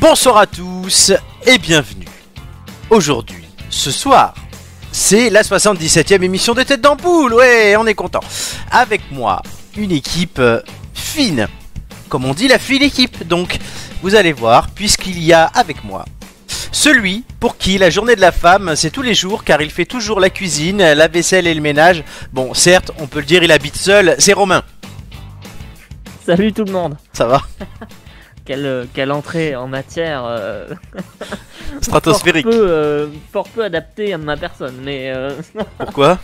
Bonsoir à tous et bienvenue. Aujourd'hui, ce soir, c'est la 77e émission de Tête d'Ampoule. Ouais, on est content. Avec moi, une équipe euh, fine. Comme on dit, la fine équipe. Donc, vous allez voir, puisqu'il y a avec moi celui pour qui la journée de la femme, c'est tous les jours, car il fait toujours la cuisine, la vaisselle et le ménage. Bon, certes, on peut le dire, il habite seul, c'est Romain. Salut tout le monde Ça va Quelle, euh, quelle entrée en matière euh, Stratosphérique. Fort peu, euh, fort peu adaptée à ma personne. Mais euh, Pourquoi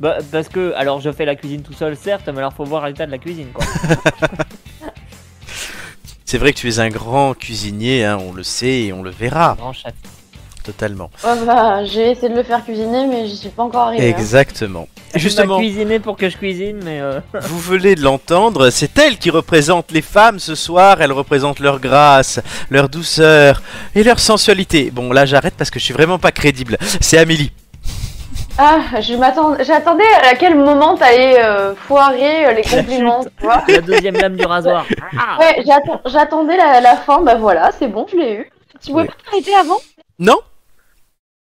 bah, parce que, alors je fais la cuisine tout seul, certes, mais alors faut voir l'état de la cuisine quoi. C'est vrai que tu es un grand cuisinier, hein, on le sait et on le verra Grand chef. totalement. Ouais, bah, j'ai essayé de le faire cuisiner, mais j'y suis pas encore hein. arrivé. Exactement. Justement, cuisiner pour que je cuisine, mais euh, vous venez de l'entendre, c'est elle qui représente les femmes ce soir, elle représente leur grâce, leur douceur et leur sensualité. Bon là j'arrête parce que je suis vraiment pas crédible. C'est Amélie. Ah, je m'attendais, j'attendais à quel moment t'allais euh, foirer euh, les compliments, tu vois. la deuxième lame du rasoir. Ah Ouais, j'atten- j'attendais la, la fin, bah voilà, c'est bon, je l'ai eu. Tu pouvais Oui. pas t'arrêter avant Non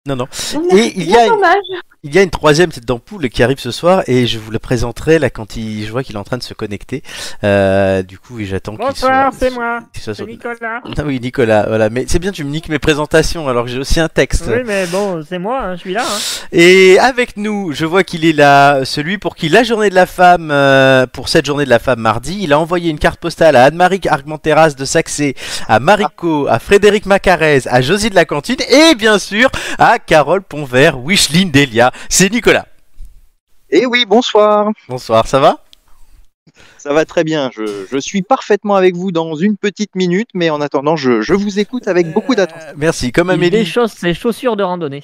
Non, non. Non, Et mais il c'est y a- dommage. Il y a une troisième tête d'ampoule qui arrive ce soir et je vous la présenterai là quand il, je vois qu'il est en train de se connecter. Euh, du coup, oui, j'attends qu'il soit. Bonsoir, c'est moi, qu'il soit sur- c'est Nicolas. Ah oui, Nicolas, voilà. Mais c'est bien, tu me niques mes présentations alors que j'ai aussi un texte. Oui, mais bon, c'est moi, hein, je suis là. hein. Et avec nous, je vois qu'il est là, celui pour qui la journée de la femme, euh, pour cette journée de la femme mardi, il a envoyé une carte postale à Anne-Marie Argmenteras de Saxé, à Marico, à Frédéric Macarez, à Josie de la Cantine et bien sûr à Carole Ponvert, Wishline Delia. C'est Nicolas. Eh oui, bonsoir. Bonsoir, ça va Ça va très bien. Je, je suis parfaitement avec vous dans une petite minute, mais en attendant, je, je vous écoute avec beaucoup d'attention. Euh, Merci, comme il Amélie. déchausse ses chaussures de randonnée.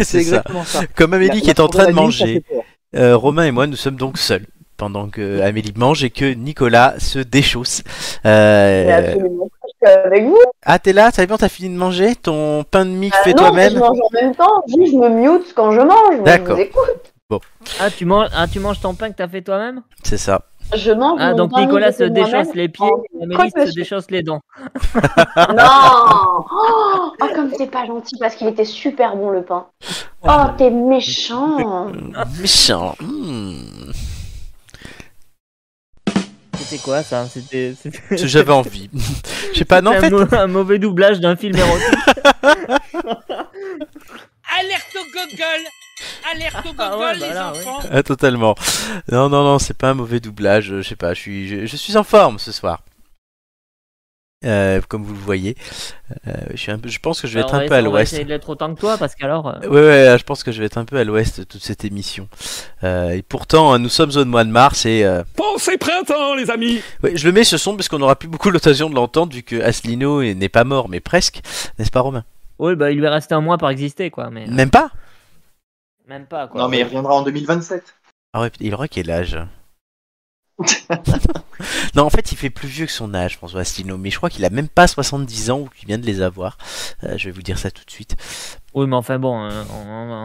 C'est ça. ça. Comme Amélie Bah, La- qui est en la train de nuit, ça fait manger. peur. Euh, Romain et moi, nous sommes donc seuls pendant que Amélie mange et que Nicolas se déchausse. Euh, Mais absolument pas, je suis avec vous. Ah, t'es là, ça va bien, t'as fini de manger ton pain de mie que tu fais Ah non, mais je toi-même mange en même temps. Vous, je me mute quand je mange. moi, Je D'accord. vous écoute. Ah tu manges, ah, tu manges ton pain que t'as fait toi-même C'est ça. Je mange. Ah Oh, mon donc pain Nicolas que se je fais moi-même. Oh, déchausse les pieds, en et Amélie se croque-monsieur. déchausse les dents. Non oh, oh, comme c'est pas gentil, parce qu'il était super bon le pain. Oh, Ah. t'es méchant. Mmh, Méchant. Hmm. C'était quoi ça C'était. c'était- Parce que J'avais envie. Je sais pas, non, en un fait, mau- un mauvais doublage d'un film érotique. Alerte au Google Alerte au Google, Ah ouais, bah les là, enfants ah, totalement. Non, non, non, c'est pas un mauvais doublage. euh, Je sais pas, je suis, je, je suis en forme ce soir. Euh, comme vous le voyez, Euh, je, suis un peu- je pense que je vais Alors, être on un va peu à essayer- on va l'ouest. essayer de l'être autant que toi parce qu'alors. euh, Ouais, ouais, là, je pense que je vais être un peu à l'ouest de toute cette émission. Euh, et pourtant, hein, nous sommes au mois de mars et. euh, Pensez printemps, les amis ouais, je le mets ce son parce qu'on n'aura plus beaucoup l'occasion de l'entendre vu que Aslino est- n'est pas mort, mais presque. N'est-ce pas, Romain Oui, bah il lui restait un mois par exister quoi, mais euh, Même pas même pas quoi. Non, mais il reviendra en 2027. Ah ouais, il aura quel âge Non, en fait, il fait plus vieux que son âge, François Asselineau, mais je crois qu'il a même pas 70 ans ou qu'il vient de les avoir. Euh, je vais vous dire ça tout de suite. Oui, mais enfin bon, euh, on- on-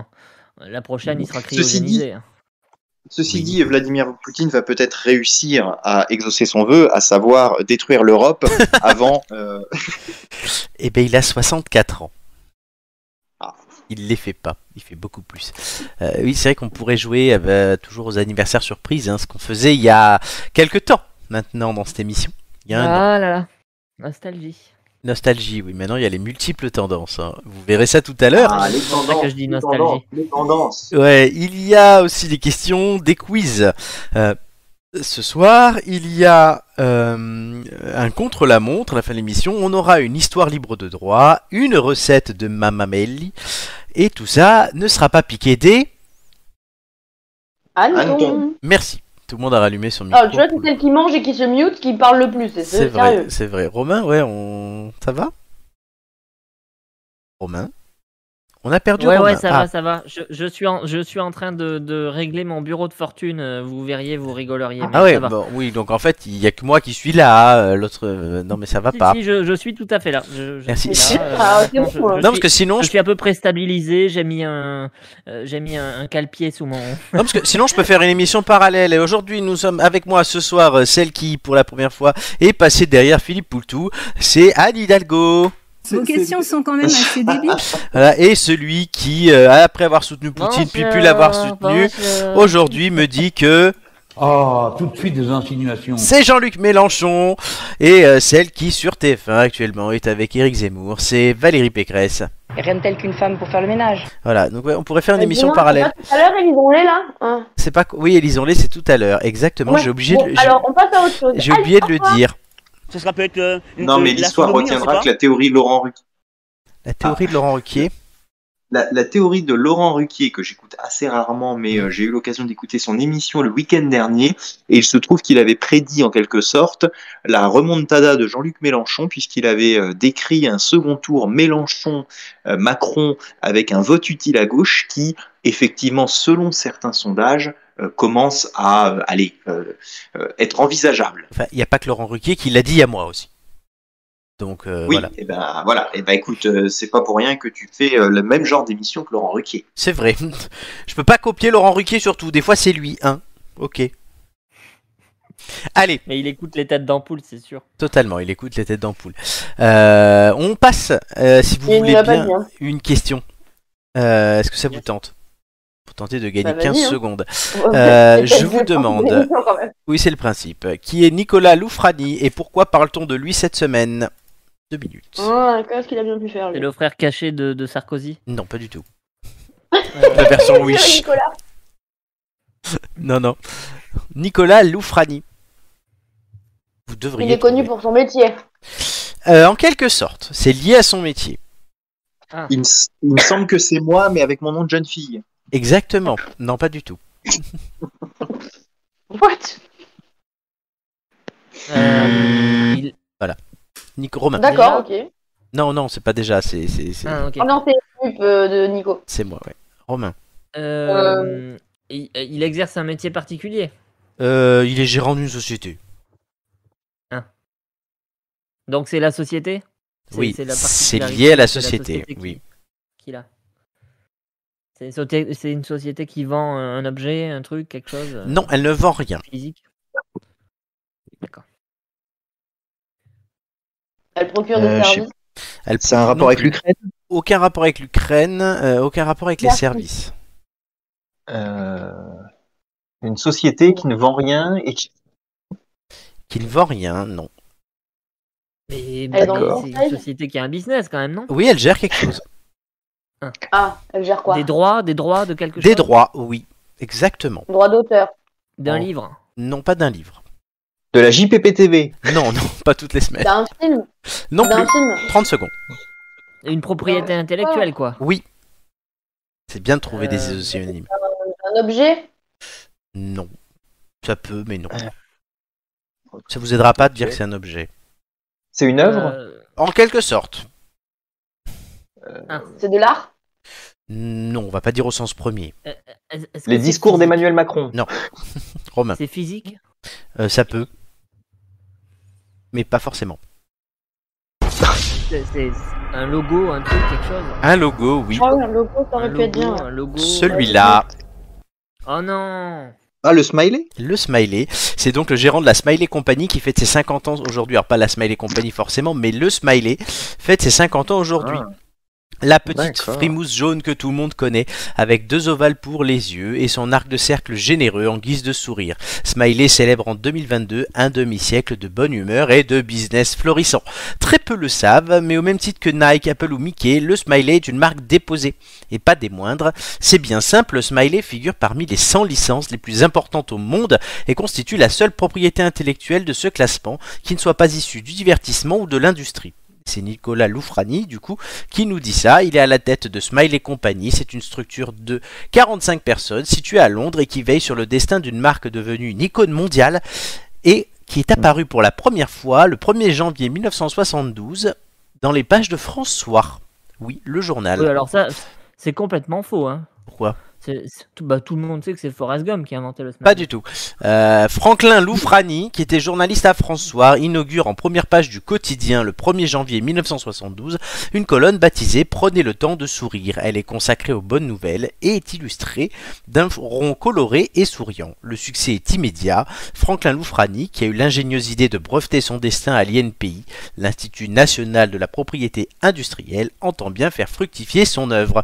on- la prochaine il sera Ceci dit- cryogénisé. hein. Ceci Oui. dit, Vladimir Poutine va peut-être réussir à exaucer son vœu, à savoir détruire l'Europe avant. euh, Eh ben, il a 64 ans. Ah. Il les fait pas, il fait beaucoup plus. Euh, oui, c'est vrai qu'on pourrait jouer euh, toujours aux anniversaires surprises, hein, ce qu'on faisait il y a quelques temps maintenant dans cette émission. Il y a un an. Ah là là, nostalgie. Nostalgie, oui, maintenant il y a les multiples tendances. hein. Vous verrez ça tout à l'heure. ah, les pour ça que je dis nostalgie. les Euh, tendances. Ouais, il y a aussi des questions, des quiz. Euh, ce soir, il y a euh, un contre-la-montre à la fin de l'émission. On aura une histoire libre de droit, une recette de Mamamelli. Et tout ça ne sera pas piqué des... Anton. Anton. Merci. Tout le monde a rallumé son micro. Oh, tu vois, c'est celle qui mange et qui se mute qui parle le plus. C'est C'est sérieux. vrai, c'est vrai. Romain, ouais, on... ça va Romain On a perdu Ouais, Romain. ouais, ça Ah, va, ça va. Je, je suis, en, je suis en train de, de régler mon bureau de fortune. euh, Vous verriez, vous rigoleriez. mais Ah ouais, ça va. bon, oui, donc en fait, il y a que moi qui suis là, euh, l'autre euh, non mais ça va Si, pas. si, je, je suis tout à fait là. Je, je Merci. Suis là, Ah, ok, maintenant, je- bon. je Non, Non parce suis- que sinon Je je, suis à peu près stabilisé, j'ai mis un, euh, j'ai mis un, un cale-pied sous mon. non, parce que sinon je peux faire une émission parallèle. Et aujourd'hui, nous sommes avec moi ce soir euh, celle qui pour la première fois est passée derrière Philippe Poultou, c'est Anne Hidalgo. Vos questions sont quand même Ah, assez débiles. Voilà, et celui qui euh, après avoir soutenu Poutine puis plus l'avoir euh, soutenu, Oh, aujourd'hui me dit que Ah, tout de suite des insinuations. C'est Jean-Luc Mélenchon et euh, celle qui sur TF1 actuellement est avec Éric Zemmour, c'est Valérie Pécresse. Rien de tel qu'une femme pour faire le ménage. Voilà, donc ouais, on pourrait faire une Eh émission bien, parallèle. c'est pas Tout à l'heure, ils ont les là. hein. C'est pas oui, Élisons-les, c'est tout à l'heure. Exactement, Ouais, j'ai obligé bon, de... Alors, on passe à autre chose. j'ai oublié de le dire. Ce sera peut-être. euh, une- Non, mais la hein, l'histoire sodomie, on retiendra sait que la théorie de Laurent Ruquier. Ah. La théorie de Laurent Ruquier. La, la théorie de Laurent Ruquier, que j'écoute assez rarement, mais euh, j'ai eu l'occasion d'écouter son émission le week-end dernier, et il se trouve qu'il avait prédit en quelque sorte la remontada de Jean-Luc Mélenchon, puisqu'il avait euh, décrit un second tour Mélenchon-Macron avec un vote utile à gauche qui, effectivement, selon certains sondages, euh, commence à euh, aller, euh, euh, être envisageable. Enfin, il n'y a pas que Laurent Ruquier qui l'a dit à moi aussi. Donc euh, oui, voilà, et ben voilà, et ben écoute, euh, c'est pas pour rien que tu fais euh, le même genre d'émission que Laurent Ruquier. c'est vrai. Je peux pas copier Laurent Ruquier surtout, des fois c'est lui, hein. OK. Allez, Mais il écoute les têtes d'ampoule, c'est sûr. totalement, il écoute les têtes d'ampoule. Euh, on passe, euh, si vous Il voulez nous l'a pas bien, dit. hein. une question. Euh, Est-ce que ça vous tente Pour tenter de gagner Bah, vas-y, 15 hein. secondes. Euh, je vous demande. Quand même. Oui, c'est le principe. Qui est Nicolas Loufrani et pourquoi parle-t-on de lui cette semaine Deux minutes. Ah, qu'est-ce qu'il a bien pu faire, C'est lui le frère caché de, de Sarkozy. Non, pas du tout. La version Wish. Nicolas. Non, non. Nicolas Loufrani. Vous devriez. Il est connu trouver. pour son métier. Euh, en quelque sorte, c'est lié à son métier. Il me, s- il me semble que c'est moi, mais avec mon nom de jeune fille. Exactement. Non, pas du tout. What Euh, il- Nico Romain. D'accord, ok. Non, non, c'est pas déjà. C'est c'est- c'est- ah, ok. Ah non, c'est l'équipe euh, de Nico. c'est moi, ouais. Romain. Euh, Il, il exerce un métier particulier. Euh, il est gérant d'une société. Donc c'est la société C'est- Oui, la c'est particularité lié à la de société, qui- oui. Qu'il a. C'est une société- c'est une société qui vend un objet, un truc, quelque chose euh, Non, elle ne vend rien. physique. D'accord. Elle procure Euh, des je sais services. Elle C'est un rapport non avec plus. l'Ukraine Aucun rapport avec l'Ukraine, euh, aucun rapport avec les Merci. services. Euh, Une société qui ne vend rien et qui... Qui ne vend rien, non. Mais, mais D'accord. c'est une société qui a un business quand même, non Oui, elle gère quelque chose. Ah, elle gère quoi Des droits, des droits de quelque Des chose droits, oui. Exactement. Droit d'auteur. D'un Oh. livre. Non, pas d'un livre. De la JPPTV. Non, non, pas toutes les semaines. D'un film. Non D'un plus. film. 30 secondes. Une propriété intellectuelle, quoi. Oui. C'est bien de trouver des Euh, synonymes. Un objet. Non. Ça peut, mais non. Euh. Ça vous aidera pas de dire que c'est un objet. C'est une œuvre Euh, En quelque sorte. C'est de l'art. Non, on va pas dire au sens premier. est-ce- est-ce que Les c'est discours physique d'Emmanuel Macron. Romain, C'est physique euh, ça peut. Mais pas forcément. C'est c'est un logo, un truc, quelque chose Un logo, oui. Oh, un logo, un t'aurais pu logo, être bien. un logo. Celui-là, Oh non Ah, le smiley le Smiley. C'est donc le gérant de la Smiley Company qui fête ses 50 ans aujourd'hui. Alors pas la Smiley Company forcément, mais le Smiley fête ses 50 ans aujourd'hui. La petite D'accord. frimousse jaune que tout le monde connaît, avec deux ovales pour les yeux et son arc de cercle généreux en guise de sourire. Smiley célèbre en 2022 un demi-siècle de bonne humeur et de business florissant. Très peu le savent, mais au même titre que Nike, Apple ou Mickey, le Smiley est une marque déposée, et pas des moindres. C'est bien simple, le Smiley figure parmi les 100 licences les plus importantes au monde et constitue la seule propriété intellectuelle de ce classement qui ne soit pas issue du divertissement ou de l'industrie. C'est Nicolas Loufrani, du coup, qui nous dit ça. Il est à la tête de Smiley Company. C'est une structure de 45 personnes située à Londres et qui veille sur le destin d'une marque devenue une icône mondiale et qui est apparue pour la première fois le 1er janvier 1972 dans les pages de François. Oui, le journal. Oui, alors ça, C'est complètement faux. Hein. Pourquoi C'est- c'est- tout, bah, tout le monde sait que c'est Forrest Gump qui a inventé le smash. Pas du tout. Euh, Franklin Loufrani, qui était journaliste à François, inaugure en première page du quotidien le 1er janvier 1972 une colonne baptisée Prenez le temps de sourire. Elle est consacrée aux bonnes nouvelles et est illustrée d'un rond coloré et souriant. Le succès est immédiat. Franklin Loufrani, qui a eu l'ingénieuse idée de breveter son destin à l'INPI, l'Institut national de la propriété industrielle, entend bien faire fructifier son œuvre.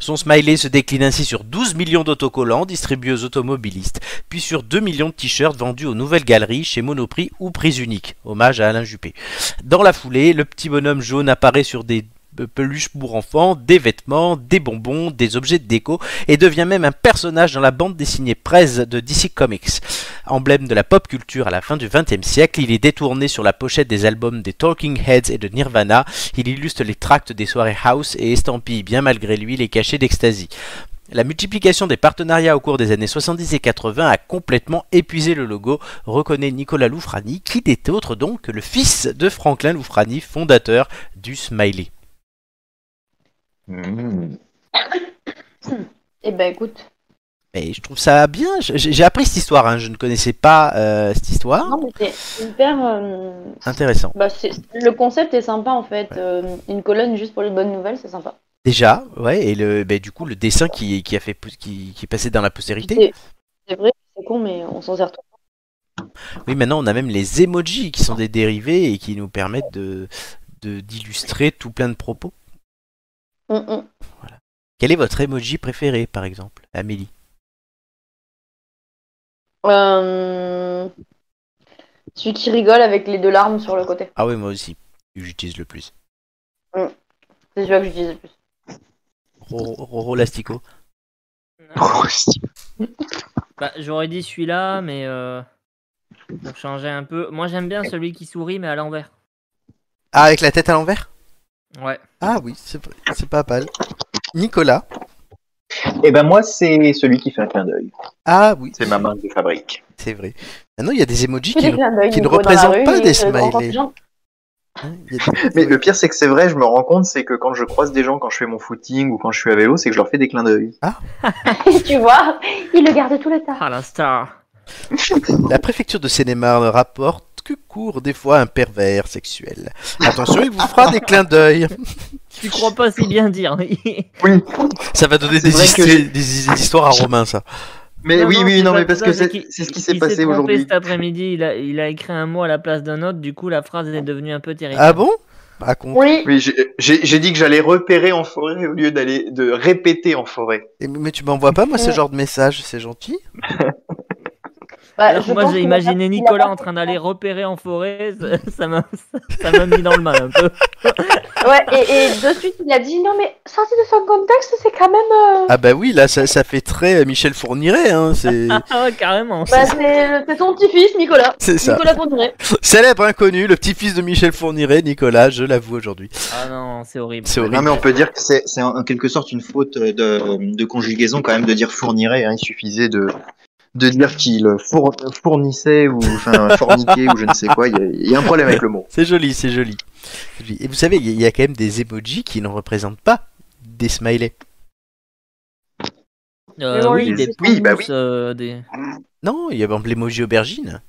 Son smiley se décline ainsi sur 12 millions d'autocollants distribués aux automobilistes, puis sur 2 millions de t-shirts vendus aux nouvelles galeries chez Monoprix ou Prise Unique. Hommage à Alain Juppé. Dans la foulée, le petit bonhomme jaune apparaît sur des euh, peluches pour enfants, des vêtements, des bonbons, des objets de déco et devient même un personnage dans la bande dessinée presse de DC Comics. Emblème de la pop culture à la fin du XXe siècle, il est détourné sur la pochette des albums des Talking Heads et de Nirvana. Il illustre les tracts des soirées house et estampille bien malgré lui les cachets d'ecstasy. La multiplication des partenariats au cours des années 70 et 80 a complètement épuisé le logo, reconnaît Nicolas Loufrani, qui n'était autre donc que le fils de Franklin Loufrani, fondateur du Smiley. Mmh. Eh ben écoute, Mais je trouve ça bien, je- j'ai j'ai appris cette histoire, hein, je ne connaissais pas euh, cette histoire. non mais c'est hyper. euh, Intéressant. bah, c'est- le concept est sympa en fait. Euh, une colonne juste pour les bonnes nouvelles, c'est sympa. Déjà, ouais, et le, ben, du coup, le dessin qui, qui a fait, pou- qui, qui est passé dans la postérité. C'est c'est vrai, c'est con, mais on s'en sert tout. Oui, maintenant, on a même les emojis qui sont des dérivés et qui nous permettent de de- d'illustrer tout plein de propos. Hum, hum. Quel est votre emoji préféré, par exemple, Amélie Euh, Celui qui rigole avec les deux larmes sur le côté. Ah oui, moi aussi. J'utilise le plus. C'est celui que j'utilise le plus. Roro Roro Lastico. Bah, J'aurais dit celui-là, mais euh, pour changer un peu. Moi, j'aime bien celui qui sourit, mais à l'envers. Ah, avec la tête à l'envers Ouais. Ah oui, c'est vrai, c'est pas mal. Nicolas. Eh Et ben moi, c'est celui qui fait un clin d'œil. Ah oui, C'est ma marque de fabrique. c'est vrai. Maintenant, il y a des emojis Tous qui... les clins d'œil, qui ne Nico, dans la représentent rue, pas mais, des euh, quand smileys. les gens- hein, il y a- Mais le pire, c'est que c'est vrai, je me rends compte, c'est que quand je croise des gens, quand je fais mon footing ou quand je suis à vélo, c'est que je leur fais des clins d'œil. tu vois, il le garde tout le temps. Ah, la star. La préfecture de Seine-et-Marne rapporte que court des fois un pervers sexuel. Attention, il vous fera des clins d'œil. Tu crois pas si bien dire. oui. Oui, Ça va donner C'est des, vrai que his- j'ai- des- des histoires à Romain, ça. mais oui, oui, c'est non, pas mais parce ça, que c'est qu'il- c'est ce qui il- s'est il passé trompé aujourd'hui. Cet après-midi, il a, il a écrit un mot à la place d'un autre, du coup, la phrase est devenue un peu terrible. Ah bon Ah con. Oui, Oui, j'ai- j'ai j'ai dit que j'allais repérer en forêt au lieu d'aller de répéter en forêt. Et- Mais tu m'envoies pas, moi, ce genre de message, c'est gentil. bah, Alors je moi, pense j'ai qu'il a imaginé pas- il a Nicolas pas- en train d'aller repérer en forêt, ça- ça m'a ça m'a mis dans le mal un peu. Ouais, et, et de suite, il a dit non, mais sorti de son contexte, c'est quand même. euh, Ah bah oui, là, ça, ça fait très euh, Michel Fourniret, hein, c'est Ah ouais, carrément. bah, c'est c'est son petit-fils, Nicolas. c'est ça. Nicolas Fontenay. Célèbre inconnu, le petit-fils de Michel Fourniret, Nicolas, je l'avoue aujourd'hui. Ah non, c'est horrible. C'est Non, horrible. mais on peut dire que c'est c'est en en quelque sorte une faute euh, de, de conjugaison quand même de dire fournirait. hein. Il suffisait de de dire qu'il four- fournissait ou enfin forniquait ou je ne sais quoi. Il y a- il y, a un problème avec le mot. C'est joli, c'est joli. C'est joli. Et vous savez, il y a- il y a quand même des emojis qui ne représentent pas des smileys. Euh, Mais bon, oui, oui, des c'est- oui, bah pouces, euh, des... Non, il y a par exemple l'emoji aubergine.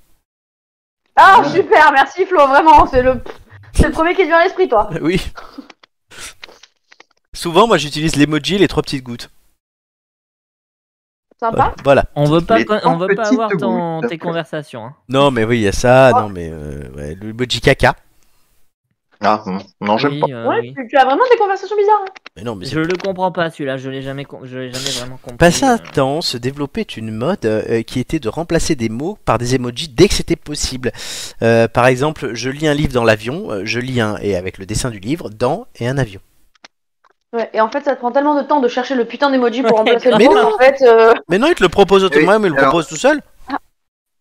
Ah, super, merci Flo, vraiment, c'est le. C'est le premier qui est venu à l'esprit, toi. Oui. Souvent, moi, j'utilise l'emoji les trois petites gouttes. Sympa. Voilà. On veut pas, Les qu'on- on toutes veut pas petites avoir ton, gouttes. tes conversations. hein. Non, mais oui, il y a ça. Ah. Non, mais euh, ouais, le emoji caca. Ah, hum, non, j'aime Oui, pas. euh, Ouais, oui. tu, tu as vraiment des conversations bizarres. hein. Mais non, mais c'est Je le comprends pas celui-là, je l'ai jamais, com- je l'ai jamais vraiment compris. Passé un euh. temps, se développait une mode euh, qui était de remplacer des mots par des emojis dès que c'était possible. Euh, par exemple, je lis un livre dans l'avion, euh, je lis un, et avec le dessin du livre, dans et un avion. Ouais, et en fait, ça te prend tellement de temps de chercher le putain d'emoji pour remplacer le Mais mot non. qu'en fait. euh, Mais non, il te le propose automatiquement, mais il le alors- propose tout seul.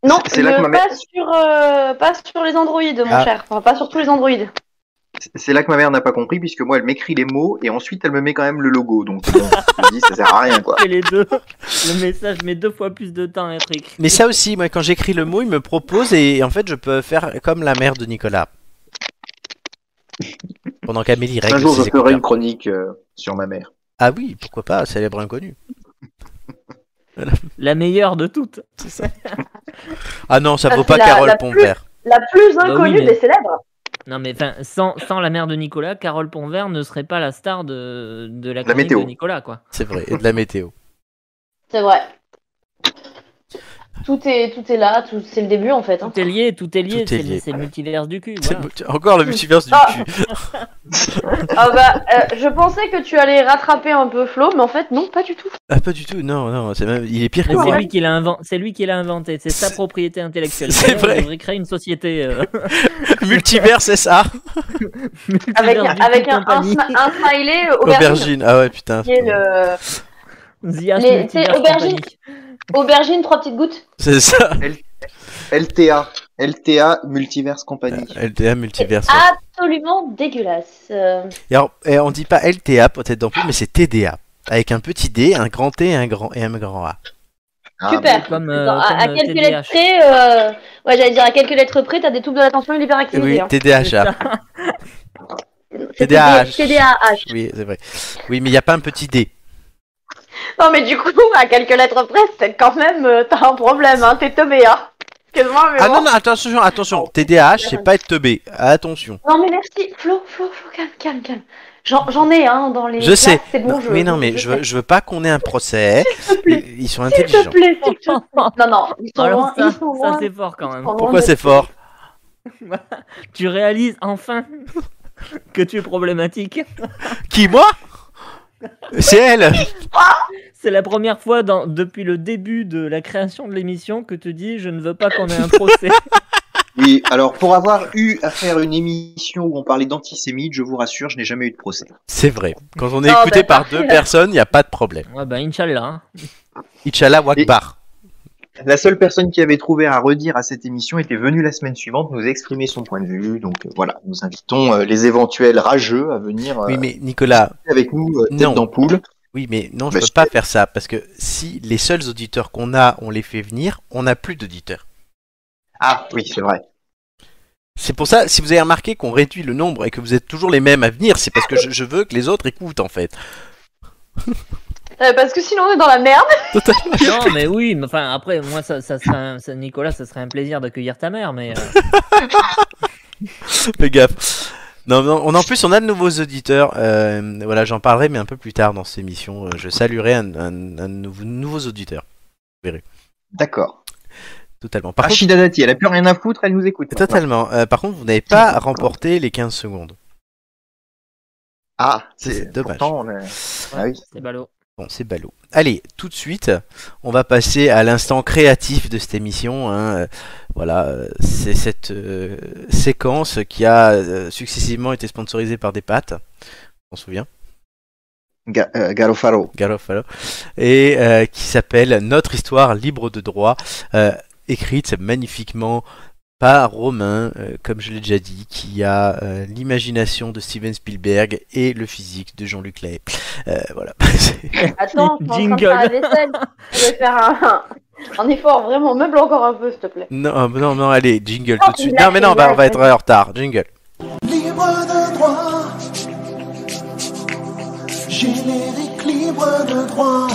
Non, C'est là ne que ma mère- pas, sur, euh, pas sur les Android, mon Ah. cher. Enfin, pas sur tous les Android. C'est là que ma mère n'a pas compris, puisque moi, elle m'écrit les mots et ensuite elle me met quand même le logo. Donc, bon, je me dis, ça sert à rien, quoi. Et les deux, le message met deux fois plus de temps à être écrit. Mais ça aussi, moi, quand j'écris le mot, il me propose et en fait, je peux faire comme la mère de Nicolas. Pendant qu'Amélie Un règle jour, ses je ferai écouteurs. une chronique euh, sur ma mère. Ah oui, pourquoi pas, célèbre inconnu. La meilleure de toutes. Ah non, ça Ah, vaut c'est pas la- Carole la Pombert. La plus Bah oui, inconnue mais- des célèbres. Non, mais enfin, sans, sans la mère de Nicolas, Carole Ponvert ne serait pas la star de, de la, chronique météo. de Nicolas, quoi. C'est vrai, et de la météo. C'est vrai. Tout est, tout est là, tout, c'est le début en fait. hein. Tout est lié, tout est lié, Tout est c'est lié. c'est le multivers du cul. C'est Voilà. le multi- Encore le multivers du Ah. cul. Ah bah, euh, je pensais que tu allais rattraper un peu Flo, mais en fait, non, pas du tout. Ah, pas du tout, non, non, c'est même... il est pire que Oh, Mais moi. C'est lui qui l'a inven- c'est lui qui l'a inventé, c'est sa C'est- propriété intellectuelle. c'est D'ailleurs, vrai. Il devrait créer une société euh, Multivers, c'est ça multivers Avec, du un- cul avec un, un, compagnie. sma- un smiley aubergine. Aubergine, ah ouais, putain. Qui est le... The Ass Les- Multivers c'est aubergine. Company. Aubergine, trois petites gouttes. C'est ça. LTA. LTA Multiverse Company. LTA multivers. ouais. Absolument dégueulasse. Euh, Et, alors, et on dit pas LTA pour tête d'ampoule, mais c'est TDA. Avec un petit D, un grand T, un grand et un grand A. Ah, super. Comme, euh, Attends, à, à comme, euh, quelques TDAH. lettres près, euh, ouais, j'allais dire à quelques lettres près, t'as des troubles de l'attention et de l'hyperactivité. Oui, hein. TDAH. C'est TDAH. TDAH. Oui, c'est vrai. Oui, mais il n'y a pas un petit D. Non, mais du coup, à quelques lettres près, c'est quand même, euh, t'as un problème, hein, t'es teubé, hein. Excuse-moi, mais Ah bon. non, non, attention, Oh. attention. TDAH, c'est pas être teubé. Attention. Non, mais merci, Flo, Flo, Flo, calme, calme, calme. J'en j'en ai un dans les. Je sais. classes, C'est bon, je. oui, non, mais je veux, je veux pas qu'on ait un procès. S'il te plaît, Ils sont s'il te intelligents. plaît, s'il te plaît. Non, non, ils Ah, sont Alors loin, ça, ils sont loin. ça c'est fort quand même. Pourquoi c'est fort Tu réalises enfin que tu es problématique. Qui, moi C'est elle C'est la première fois dans- depuis le début de la création de l'émission que tu dis je ne veux pas qu'on ait un procès. Oui, alors pour avoir eu à faire une émission où on parlait d'antisémites, je vous rassure, je n'ai jamais eu de procès. C'est vrai. Quand on est Ah, écouté bah, par deux personnes, il n'y a pas de problème. ouais bah Inch'Allah. hein. Inch'Allah Wakbar. La seule personne qui avait trouvé à redire à cette émission était venue la semaine suivante nous exprimer son point de vue. Donc euh, voilà, nous invitons euh, les éventuels rageux à venir euh, Oui, mais Nicolas, avec nous, euh, non. tête d'ampoule. oui, mais non, je Bah, peux je- pas faire ça parce que si les seuls auditeurs qu'on a, on les fait venir, on n'a plus d'auditeurs. Ah oui, c'est vrai. C'est pour ça, si vous avez remarqué qu'on réduit le nombre et que vous êtes toujours les mêmes à venir, c'est parce que je, je veux que les autres écoutent en fait. Euh, parce que sinon, on est dans la merde. Non mais oui, mais enfin après moi ça, ça serait un- ça- Nicolas ça serait un plaisir d'accueillir ta mère mais euh, Fais gaffe. Non, non, on, en plus, on a de nouveaux auditeurs. euh, voilà, j'en parlerai, mais un peu plus tard dans cette émission. Euh, Je saluerai un, un- un de vos nouveaux auditeurs. D'accord. Totalement. Par contre, Rachida Dati, elle a plus rien à foutre, elle nous écoute. maintenant. totalement. Euh, par contre, vous n'avez pas remporté les 15 secondes. Ah, C'est c'est dommage. pourtant, on est- Ah oui. c'est ballot. Bon, c'est ballot. Allez, tout de suite, on va passer à l'instant créatif de cette émission. hein. Euh, Voilà, euh, c'est cette euh, séquence qui a euh, successivement été sponsorisée par des pâtes. On s'en souvient. Ga- euh, Garofalo. Garofalo, et euh, qui s'appelle Notre histoire libre de droit, euh, écrite magnifiquement par Romain, euh, comme je l'ai déjà dit, qui a euh, l'imagination de Steven Spielberg et le physique de Jean-Luc Lahaye. Euh, voilà. Attends, je suis en train de faire la vaisselle. Je vais faire un, un effort vraiment meuble encore un peu, s'il te plaît. non, euh, non, non, allez, jingle Oh, tout de suite. il a Non, mais non, fait on va- mal. on va être en retard. Jingle. Libre de droit, générique libre de droit,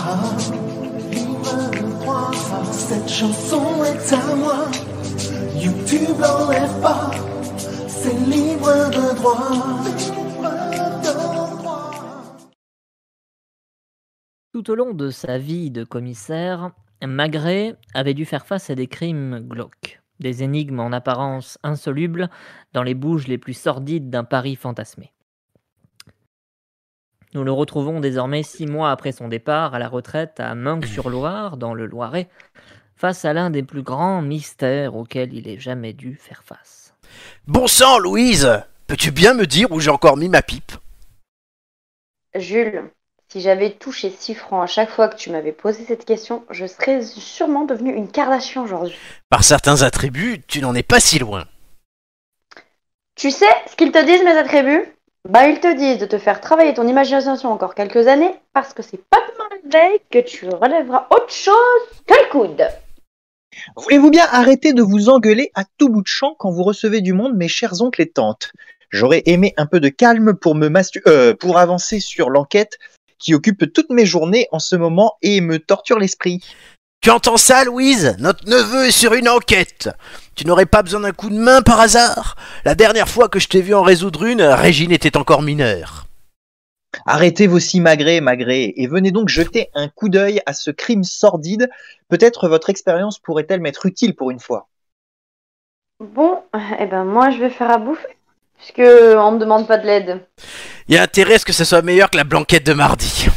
libre de droit, cette chanson est à moi, YouTube l'enlève pas, c'est libre de droit, libre de droit. Tout au long de sa vie de commissaire, Magret avait dû faire face à des crimes glauques, des énigmes en apparence insolubles dans les bouges les plus sordides d'un Paris fantasmé. Nous le retrouvons désormais six mois après son départ à la retraite à Meung-sur-Loire, dans le Loiret, face à l'un des plus grands mystères auxquels il ait jamais dû faire face. Bon sang, Louise Peux-tu bien me dire où j'ai encore mis ma pipe Jules, si j'avais touché 6 francs à chaque fois que tu m'avais posé cette question, je serais sûrement devenue une Kardashian aujourd'hui. Par certains attributs, tu n'en es pas si loin. Tu sais ce qu'ils te disent, mes attributs Bah, ils te disent de te faire travailler ton imagination encore quelques années parce que c'est pas demain la veille que tu relèveras autre chose que le coude. Voulez-vous bien arrêter de vous engueuler à tout bout de champ quand vous recevez du monde, mes chers oncles et tantes J'aurais aimé un peu de calme pour me mastu- euh, pour avancer sur l'enquête qui occupe toutes mes journées en ce moment et me torture l'esprit. Tu entends ça, Louise Notre neveu est sur une enquête. Tu n'aurais pas besoin d'un coup de main par hasard La dernière fois que je t'ai vu en résoudre une, Régine était encore mineure. Arrêtez vos simagrées, magrées, et venez donc jeter un coup d'œil à ce crime sordide. Peut-être votre expérience pourrait-elle m'être utile pour une fois. Bon, eh ben moi je vais faire à bouffer, puisque on me demande pas de l'aide. Y a intérêt à ce que ça soit meilleur que la blanquette de mardi.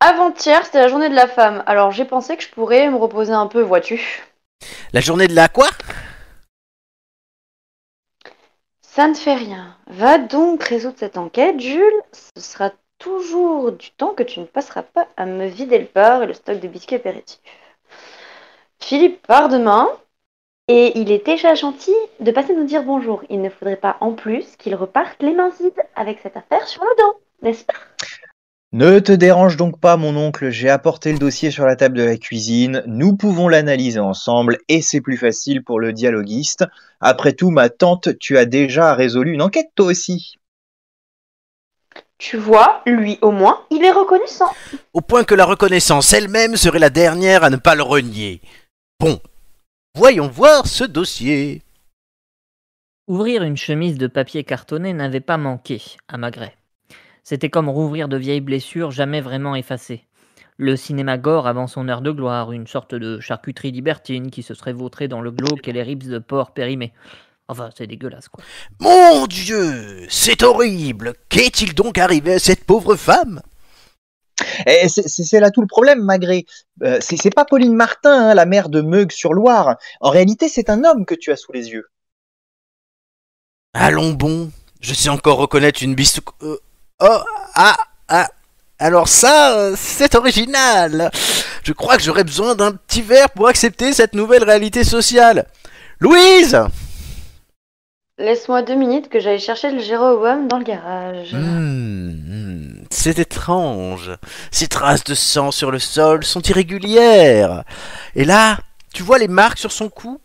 Avant-hier, c'était la journée de la femme, alors j'ai pensé que je pourrais me reposer un peu, vois-tu. La journée de la quoi Ça ne fait rien. Va donc résoudre cette enquête, Jules. Ce sera toujours du temps que tu ne passeras pas à me vider le bar et le stock de biscuits apéritifs. Philippe part demain et il est déjà gentil de passer nous dire bonjour. Il ne faudrait pas en plus qu'il reparte les mains vides avec cette affaire sur le dos, n'est-ce pas Ne te dérange donc pas, mon oncle, j'ai apporté le dossier sur la table de la cuisine, nous pouvons l'analyser ensemble et c'est plus facile pour le dialoguiste. Après tout, ma tante, tu as déjà résolu une enquête toi aussi. Tu vois, lui au moins, il est reconnaissant. Au point que la reconnaissance elle-même serait la dernière à ne pas le renier. Bon, voyons voir ce dossier. Ouvrir une chemise de papier cartonné n'avait pas manqué à Magret. C'était comme rouvrir de vieilles blessures jamais vraiment effacées. Le cinéma gore avant son heure de gloire, une sorte de charcuterie libertine qui se serait vautrée dans le glauque et les rips de porc périmés. Enfin, c'est dégueulasse, quoi. Mon Dieu, c'est horrible. Qu'est-il donc arrivé à cette pauvre femme Eh, c'est- C'est c'est là tout le problème, Magré. Euh, c'est c'est pas Pauline Martin, hein, la mère de Meug-sur-Loire. En réalité, c'est un homme que tu as sous les yeux. Allons bon, je sais encore reconnaître une bistou... euh, oh, ah, ah. Alors ça, euh, c'est original. Je crois que j'aurais besoin d'un petit verre pour accepter cette nouvelle réalité sociale. Louise Laisse-moi deux minutes que j'aille chercher le Jéroboam dans le garage. Hmm, hmm, C'est étrange. Ces traces de sang sur le sol sont irrégulières. Et là, tu vois les marques sur son cou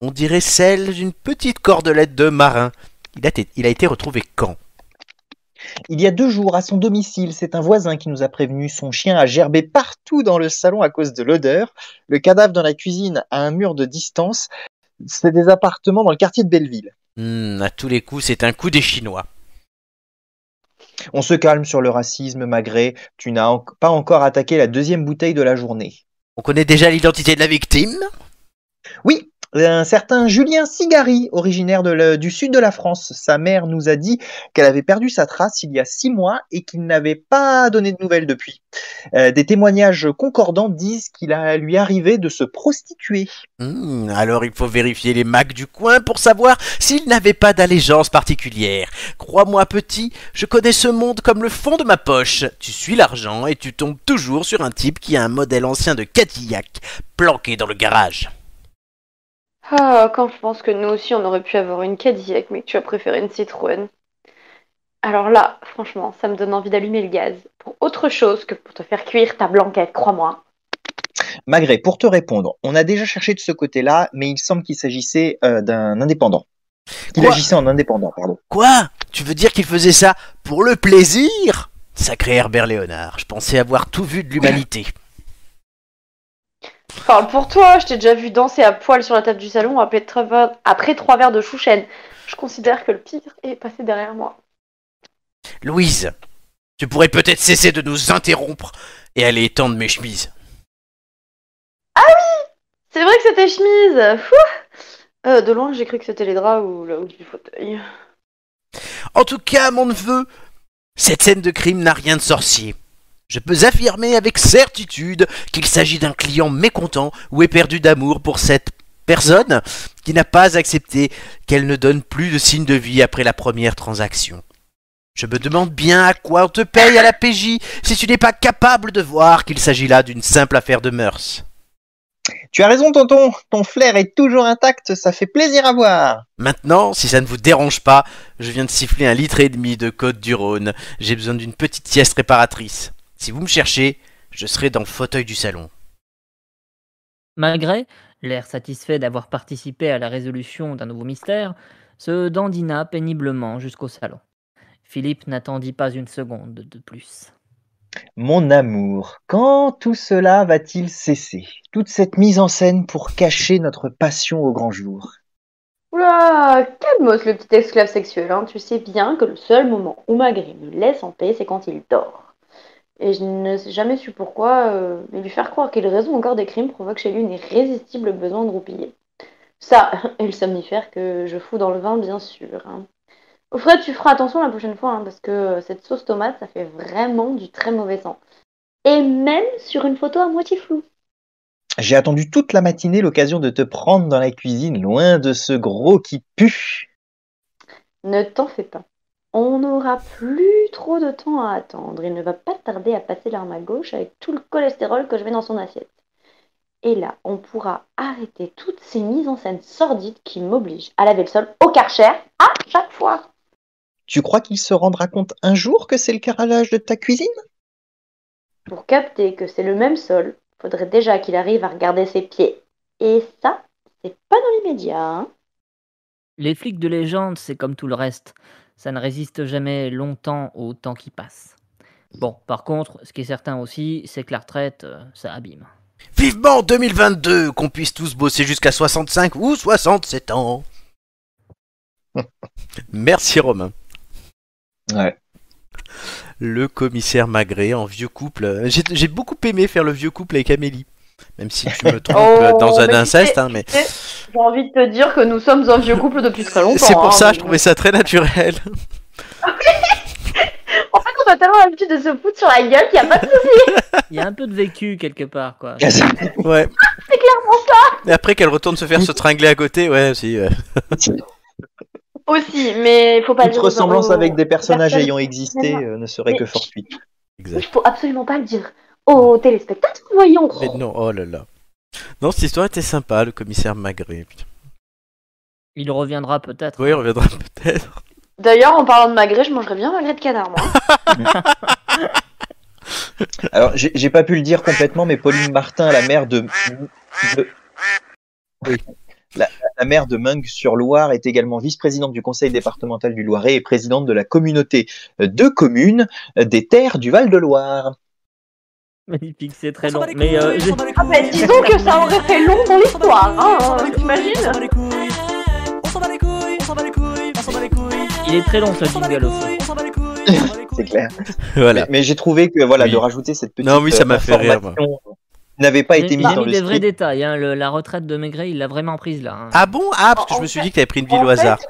On dirait celles d'une petite cordelette de marin. Il a, été- il a été retrouvé quand Il y a deux jours, à son domicile, c'est un voisin qui nous a prévenu. Son chien a gerbé partout dans le salon à cause de l'odeur. Le cadavre dans la cuisine à un mur de distance. C'est des appartements dans le quartier de Belleville. Hmm, À tous les coups, c'est un coup des Chinois. On se calme sur le racisme, Magré. Tu n'as en- pas encore attaqué la deuxième bouteille de la journée. On connaît déjà l'identité de la victime Oui, Euh, un certain Julien Cigari, originaire de le- du sud de la France. Sa mère nous a dit qu'elle avait perdu sa trace il y a six mois et qu'il n'avait pas donné de nouvelles depuis. Euh, des témoignages concordants disent qu'il a lui arrivé de se prostituer. Hmm, alors il faut vérifier les macs du coin pour savoir s'il n'avait pas d'allégeance particulière. Crois-moi petit, je connais ce monde comme le fond de ma poche. Tu suis l'argent et tu tombes toujours sur un type qui a un modèle ancien de Cadillac planqué dans le garage. Ah, quand je pense que nous aussi on aurait pu avoir une Cadillac, mais que tu as préféré une Citroën. Alors là, franchement, ça me donne envie d'allumer le gaz. Pour autre chose que pour te faire cuire ta blanquette, crois-moi. Magré, pour te répondre, on a déjà cherché de ce côté-là, mais il semble qu'il s'agissait euh, d'un indépendant. Il Quoi agissait en indépendant, pardon. Quoi Tu veux dire qu'il faisait ça pour le plaisir Sacré Herbert Léonard, je pensais avoir tout vu de l'humanité. Parle pour toi, je t'ai déjà vu danser à poil sur la table du salon après trois verres, après trois verres de chouchen. Je considère que le pire est passé derrière moi. Louise, tu pourrais peut-être cesser de nous interrompre et aller étendre mes chemises. C'est vrai que c'était chemise Fouh Euh, De loin, j'ai cru que c'était les draps ou là haut du fauteuil. En tout cas, mon neveu, cette scène de crime n'a rien de sorcier. Je peux affirmer avec certitude qu'il s'agit d'un client mécontent ou éperdu d'amour pour cette personne qui n'a pas accepté qu'elle ne donne plus de signe de vie après la première transaction. Je me demande bien à quoi on te paye à la PJ si tu n'es pas capable de voir qu'il s'agit là d'une simple affaire de mœurs. Tu as raison, tonton. Ton flair est toujours intact, ça fait plaisir à voir. Maintenant, si ça ne vous dérange pas, je viens de siffler un litre et demi de Côte du Rhône. J'ai besoin d'une petite sieste réparatrice. Si vous me cherchez, je serai dans le fauteuil du salon. Malgré l'air satisfait d'avoir participé à la résolution d'un nouveau mystère, se dandina péniblement jusqu'au salon. Philippe n'attendit pas une seconde de plus. Mon amour, quand tout cela va-t-il cesser Toute cette mise en scène pour cacher notre passion au grand jour. Oula, calmos le petit esclave sexuel, hein. tu sais bien que le seul moment où Magri me laisse en paix, c'est quand il dort. Et je ne sais jamais su pourquoi, euh, mais lui faire croire qu'il résout encore des crimes provoque chez lui un irrésistible besoin de roupiller. Ça, et le somnifère que je fous dans le vin, bien sûr. Hein. Au frais, tu feras attention la prochaine fois, hein, parce que cette sauce tomate, ça fait vraiment du très mauvais sang. Et même sur une photo à moitié floue. J'ai attendu toute la matinée l'occasion de te prendre dans la cuisine, loin de ce gros qui pue. Ne t'en fais pas. On n'aura plus trop de temps à attendre. Il ne va pas tarder à passer l'arme à gauche avec tout le cholestérol que je mets dans son assiette. Et là, on pourra arrêter toutes ces mises en scène sordides qui m'obligent à laver le sol au karcher à chaque fois. Tu crois qu'il se rendra compte un jour que c'est le carrelage de ta cuisine Pour capter que c'est le même sol, faudrait déjà qu'il arrive à regarder ses pieds. Et ça, c'est pas dans l'immédiat. Hein Les flics de légende, c'est comme tout le reste. Ça ne résiste jamais longtemps au temps qui passe. Bon, par contre, ce qui est certain aussi, c'est que la retraite, euh, ça abîme. Vivement 2022, qu'on puisse tous bosser jusqu'à 65 ou 67 ans. Merci Romain. Ouais. Le commissaire Magré en vieux couple. J'ai j'ai beaucoup aimé faire le vieux couple avec Amélie. Même si je me trompe euh, dans un Oh, mais tu inceste, sais- hein, mais tu sais, J'ai envie de te dire que nous sommes un vieux couple depuis très longtemps. c'est pour hein, ça donc- je trouvais ça très naturel. En fait, on a tellement l'habitude de se foutre sur la gueule qu'il n'y a pas de Il y a un peu de vécu quelque part, quoi. ouais. C'est clairement ça Et après qu'elle retourne se faire se tringler à côté, ouais aussi. ouais. aussi, mais faut pas le Toute dire. aux- ressemblance aux- avec des personnages personnes. ayant existé Même- euh, ne serait que fortuite. Il faut absolument pas le dire aux téléspectateurs, voyons. Mais non, oh là là. Non, cette histoire était sympa, le commissaire Magré. putain. Il reviendra peut-être. Oui, on reviendra peut-être. D'ailleurs, en parlant de magret, je mangerais bien magret de canard, moi. Alors, j'ai j'ai pas pu le dire complètement, mais Pauline Martin, la mère de. de- Oui. La, la mère de Mung sur Loire est également vice-présidente du conseil départemental du Loiret et présidente de la communauté de communes des terres du Val-de-Loire. Magnifique, c'est très long. Mais euh, j'ai- Ah, bah, disons que ça aurait fait long dans l'histoire, hein, t'imagines il est très long ce jingle aussi. C'est clair. Voilà. Mais, mais j'ai trouvé que voilà Oui. de rajouter cette petite Non, oui, ça euh, m'a fait rire, moi. information n'avait pas Il été il mise a dans mis le des vrais script. détails. hein. Le- la retraite de Maigret, il l'a vraiment prise là. hein. Ah bon Ah, parce que En- je en me suis fait- dit que t'avais pris une ville en au fait, hasard.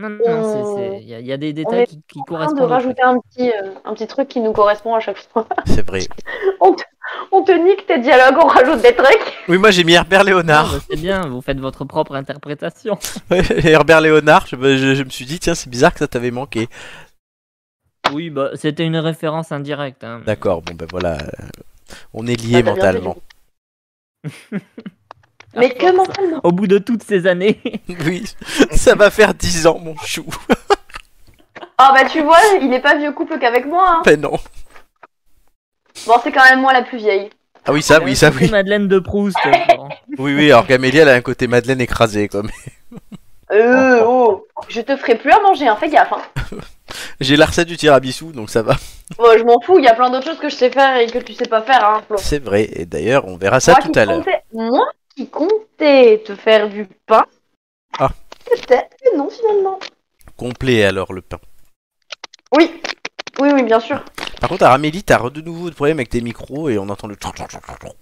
Non, non, on- non, c'est- c'est- il y, a- il y a des détails est qui, qui En train correspondent. de au truc. rajouter un petit, euh, un petit truc qui nous correspond à chaque fois. C'est vrai. On te, on te nique tes dialogues, on rajoute des trucs. Oui, moi j'ai mis Herbert Non, Léonard. bah, c'est bien, vous faites votre propre interprétation. Ouais, Herbert Léonard, je, me- je- je me suis dit, tiens, c'est bizarre que ça t'avait manqué. Oui, bah, c'était une référence indirecte. hein. D'accord, bon ben voilà. On est liés Ah, t'as bien mentalement. Mais que mentalement Au bout de toutes ces années, Oui, ça va faire 10 ans, mon chou. Ah bah tu vois, il n'est pas vieux couple qu'avec moi. hein. Ben non. Bon, c'est quand même moi la plus vieille. Ah oui, ça, oui, ça, c'est oui. Madeleine de Proust. bon. Oui, oui, alors Camélia, elle a un côté Madeleine écrasé, comme. Euh, oh, je te ferai plus à manger, hein, fais gaffe. Hein. J'ai la recette du tiramisu, donc ça va. Bon, Euh, je m'en fous, il y a plein d'autres choses que je sais faire et que tu sais pas faire, hein, Flo. C'est vrai, et d'ailleurs, on verra ça Moi tout qui à l'heure. comptais- Moi qui comptais te faire du pain. Ah. Peut-être que non, finalement. Complet alors le pain. Oui, oui, oui, bien sûr. Par contre, à Amélie, t'as re- de nouveau de problème avec tes micros et on entend le. tron, tron, tron, tron, tron.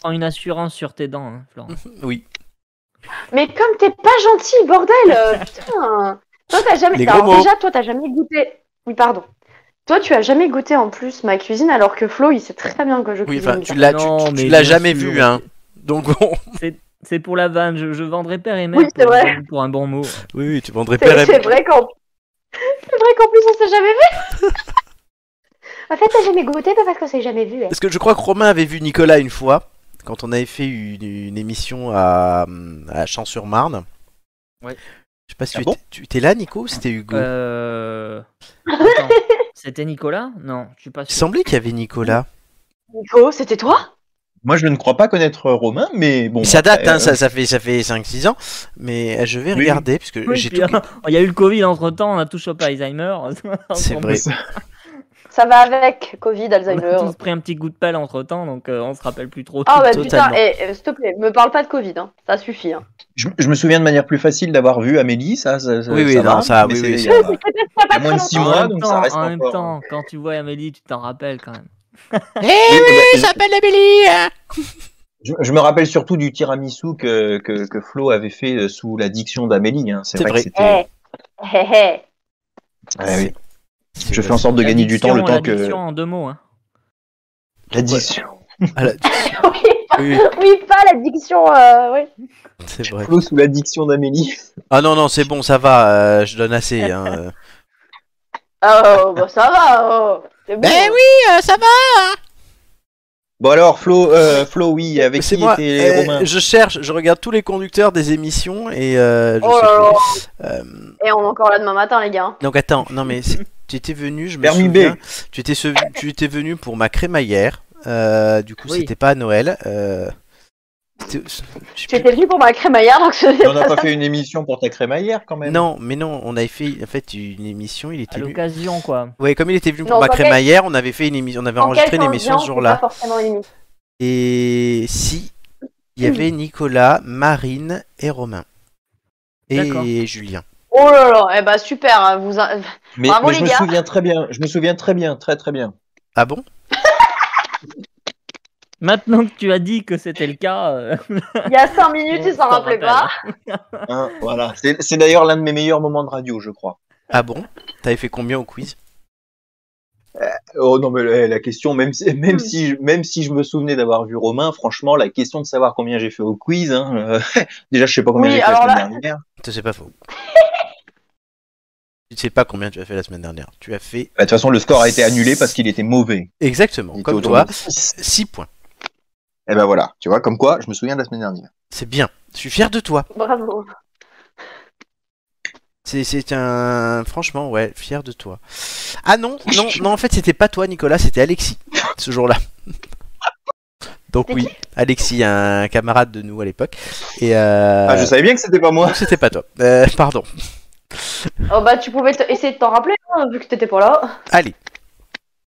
Prends une assurance sur tes dents, hein, Florent. Oui, Mais comme t'es pas gentil, bordel euh, Putain Toi, t'as jamais... Les Alors, gros mots. déjà, toi, t'as jamais goûté... Oui, pardon. Toi, tu as jamais goûté en plus ma cuisine, alors que Flo, il sait très bien que je oui, cuisine. enfin, bien. tu l'as, Bah, tu- Non, tu- tu mais l'as bien jamais sûr, vu, hein. Donc bon, C'est pour la vanne, je, je vendrai père et mère Oui, c'est pour, vrai. pour un bon mot. oui, oui, tu vendrais père C'est et c'est mère. vrai qu'en... C'est vrai qu'en plus, on s'est jamais vu En fait, t'as jamais goûté, pas parce qu'on s'est jamais vu. hein. Parce que je crois que Romain avait vu Nicolas une fois, quand on avait fait une, une émission à, à Champs-sur-Marne. Ouais. Je sais pas si Ah tu, bon étais, tu étais là, Nico, ou c'était Hugo. Euh... attends, C'était Nicolas Non, je suis pas Il sûr. semblait qu'il y avait Nicolas. Nico, c'était toi Moi, je ne crois pas connaître Romain, mais bon. ça date, après, hein, euh, ça, ça fait, ça fait 5-6 ans. Mais euh, je vais Oui. regarder, parce que Oui, j'ai puis, tout. hein, Il y a eu le Covid entre temps, on a tous chopé Alzheimer. C'est On vrai. Ça va avec Covid, On a Alzheimer. tous pris un petit goût de pelle entre temps, donc euh, on se rappelle plus trop. Ah bah Totalement. putain, eh, eh, s'il te plaît, me parle pas de Covid, hein. ça suffit. Hein. Je, je me souviens de manière plus facile d'avoir vu Amélie, ça. ça, ça Oui, oui, ça non, va, ça, mais oui, c'est- oui, il y ça a- va. il y a moins de 6 En mois, même donc temps- ça reste en même encore. temps, quand tu vois Amélie, tu t'en rappelles quand même. Oui, mais la- s'appelle Amélie je, je me rappelle surtout du tiramisu que, que, que Flo avait fait euh, sous la diction d'Amélie. hein. C'est C'est vrai, vrai. que c'était. Eh, eh, eh. Ouais, oui. Je fais en sorte de gagner du temps le temps que. en deux mots. hein. L'addiction. oui, Oui, oui, pas l'addiction, euh, oui. c'est vrai. Flo sous l'addiction d'Amélie. Ah non, non, c'est bon, ça va, euh, je donne assez. Hein. Oh, bah ça va, oh. c'est bon. Ben oui, euh, ça va Bon alors, Flo, euh, Flo oui, avec C'est qui moi, était euh, Romain je cherche, je regarde tous les conducteurs des émissions et euh, je Oh sais là là. plus. Euh, Et Eh, on est encore là demain matin, les gars. Donc attends, non mais c'est- tu étais venu, je me Permis B. souviens. Tu étais, se- tu étais venu pour ma crémaillère. euh, du coup, Oui. c'était pas à Noël. euh, c'était- je sais Tu plus. étais venu pour ma crémaillère, donc c'est On n'a pas fait une émission pour ta crémaillère quand même Non, mais non, on avait fait en fait une émission. Il À était venu. l'occasion, quoi. Ouais, comme il était venu pour Non, ma dans quel- crémaillère, on avait fait une émission, on avait En enregistré quelle une émission ambiance, ce c'est jour-là. pas forcément une émission. Et si il y avait Nicolas, Marine et Romain D'accord. et Julien. Oh là là, eh bah super, hein, vous... in- Mais, Bravo, mais je les me gars. souviens très bien, je me souviens très bien, très très bien. Ah bon Maintenant que tu as dit que c'était le cas, euh, il y a 5 minutes, on ils s'en s'en rappelaient pas. Hein, voilà. C'est c'est d'ailleurs l'un de mes meilleurs moments de radio, je crois. Ah bon T'avais fait combien au quiz Oh non, mais la, la question, même si, même, si, je- même si je me souvenais d'avoir vu Romain, franchement, la question de savoir combien j'ai fait au quiz, hein, euh, déjà je sais pas combien Oui, j'ai fait la alors semaine là- dernière. Bah, Ça, C'est pas faux. tu ne sais pas combien tu as fait la semaine dernière. Tu as fait Bah, De toute façon, le score a été annulé parce qu'il était mauvais. exactement Il comme était toi, autour de six. 6 points. Eh ben voilà, tu vois, comme quoi, je me souviens de la semaine dernière. C'est bien. Je suis fier de toi. Bravo. C'est- C'est un. Franchement, ouais, fier de toi. Ah non, non, non, en fait, c'était pas toi, Nicolas, c'était Alexis, ce jour-là. Donc, C'était oui, Alexis, un camarade de nous à l'époque. Et. Euh... Ah, je savais bien que c'était pas moi. donc, c'était pas toi. Euh, pardon. Oh bah tu pouvais te- essayer de t'en rappeler, hein, vu que t'étais pas là. Allez.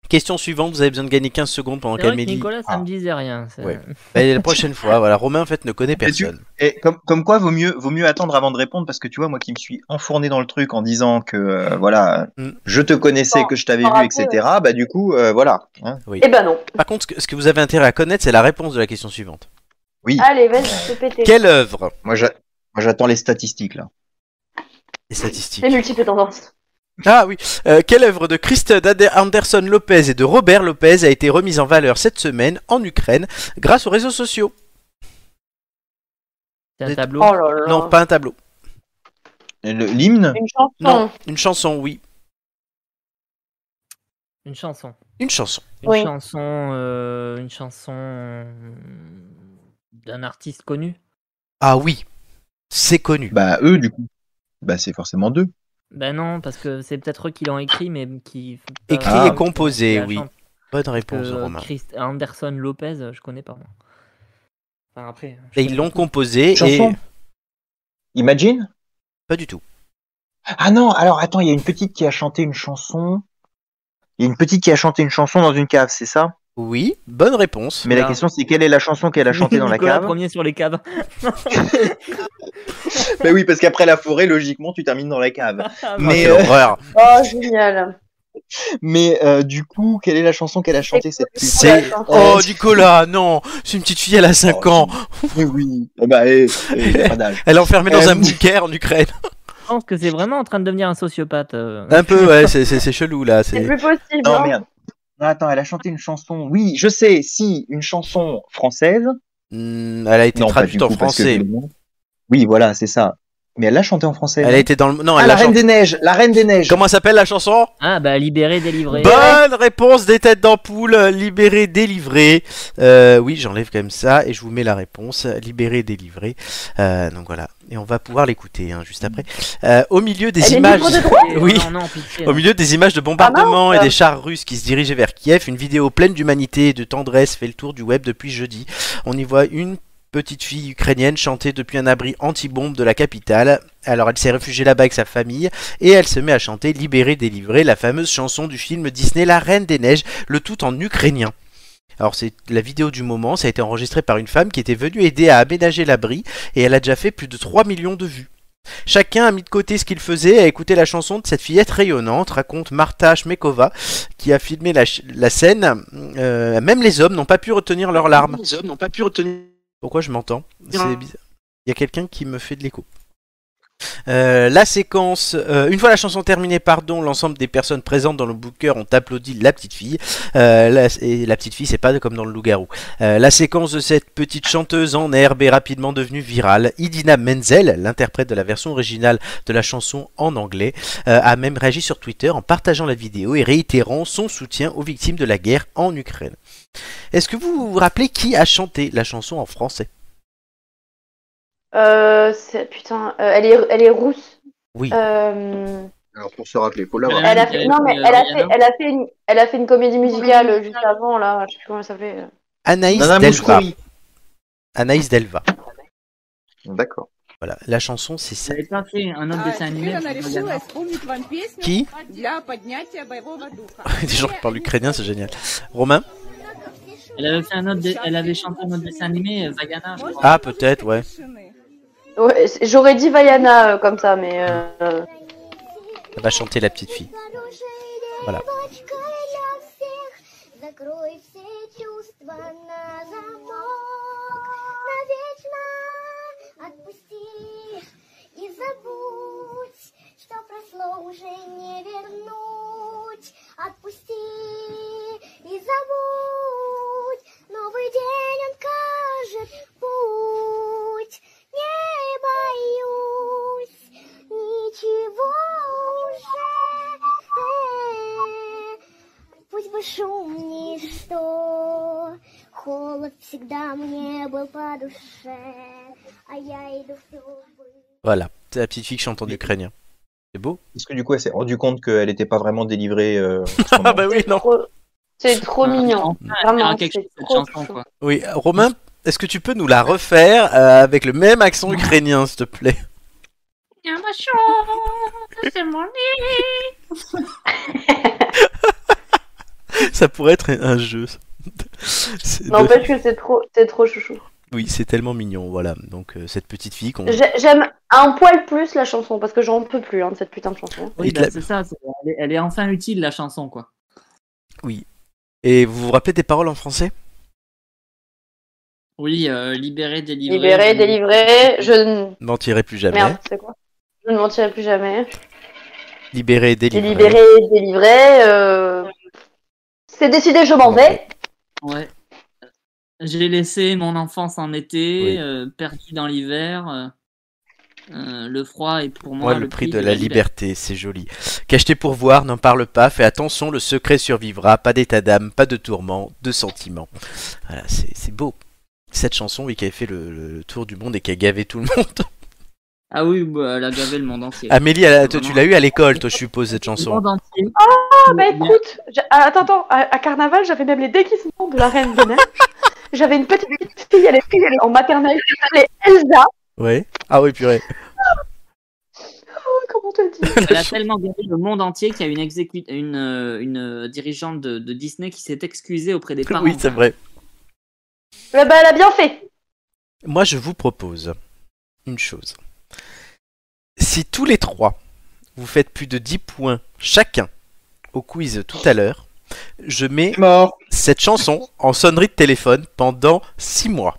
Question suivante, vous avez besoin de gagner 15 secondes pendant c'est vrai que qu'Amélie. Nicolas, ça Ah. me disait rien. c'est- Ouais. Bah, la prochaine fois, voilà. Romain, en fait, ne connaît Mais tu- personne. Et comme, comme quoi, vaut mieux, vaut mieux attendre avant de répondre parce que tu vois, moi qui me suis enfourné dans le truc en disant que euh, voilà, Mm. je te connaissais, Bon, que je t'avais bon, vu, après, etc. Bah du coup, euh, voilà. hein. Eh ben non. Par contre, ce que- ce que vous avez intérêt à connaître, c'est la réponse de la question suivante. Oui, Allez, vas-y, je te péter. Quelle œuvre moi j'a- moi, j'attends les statistiques là. Les statistiques. Les multiples tendances. Ah oui, Euh, quelle œuvre de Christa Dader- Anderson Lopez et de Robert Lopez a été remise en valeur cette semaine en Ukraine grâce aux réseaux sociaux C'est Des- un tableau. Oh là là. Non, pas un tableau. Le- L'hymne Une chanson. Non, une chanson, oui. Une chanson. Une chanson. Une Oui. chanson, euh, une chanson euh, d'un artiste connu. Ah oui, c'est connu. Bah eux, du coup. Bah c'est forcément deux. Ben non, parce que c'est peut-être eux qui l'ont écrit, mais qui. Écrit Ah. et composé, oui. Réponse Bonne réponse, Romain. Anderson Lopez, euh, je connais pas moi. Enfin, après. je Et connais ils l'ont pas tout. composé Chanson et... Imagine Pas du tout. Ah non, alors attends, il y a une petite qui a chanté une chanson. Il y a une petite qui a chanté une chanson dans une cave, c'est ça Oui, bonne réponse. Mais la Là. question c'est quelle est la chanson qu'elle a chantée dans la Nicolas cave premier sur les caves. Bah oui, parce qu'après la forêt, logiquement, tu termines dans la cave. Oh, Mais, quelle euh, horreur. Oh, génial. Mais euh, du coup, quelle est la chanson qu'elle a chantée cette petite C'est... chanson. Oh, Nicolas, non C'est une petite fille, elle a 5 Oh, ans. Oui, oui. Ah bah, eh, eh, y a pas d'âge. Elle est enfermée dans Euh, un bunker en Ukraine. Je pense que c'est vraiment en train de devenir un sociopathe. euh. Un peu, ouais, c'est, c'est- c'est chelou là. C'est C'est... plus possible. Non, hein. merde. Non, attends, elle a chanté une chanson. Oui, je sais, si, une chanson française. Hmm, elle a été Non, pas traduite du en tout, parce que français. tout le monde- Oui, voilà, c'est ça. Mais elle l'a chanté en français. Elle a été dans le. Non, Ah, elle la l'a Reine chanté- des Neiges, la Reine des Neiges. Comment s'appelle la chanson Ah bah libéré, délivré. Bonne réponse des têtes d'ampoule, libéré, délivré. Euh, oui, j'enlève comme ça et je vous mets la réponse, libéré, délivré. Euh, donc voilà, et on va pouvoir l'écouter hein, juste après. Euh, au milieu des Elle est images, libre de droit oui, Oh, Non, non, pitié. au milieu des images de bombardements Ah et mince. des chars russes qui se dirigeaient vers Kiev, une vidéo pleine d'humanité et de tendresse fait le tour du web depuis jeudi. On y voit une petite fille ukrainienne chanter depuis un abri anti-bombe de la capitale. Alors elle s'est réfugiée là-bas avec sa famille et elle se met à chanter Libérée, délivrée, la fameuse chanson du film Disney La Reine des Neiges, le tout en ukrainien. Alors c'est la vidéo du moment, ça a été enregistré par une femme qui était venue aider à aménager l'abri et elle a déjà fait plus de 3 millions de vues. Chacun a mis de côté ce qu'il faisait et a écouté la chanson de cette fillette rayonnante, raconte Marta Shmekova, qui a filmé la, ch- la scène. Euh, même les hommes n'ont pas pu retenir leurs larmes. Les hommes n'ont pas pu retenir. Pourquoi je m'entends C'est bizarre. Il y a quelqu'un qui me fait de l'écho. Euh, la séquence, euh, une fois la chanson terminée, pardon, l'ensemble des personnes présentes dans le booker ont applaudi la petite fille. Euh, la- et la petite fille, c'est pas comme dans le loup-garou. Euh, la séquence de cette petite chanteuse en herbe est rapidement devenue virale. Idina Menzel, l'interprète de la version originale de la chanson en anglais, euh, a même réagi sur Twitter en partageant la vidéo et réitérant son soutien aux victimes de la guerre en Ukraine. Est-ce que vous vous rappelez qui a chanté la chanson en français Euh, c'est- putain, euh, elle, est, elle est rousse. Oui. Euh, Alors pour se rappeler, faut l'avoir. elle a oui, fait, elle non, joue, mais euh, elle a, Rihanna. fait, elle, a fait une, elle a fait une comédie musicale euh, juste avant, là. Je sais plus comment elle s'appelait. Anaïs Nana Delva. Mouskouri. Anaïs Delva. D'accord. Voilà, la chanson c'est ça. J'avais pas Ah, fait un autre dessin Ah, animé. je vous regarde. Qui Des gens qui parlent ukrainien, c'est génial. Romain Elle avait fait un autre, dé- elle avait chanté un autre dessin animé, euh, Vagana. Je crois. Ah, peut-être, ouais. Ouais, c'est- J'aurais dit Vaiana euh, comme ça, mais. euh, Elle va chanter la petite fille. Voilà. Закрой все чувства на замок Навечно отпусти и забудь Что прошло уже не вернуть Отпусти и забудь Новый день он кажет путь Не боюсь ничего уже Э, Пусть бы шум ничто, холод всегда мне был по душе, а я иду в трубы. Voilà. C'est la petite fille qui chante en ukrainien. C'est beau Parce que du coup, elle s'est rendue compte qu'elle n'était pas vraiment délivrée. euh, Ah bah oui, non. trop- C'est trop mignon. Enfin, Ah, elle Vraiment, a quelque c'est chose, cette trop chanson, chou. quoi. Oui, Romain, est-ce que tu peux nous la refaire euh, avec le même accent ukrainien, s'il te plaît Ça pourrait être un jeu. ça. C'est de- N'empêche que c'est trop, c'est trop chouchou. Oui, c'est tellement mignon, voilà. Donc euh, cette petite fille qu'on... J'ai- J'aime un poil plus la chanson parce que j'en peux plus hein, de cette putain de chanson. Et Oui, de bah, la- c'est ça. c'est- Elle est, elle est enfin utile la chanson, quoi. Et vous vous rappelez des paroles en français Oui, euh, libéré, délivré. Libéré, euh, délivré, je ne. Mentirez plus jamais. Merde, c'est quoi Je ne mentirai plus jamais. Libéré, délivré. Libéré, délivré. euh, C'est décidé, je m'en vais. Ouais. J'ai laissé mon enfance en été, Oui. euh, perdu dans l'hiver. euh, euh, le froid est pour moi Moi, le prix de la liberté, c'est joli. Cacheté pour voir, n'en parle pas, fais attention, le secret survivra, pas d'état d'âme, pas de tourment, de sentiments. Voilà, c'est c'est beau. Cette chanson, oui, qui avait fait le, le tour du monde et qui a gavé tout le monde. Ah oui, bah, elle a gavé le monde entier. Amélie, elle a- toi, tu l'as eu à l'école, toi, je suppose, cette le Ah, chanson. monde entier. Ah, bah écoute, j'a- ah, attends, attends, à, à Carnaval, j'avais même les déguisements de la Reine des Neiges. J'avais une petite fille, elle est fille, elle est en maternelle, qui s'appelait Elsa. Ouais. Ah oui, purée. Oh, comment te le dire Elle a tellement gavé le monde entier qu'il y a une, exécu- une, euh, une euh, dirigeante de, de Disney qui s'est excusée auprès des parents. Oui, c'est vrai. Eh ben, elle a bien fait. Moi, je vous propose une chose. Si tous les trois, vous faites plus de 10 points chacun au quiz tout à l'heure, je mets Mort. cette chanson en sonnerie de téléphone pendant 6 mois.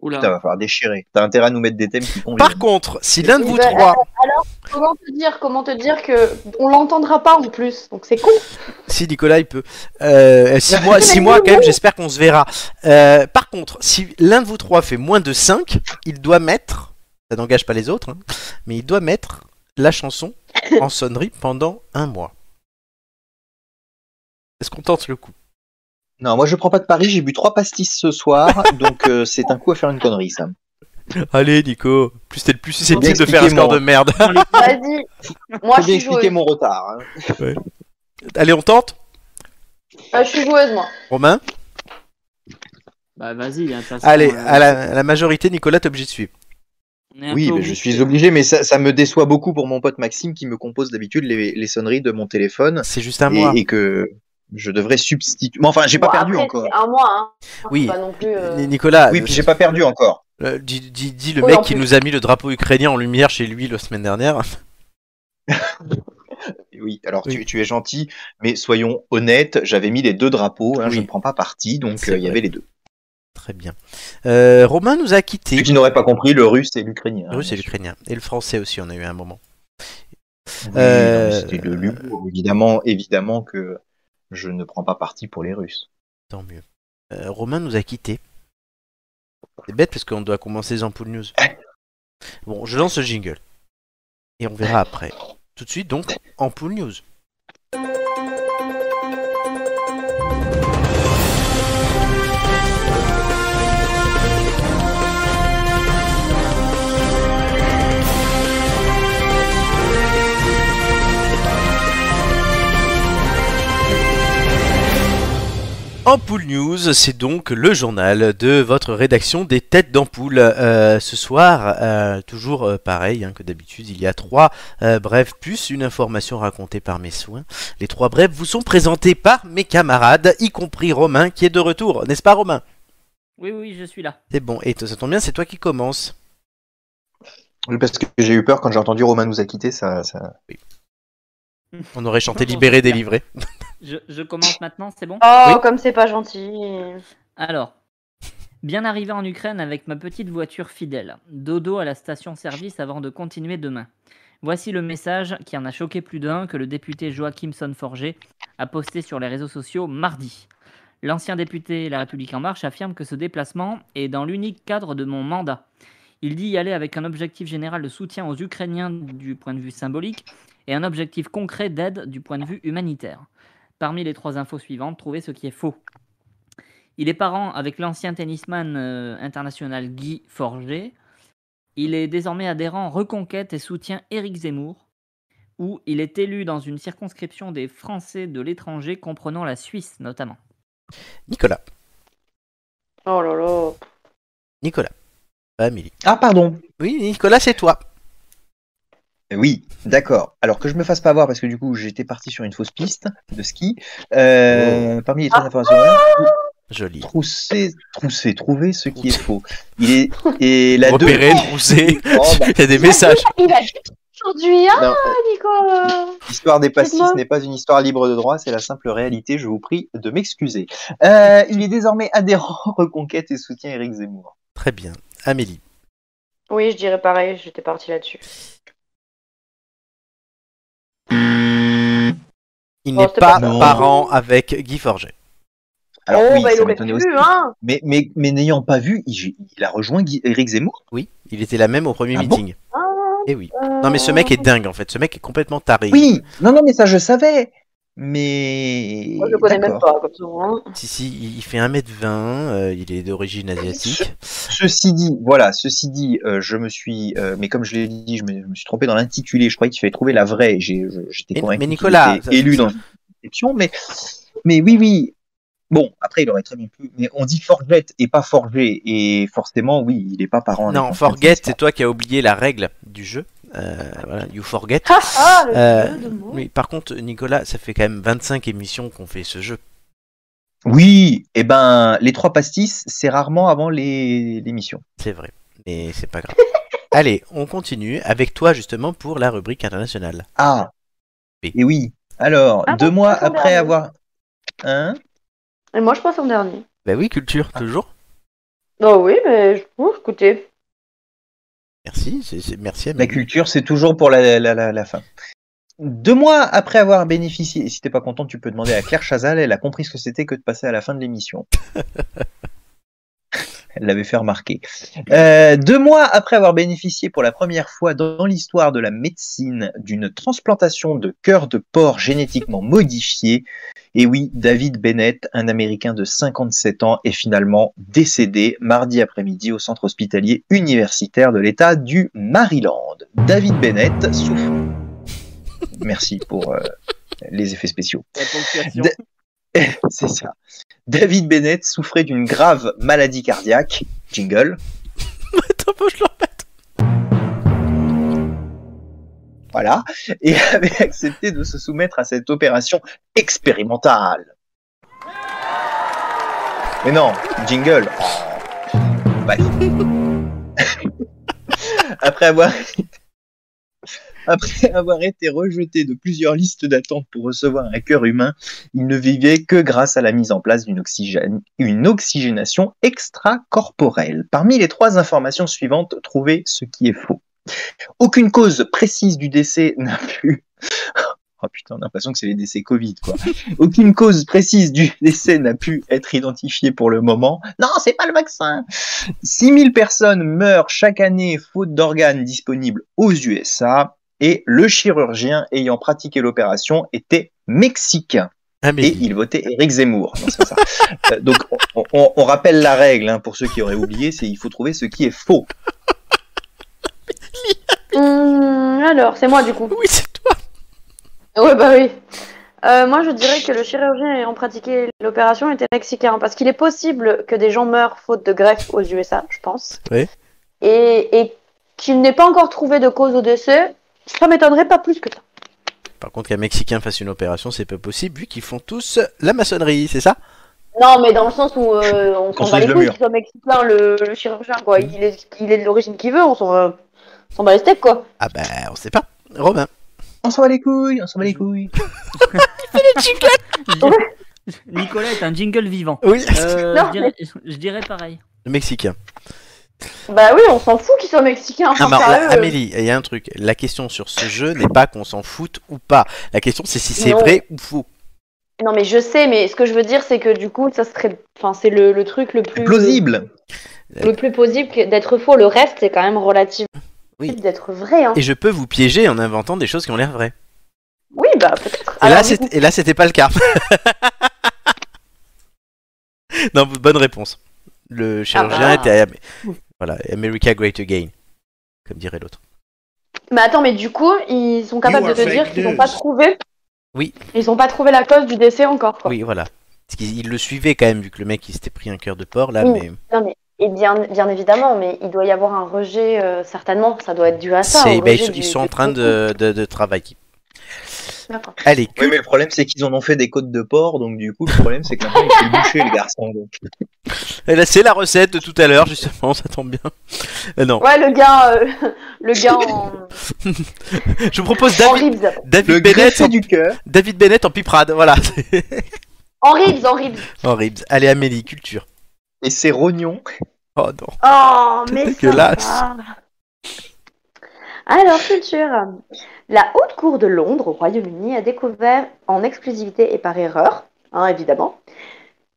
Oula. Ça va falloir déchirer. T'as intérêt à nous mettre des thèmes qui conviennent. Par contre, si l'un de vous Eh ben, trois, Alors, comment te dire, comment te dire que on l'entendra pas en plus, donc c'est con. si Nicolas il peut, euh, 6 mois, six mois quand même, j'espère qu'on se verra. Euh, par contre, si l'un de vous trois fait moins de 5, il doit mettre ça n'engage pas les autres, hein, mais il doit mettre la chanson en sonnerie pendant un mois. Est-ce qu'on tente le coup Non, moi je prends pas de Paris, j'ai bu trois pastis ce soir, donc euh, c'est un coup à faire une connerie, ça. Allez, Nico, plus t'es le plus Bien susceptible de faire un expliquer score mon- de merde. Vas-y. Moi, Faut je bien suis joueuse. expliquer mon retard. hein. Ouais. Allez, on tente Euh, je suis joueuse, moi. Romain Bah vas-y, hein, de toute façon, Allez, euh, à la, à la majorité, Nicolas, t'es obligé de suivre. on est un Oui, peu bah, je obligé. suis obligé, mais ça, ça me déçoit beaucoup pour mon pote Maxime qui me compose d'habitude les, les sonneries de mon téléphone C'est juste un et, mois. et que je devrais substituer. Mais enfin, j'ai pas Bon, perdu après, encore. c'est Un mois, hein. Enfin, Oui. c'est Pas non plus, euh, Ni- Nicolas, Oui, euh, puis j'ai pas perdu encore. euh, dis, dis- dis le Oui, mec en qui plus. nous a mis le drapeau ukrainien en lumière chez lui la semaine dernière. Oui, alors Oui. Tu, tu es gentil, mais soyons honnêtes, j'avais mis les deux drapeaux, hein, je Oui. ne prends pas parti, donc C'est euh, il y vrai. avait les deux. Très bien. Euh, Romain nous a quittés. Ceux qui n'auraient pas compris, le russe et l'ukrainien. Le russe hein, et bien sûr. l'ukrainien. Et le français aussi, on a eu un moment. Oui, Euh, non, mais C'était de l'humour, évidemment, évidemment que je ne prends pas parti pour les Russes. Tant mieux. Euh, Romain nous a quittés. C'est bête parce qu'on doit commencer les ampoules news. Bon, je lance le jingle. Et on verra après. Tout de suite, donc, ampoule news. Ampoule News, c'est donc le journal de votre rédaction des têtes d'ampoule. Euh, ce soir, euh, toujours euh, pareil hein, que d'habitude, il y a trois euh, brèves plus une information racontée par mes soins. Les trois brèves vous sont présentées par mes camarades, y compris Romain qui est de retour, n'est-ce pas Romain Oui, oui, je suis là. C'est bon, et t- ça tombe bien, c'est toi qui commences. Oui, Parce que j'ai eu peur quand j'ai entendu Romain nous a quittés, ça, ça... On aurait chanté Libéré, délivré. Je, je commence maintenant, c'est bon Oh, Oui. comme c'est pas gentil. Alors, bien arrivé en Ukraine avec ma petite voiture fidèle. Dodo à la station-service avant de continuer demain. Voici le message qui en a choqué plus d'un que le député Joachimson Forger a posté sur les réseaux sociaux mardi. L'ancien député La République En Marche affirme que ce déplacement est dans l'unique cadre de mon mandat. Il dit y aller avec un objectif général de soutien aux Ukrainiens du point de vue symbolique et un objectif concret d'aide du point de vue humanitaire. Parmi les trois infos suivantes, trouvez ce qui est faux. Il est parent avec l'ancien tennisman euh, international Guy Forger. Il est désormais adhérent Reconquête et soutient Éric Zemmour, où il est élu dans une circonscription des Français de l'étranger comprenant la Suisse notamment. Nicolas, Oh là là. Nicolas, pas Amélie. Ah, pardon Oui, Nicolas, c'est toi. Oui, d'accord. Alors que je me fasse pas voir parce que du coup j'étais parti sur une fausse piste de ski. Euh, Parmi les trois informations, Joli. trousser, trousser, trouver ce qui est faux. Il est et la deux. Repérer, trouser, Oh, bah, il y a des messages. Il a aujourd'hui, hein, non, euh, Nico l'histoire des pastis Dites-moi. n'est pas une histoire libre de droit, c'est la simple réalité. Je vous prie de m'excuser. Euh, il est désormais adhérent Reconquête et soutient Éric Zemmour. Très bien. Amélie, Oui, je dirais pareil, j'étais partie là-dessus. il Oh, n'est c'est pas pas grave. parent avec Guy Forget. Alors oh, oui, bah, il ça aurait m'étonnait pu, aussi. hein Mais mais mais n'ayant pas vu, il, il a rejoint Guy- Éric Zemmour. Oui, il était là même au premier Ah bon meeting. Eh oui. Non mais ce mec est dingue en fait, ce mec est complètement taré. Oui, non non mais ça je savais. Mais Moi, je le connais même D'accord. pas, comme ça. hein. Si si, il- il fait 1m20, euh, il est Ah d'origine asiatique. Ceci dit, voilà, ceci dit, euh, je me suis, euh, mais comme je l'ai dit, je me, je me suis trompé dans l'intitulé. Je croyais qu'il fallait trouver la vraie. J'ai- je- Mais- J'étais convaincu mais qu'il Nicolas, était ça- élu dans une exception, mais, mais oui, oui. Bon, après, il aurait très bien pu. Mais on dit forget et pas forger, et forcément, oui, il n'est pas parent. Non, avec- forget, c'est toi qui as oublié la règle du jeu. Euh, voilà, you forget. Ah, le Euh, jeu de mots. mais par contre, Nicolas, ça fait quand même 25 émissions qu'on fait ce jeu. Oui, et ben, les trois pastis, c'est rarement avant les- l'émission. C'est vrai, mais c'est pas grave. Allez, on continue avec toi justement pour la rubrique internationale. Ah, Oui. et oui. Alors, Ah bon, deux mois c'est son après dernier. avoir. Hein Et moi, je passe en dernier. Bah oui, culture, toujours. Bah oui, mais je trouve, écoutez. Merci, c'est- c'est- merci La Amélie. culture, c'est toujours pour la, la, la, la fin. Deux mois après avoir bénéficié, et si t'es pas content, tu peux demander à Claire Chazal, elle a compris ce que c'était que de passer à la fin de l'émission. Elle l'avait fait remarquer. Euh, deux mois après avoir bénéficié pour la première fois dans l'histoire de la médecine d'une transplantation de cœur de porc génétiquement modifié, et oui, David Bennett, un Américain de 57 ans, est finalement décédé mardi après-midi au centre hospitalier universitaire de l'État du Maryland. David Bennett souffre. Merci pour euh, les effets spéciaux. Da- C'est ça. David Bennett souffrait d'une grave maladie cardiaque. Jingle. Attends, faut que je le remette. Voilà. Et avait accepté de se soumettre à cette opération expérimentale. Mais non, jingle. Oh. Bref. Après avoir Après avoir été rejeté de plusieurs listes d'attente pour recevoir un cœur humain, il ne vivait que grâce à la mise en place d'une oxygène- une oxygénation extracorporelle. Parmi les trois informations suivantes, trouvez ce qui est faux. Aucune cause précise du décès n'a pu... Oh putain, on a l'impression que c'est les décès Covid, quoi. Aucune cause précise du décès n'a pu être identifiée pour le moment. Non, c'est pas le vaccin. 6000 personnes meurent chaque année faute d'organes disponibles aux USA et le chirurgien ayant pratiqué l'opération était mexicain. Et il votait Eric Zemmour. Non, c'est pas ça. Euh, Donc, on, on- on rappelle la règle, hein, pour ceux qui auraient oublié, c'est il faut trouver ce qui est faux. Hum, alors, c'est moi du coup. Oui, c'est toi. Ouais, bah oui. Euh, moi, je dirais que le chirurgien ayant pratiqué l'opération était mexicain, parce qu'il est possible que des gens meurent faute de greffe aux USA, je pense, Oui. et, et qu'il n'ait pas encore trouvé de cause au décès. Ça m'étonnerait pas plus que ça. Par contre, qu'un Mexicain fasse une opération, c'est pas possible, vu qu'ils font tous la maçonnerie, c'est ça Non, mais dans le sens où euh, on Qu'on Mmh. s'en bat se les le couilles mur. qu'il soit mexicain, le, le chirurgien, quoi. Il est, il est de l'origine qu'il veut, on s'en va, on s'en bat les steaks, quoi. Ah bah, on sait pas. Robin. On s'en bat les couilles, on s'en bat les couilles. Nicolas est un jingle vivant. Oui. Euh, Non, je, dirais, je dirais pareil. Le Mexicain. Bah oui, on s'en fout qu'ils soient mexicains. Ah, enfin, mais alors, ça, là, eux. Amélie, il y a un truc. La question sur ce jeu n'est pas qu'on s'en foute ou pas. La question, c'est si c'est Non. vrai ou faux. Non, mais je sais, mais ce que je veux dire, c'est que du coup, ça serait. Enfin, c'est le, le truc le plus. Plausible. Le plus plausible que- d'être faux. Le reste, c'est quand même relatif d'être vrai. Hein. Et je peux vous piéger en inventant des choses qui ont l'air vraies. Oui, bah peut-être. Et Alors, là, du c'est- coup, et là, c'était pas le cas. non, bonne réponse. Le chirurgien Ah. était. à- Voilà, America Great Again. Comme dirait l'autre. Mais attends, mais du coup, ils sont capables You de te are dire fake qu'ils n'ont news. pas trouvé. Oui. Ils ont pas trouvé la cause du décès encore, quoi. Oui, voilà. Parce qu'il il le suivait quand même, vu que le mec il s'était pris un cœur de porc là, Oui. mais. Non, mais. Et bien, bien évidemment, mais il doit y avoir un rejet, euh, certainement. Ça doit être dû à Ah, ça. C'est- au bah, ils, rejet sont- du- ils sont en du- train de, de- de travailler. D'accord. Allez, Oui, mais le problème, c'est qu'ils en ont fait des côtes de porc, donc du coup, le problème, c'est que maintenant, il faut le boucher, le garçon. donc. Et là, eh ben, c'est la recette de tout à l'heure, justement, ça tombe bien. Euh, non. Ouais, le gars. euh, le gars en. Je vous propose en David, ribs. David Le Bennett greffé en... du cœur. David Bennett en piprade, voilà. En ribs, en ribs. en ribs. Allez, Amélie, culture. Et c'est rognon. Oh non. Oh, mais ça dégueulasse. va. Alors, culture. La Haute Cour de Londres, au Royaume-Uni, a découvert en exclusivité et par erreur, hein, évidemment,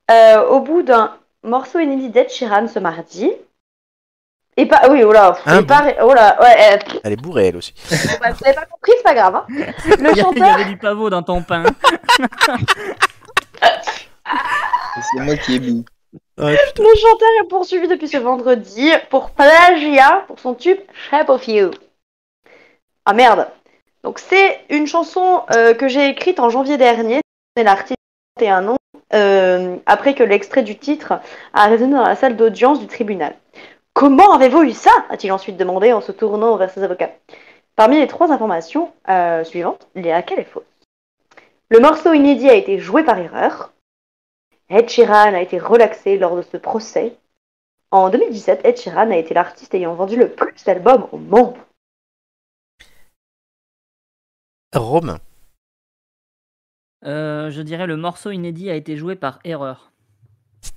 euh, au bout d'un morceau inédit d'Ed Sheeran ce mardi. Et pas. Oui, oh là. Ah Hein, et par- oh là, ouais, euh, pff, Elle est bourrée, elle aussi. bah, vous avez pas compris, c'est pas grave. hein. Le Il y, a- il y chanteur. avait du pavot dans ton pain. Et c'est moi qui ai mis. Le chanteur est poursuivi depuis ce vendredi pour plagiat pour son tube Shape of You. Ah merde. Donc c'est une chanson euh, que j'ai écrite en janvier dernier. C'est l'artiste a 21 ans euh, après que l'extrait du titre a résonné dans la salle d'audience du tribunal. Comment avez-vous eu ça a-t-il ensuite demandé en se tournant vers ses avocats. Parmi les trois informations euh, suivantes, laquelle est fausse Le morceau inédit a été joué par erreur. Ed Sheeran a été relaxé lors de ce procès. En 2017, Ed Sheeran a été l'artiste ayant vendu le plus d'albums au monde. Romain. Euh, je dirais le morceau inédit a été joué par erreur.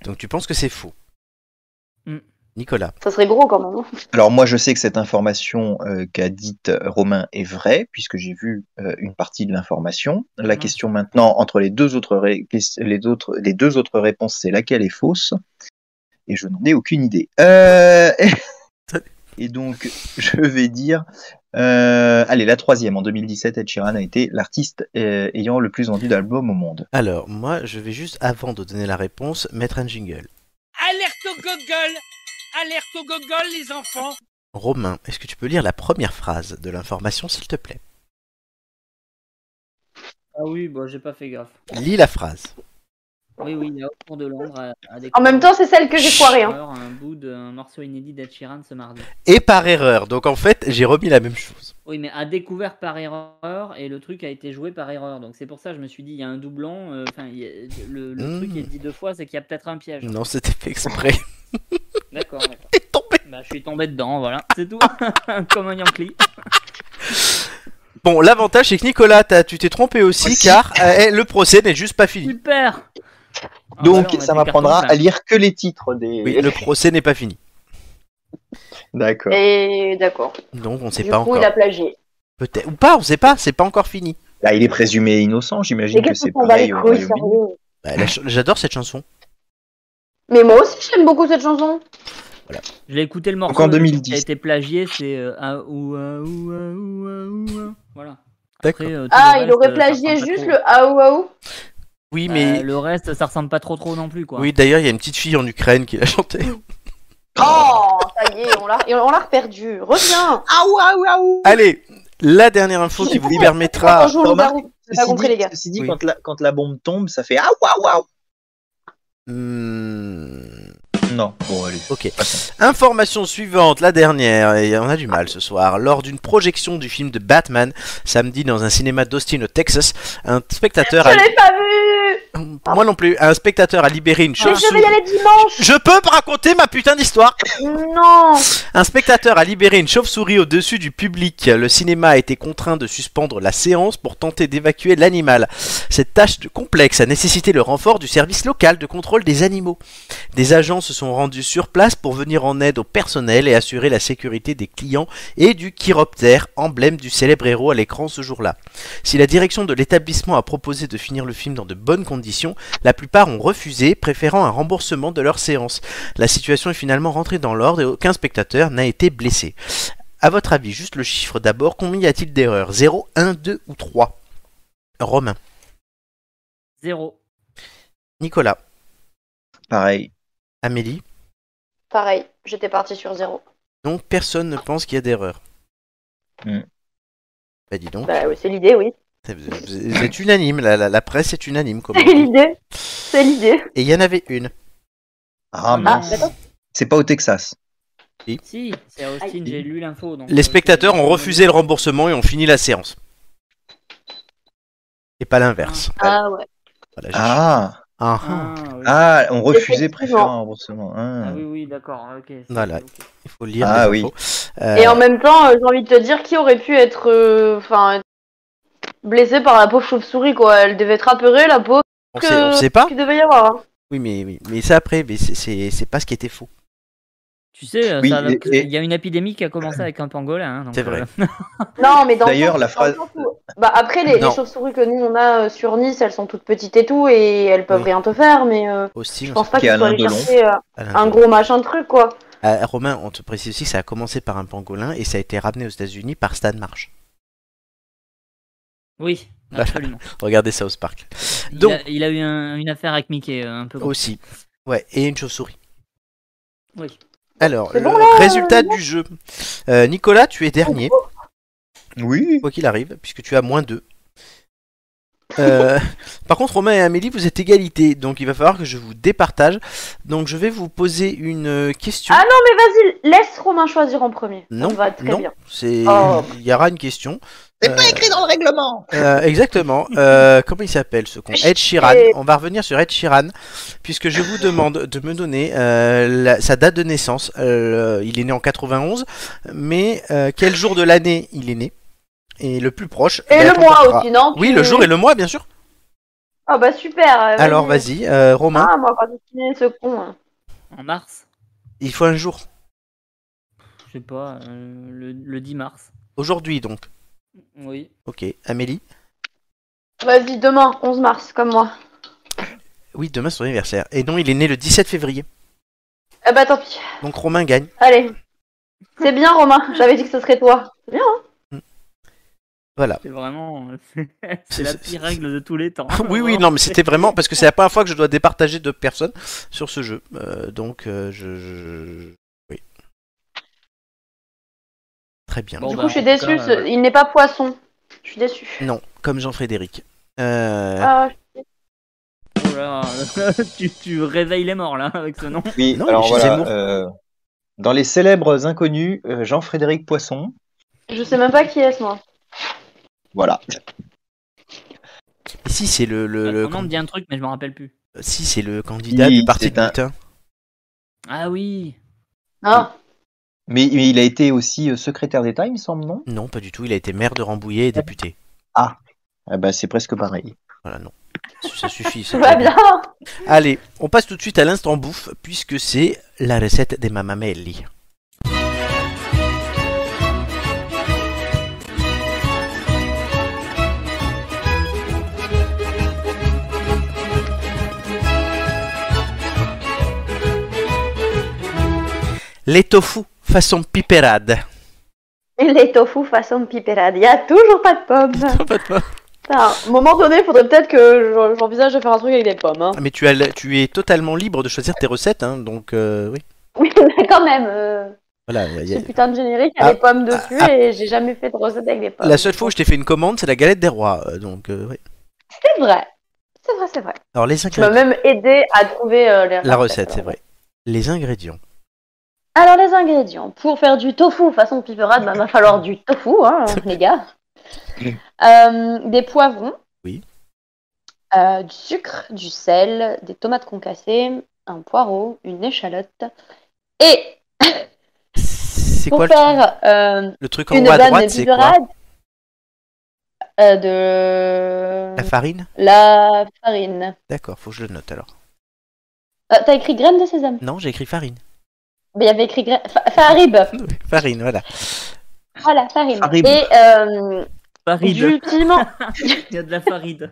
Donc tu penses que c'est faux Hmm. Nicolas. Ça serait gros quand même. hein. Alors moi, je sais que cette information euh, qu'a dite Romain est vraie, puisque j'ai vu euh, une partie de l'information. La question maintenant, entre les deux autres, ré- ques- les autres, les deux autres réponses, c'est laquelle est fausse et je n'en ai aucune idée. Euh... et donc, je vais dire. euh, Allez, la troisième en 2017, Ed Sheeran a été l'artiste euh, ayant le plus vendu d'albums au monde. Alors, moi, je vais juste, avant de donner la réponse, mettre un jingle. Alerte au gogol Alerte au gogol, les enfants Romain, est-ce que tu peux lire la première phrase de l'information, s'il te plaît Ah oui, bon, j'ai pas fait gaffe. Lis la phrase. Oui, oui, il y a autour de Londres. à- à des- En même temps, c'est celle que j'ai foirée, hein. Alors, Un bout d'un morceau inédit d'Ed Sheeran ce mardi. Et par erreur, donc en fait, j'ai remis la même chose. Oui, mais a découvert par erreur et le truc a été joué par erreur. Donc c'est pour ça que je me suis dit, il y a un doublon. euh, Enfin, il y a- le, le Hmm. truc est dit deux fois, c'est qu'il y a peut-être un piège. Non, c'était fait exprès. D'accord. T'es tombé. Bah, je suis tombé dedans, voilà. C'est tout. Comme un Yankee. Bon, l'avantage, c'est que Nicolas, t'as- tu t'es trompé aussi, car euh, eh, le procès n'est juste pas fini. Super. Ah, Donc, ça m'apprendra à lire que les titres des. Oui, le procès n'est pas fini. D'accord. Et d'accord. Donc, on sait Du pas coup, encore. il a plagié. Peut-être. Ou pas, on sait pas, c'est pas encore fini. Bah, il est présumé innocent, j'imagine Mais que qu'est-ce c'est qu'on s'en bat les pareil au couilles, Royaume-Uni. sérieux Bah, la ch- J'adore cette chanson. Mais moi aussi, j'aime beaucoup cette chanson. Je l'ai écouté le morceau en le truc 2010. qui a été plagié, c'est euh, ah, ou, ah, ou, ah, ou, ah, ou, ah. Voilà. D'accord. euh, tout Ah, le il aurait reste, euh, ça plagié ressemble pas juste trop. le Ah, aou aou. Oui, Bah, Euh, mais. le reste, ça ressemble pas trop trop non plus, quoi. Oui, d'ailleurs, il y a une petite fille en Ukraine qui l'a chanté. Oh, ça y est, on l'a et on l'a reperdu. Reviens Aou aou aou Allez, la dernière info qui vous permettra. On joue au Remarque, loup-garou. J'ai pas Ceci compris, dit, les gars. ceci dit, Oui. quand, la, quand la bombe tombe, ça fait ah waouh waouh. Hmm, Non, bon allez. Ok. Information suivante, la dernière, et on a du mal ce soir. Lors d'une projection du film de Batman, samedi dans un cinéma d'Austin au Texas, un spectateur a... Je l'ai pas vu Moi non plus, un spectateur a libéré Ah, une Mais je vais y chauve-souris... aller dimanche Je peux me raconter ma putain d'histoire Non Un spectateur a libéré une chauve-souris au-dessus du public. Le cinéma a été contraint de suspendre la séance pour tenter d'évacuer l'animal. Cette tâche de complexe a nécessité le renfort du service local de contrôle des animaux. Des agents se sont rendus sur place pour venir en aide au personnel et assurer la sécurité des clients et du chiroptère, emblème du célèbre héros à l'écran ce jour-là. Si la direction de l'établissement a proposé de finir le film dans de bonnes conditions, la plupart ont refusé, préférant un remboursement de leur séance. La situation est finalement rentrée dans l'ordre et aucun spectateur n'a été blessé. À votre avis, juste le chiffre d'abord, combien y a-t-il d'erreurs 0, 1, 2 ou 3 Romain, Zéro. Nicolas, Pareil. Amélie, Pareil, j'étais parti sur zéro. donc personne ne pense qu'il y a d'erreur. Hmm. Bah dis donc, Bah oui, c'est l'idée, oui. vous êtes- vous êtes unanime, la, la- la presse est unanime. Comme C'est on dit. l'idée. C'est l'idée. Et il y en avait une. Ah Ah, mince. d'accord. C'est pas au Texas. Si, c'est à Austin, j'ai lu l'info. donc, Les euh, spectateurs je- ont refusé le remboursement et ont fini la séance. Et pas l'inverse. Ah ouais. Voilà, j'ai- Ah Ah, ah. Ah, oui. ah, on refusait Effectivement. préférant un remboursement. Ah. Ah oui, oui, d'accord, ok. c'est- Voilà. ok. Il faut lire Ah les oui. infos. Euh, Et en même temps, euh, j'ai envie de te dire qui aurait pu être. euh, Enfin. blessé par la pauvre chauve-souris, quoi. Elle devait être apeurée, la pauvre. on que- sait- on sait pas. Qu'il devait y avoir. hein. Oui, mais, oui, mais ça après, mais c'est- c'est c'est pas ce qui était faux. Tu sais, euh, Oui, ça- et- et- il y a une épidémie qui a commencé avec un pangolin. hein, donc, C'est vrai. euh, Non, mais dans le D'ailleurs, sens- la dans phrase- le sens où- Bah, après, les, les Non. chauves-souris que nous on a euh, sur Nice, elles sont toutes petites et tout, et elles peuvent Oui. rien te faire, mais euh, Aussi, je on pense sait- pas Qui qu'il est faut Alain aller Delon. chercher euh, Alain un Delon. gros machin de truc, quoi. Euh, Romain, on te précise aussi que ça a commencé par un pangolin et ça a été ramené aux États-Unis par Stan Marsh. Oui, Voilà. absolument. Regardez ça au Spark. Il Donc- a- il a, eu un- une affaire avec Mickey, euh, un peu. comme- Aussi. Ouais, et une chauve-souris. Oui. Alors, C'est le bon, là, Oh, résultat du jeu. Euh, Nicolas, tu es dernier, Oui. quoi qu'il arrive, puisque tu as moins 2. Euh, par contre, Romain et Amélie, vous êtes égalité, donc il va falloir que je vous départage. Donc, je vais vous poser une euh, question. Ah non, mais vas-y, laisse Romain choisir en premier. non, Ça me va très non, bien. c'est Oh. il y aura une question. C'est Euh, pas écrit dans le règlement. Euh, exactement. Euh, comment il s'appelle ce con Ed Sheeran. Et- On va revenir sur Ed Sheeran, puisque je vous demande de me donner euh, la- sa date de naissance. Euh, il est né en 91, mais euh, quel jour de l'année il est né Et le plus proche. Et ben, le on mois portera- aussi, non Oui, le jour et le mois, bien sûr. Ah bah super euh, Alors vas-y, euh, Romain, Ah, moi, quand il est ce con. hein. En mars, il faut un jour. je sais pas, euh, le, le 10 mars. Aujourd'hui donc. Oui. Ok. Amélie Vas-y, demain, 11 mars, comme moi. Oui, demain c'est son anniversaire. Et non, il est né le 17 février. Eh bah tant pis. Donc Romain gagne. Allez. C'est bien Romain, j'avais dit que ce serait toi. C'est bien, hein Voilà. C'est vraiment. c'est la pire règle de tous les temps. Ah Oui, Oh oui, non, mais c'était vraiment parce que c'est la première fois que je dois départager deux personnes sur ce jeu. Euh, donc, euh, je, je- Oui. Très bien. du bah, coup, je suis en tout déçue, cas, ce- il n'est pas poisson. Je suis déçue. Non, comme Jean-Frédéric. Euh, Ah, je- Oh là, tu, tu réveilles les morts là avec ce nom. Oui, Non, alors mais chez voilà, Zemmour. euh, dans les célèbres inconnus, euh, Jean-Frédéric Poisson, je sais même pas qui est ce moi. voilà. Si, c'est le. le- Euh, le Son nom me dit un truc, mais je me rappelle plus. Si, c'est le candidat Oui, du parti c'est de un- lutin. Ah oui. Non. Mais, mais il a été aussi euh, secrétaire d'État, il me semble, non Non, pas du tout. Il a été maire de Rambouillet et député. ah bah, C'est presque pareil. Voilà, non. Ça suffit. ça Tout va va bien. Allez, on passe tout de suite à l'instant bouffe, puisque c'est la recette des mamamelli. Les tofu façon piperade. Et les tofu façon piperade. Y a toujours pas de pommes. Putain, à un moment donné, faudrait peut-être que j'en- j'envisage de faire un truc avec des pommes. Hein. Ah, Mais tu, as le- tu es totalement libre de choisir tes recettes, hein, donc euh, oui. Oui, mais quand même. euh, Voilà, y a- ce putain de générique, il y a Ah, des pommes dessus ah, et j'ai jamais fait de recette avec des pommes. La seule fois où je t'ai fait une commande, c'est la galette des rois. euh, Donc, euh, ouais. C'est vrai. C'est vrai, c'est vrai. Alors, les Tu m'as ingrédients. même aidé à trouver euh, les La recettes, recette, c'est vrai. Les ingrédients. Alors les ingrédients, pour faire du tofu façon piperade, bah, va falloir du tofu, hein, les gars. Euh, des poivrons. Oui. Euh, du sucre, du sel, des tomates concassées, un poireau, une échalote. Et C'est pour quoi le, faire euh, le truc en une haut à dame droite de C'est quoi piperade, euh, de La euh. farine la farine. D'accord, faut que je le note alors. Euh, T'as écrit graines de sésame Non, j'ai écrit farine. Mais il y avait écrit graines... fa- farib. Farine, voilà. Voilà, Ah, farine. Farib. Et euh, Faride. du piment. Il y a de la faride.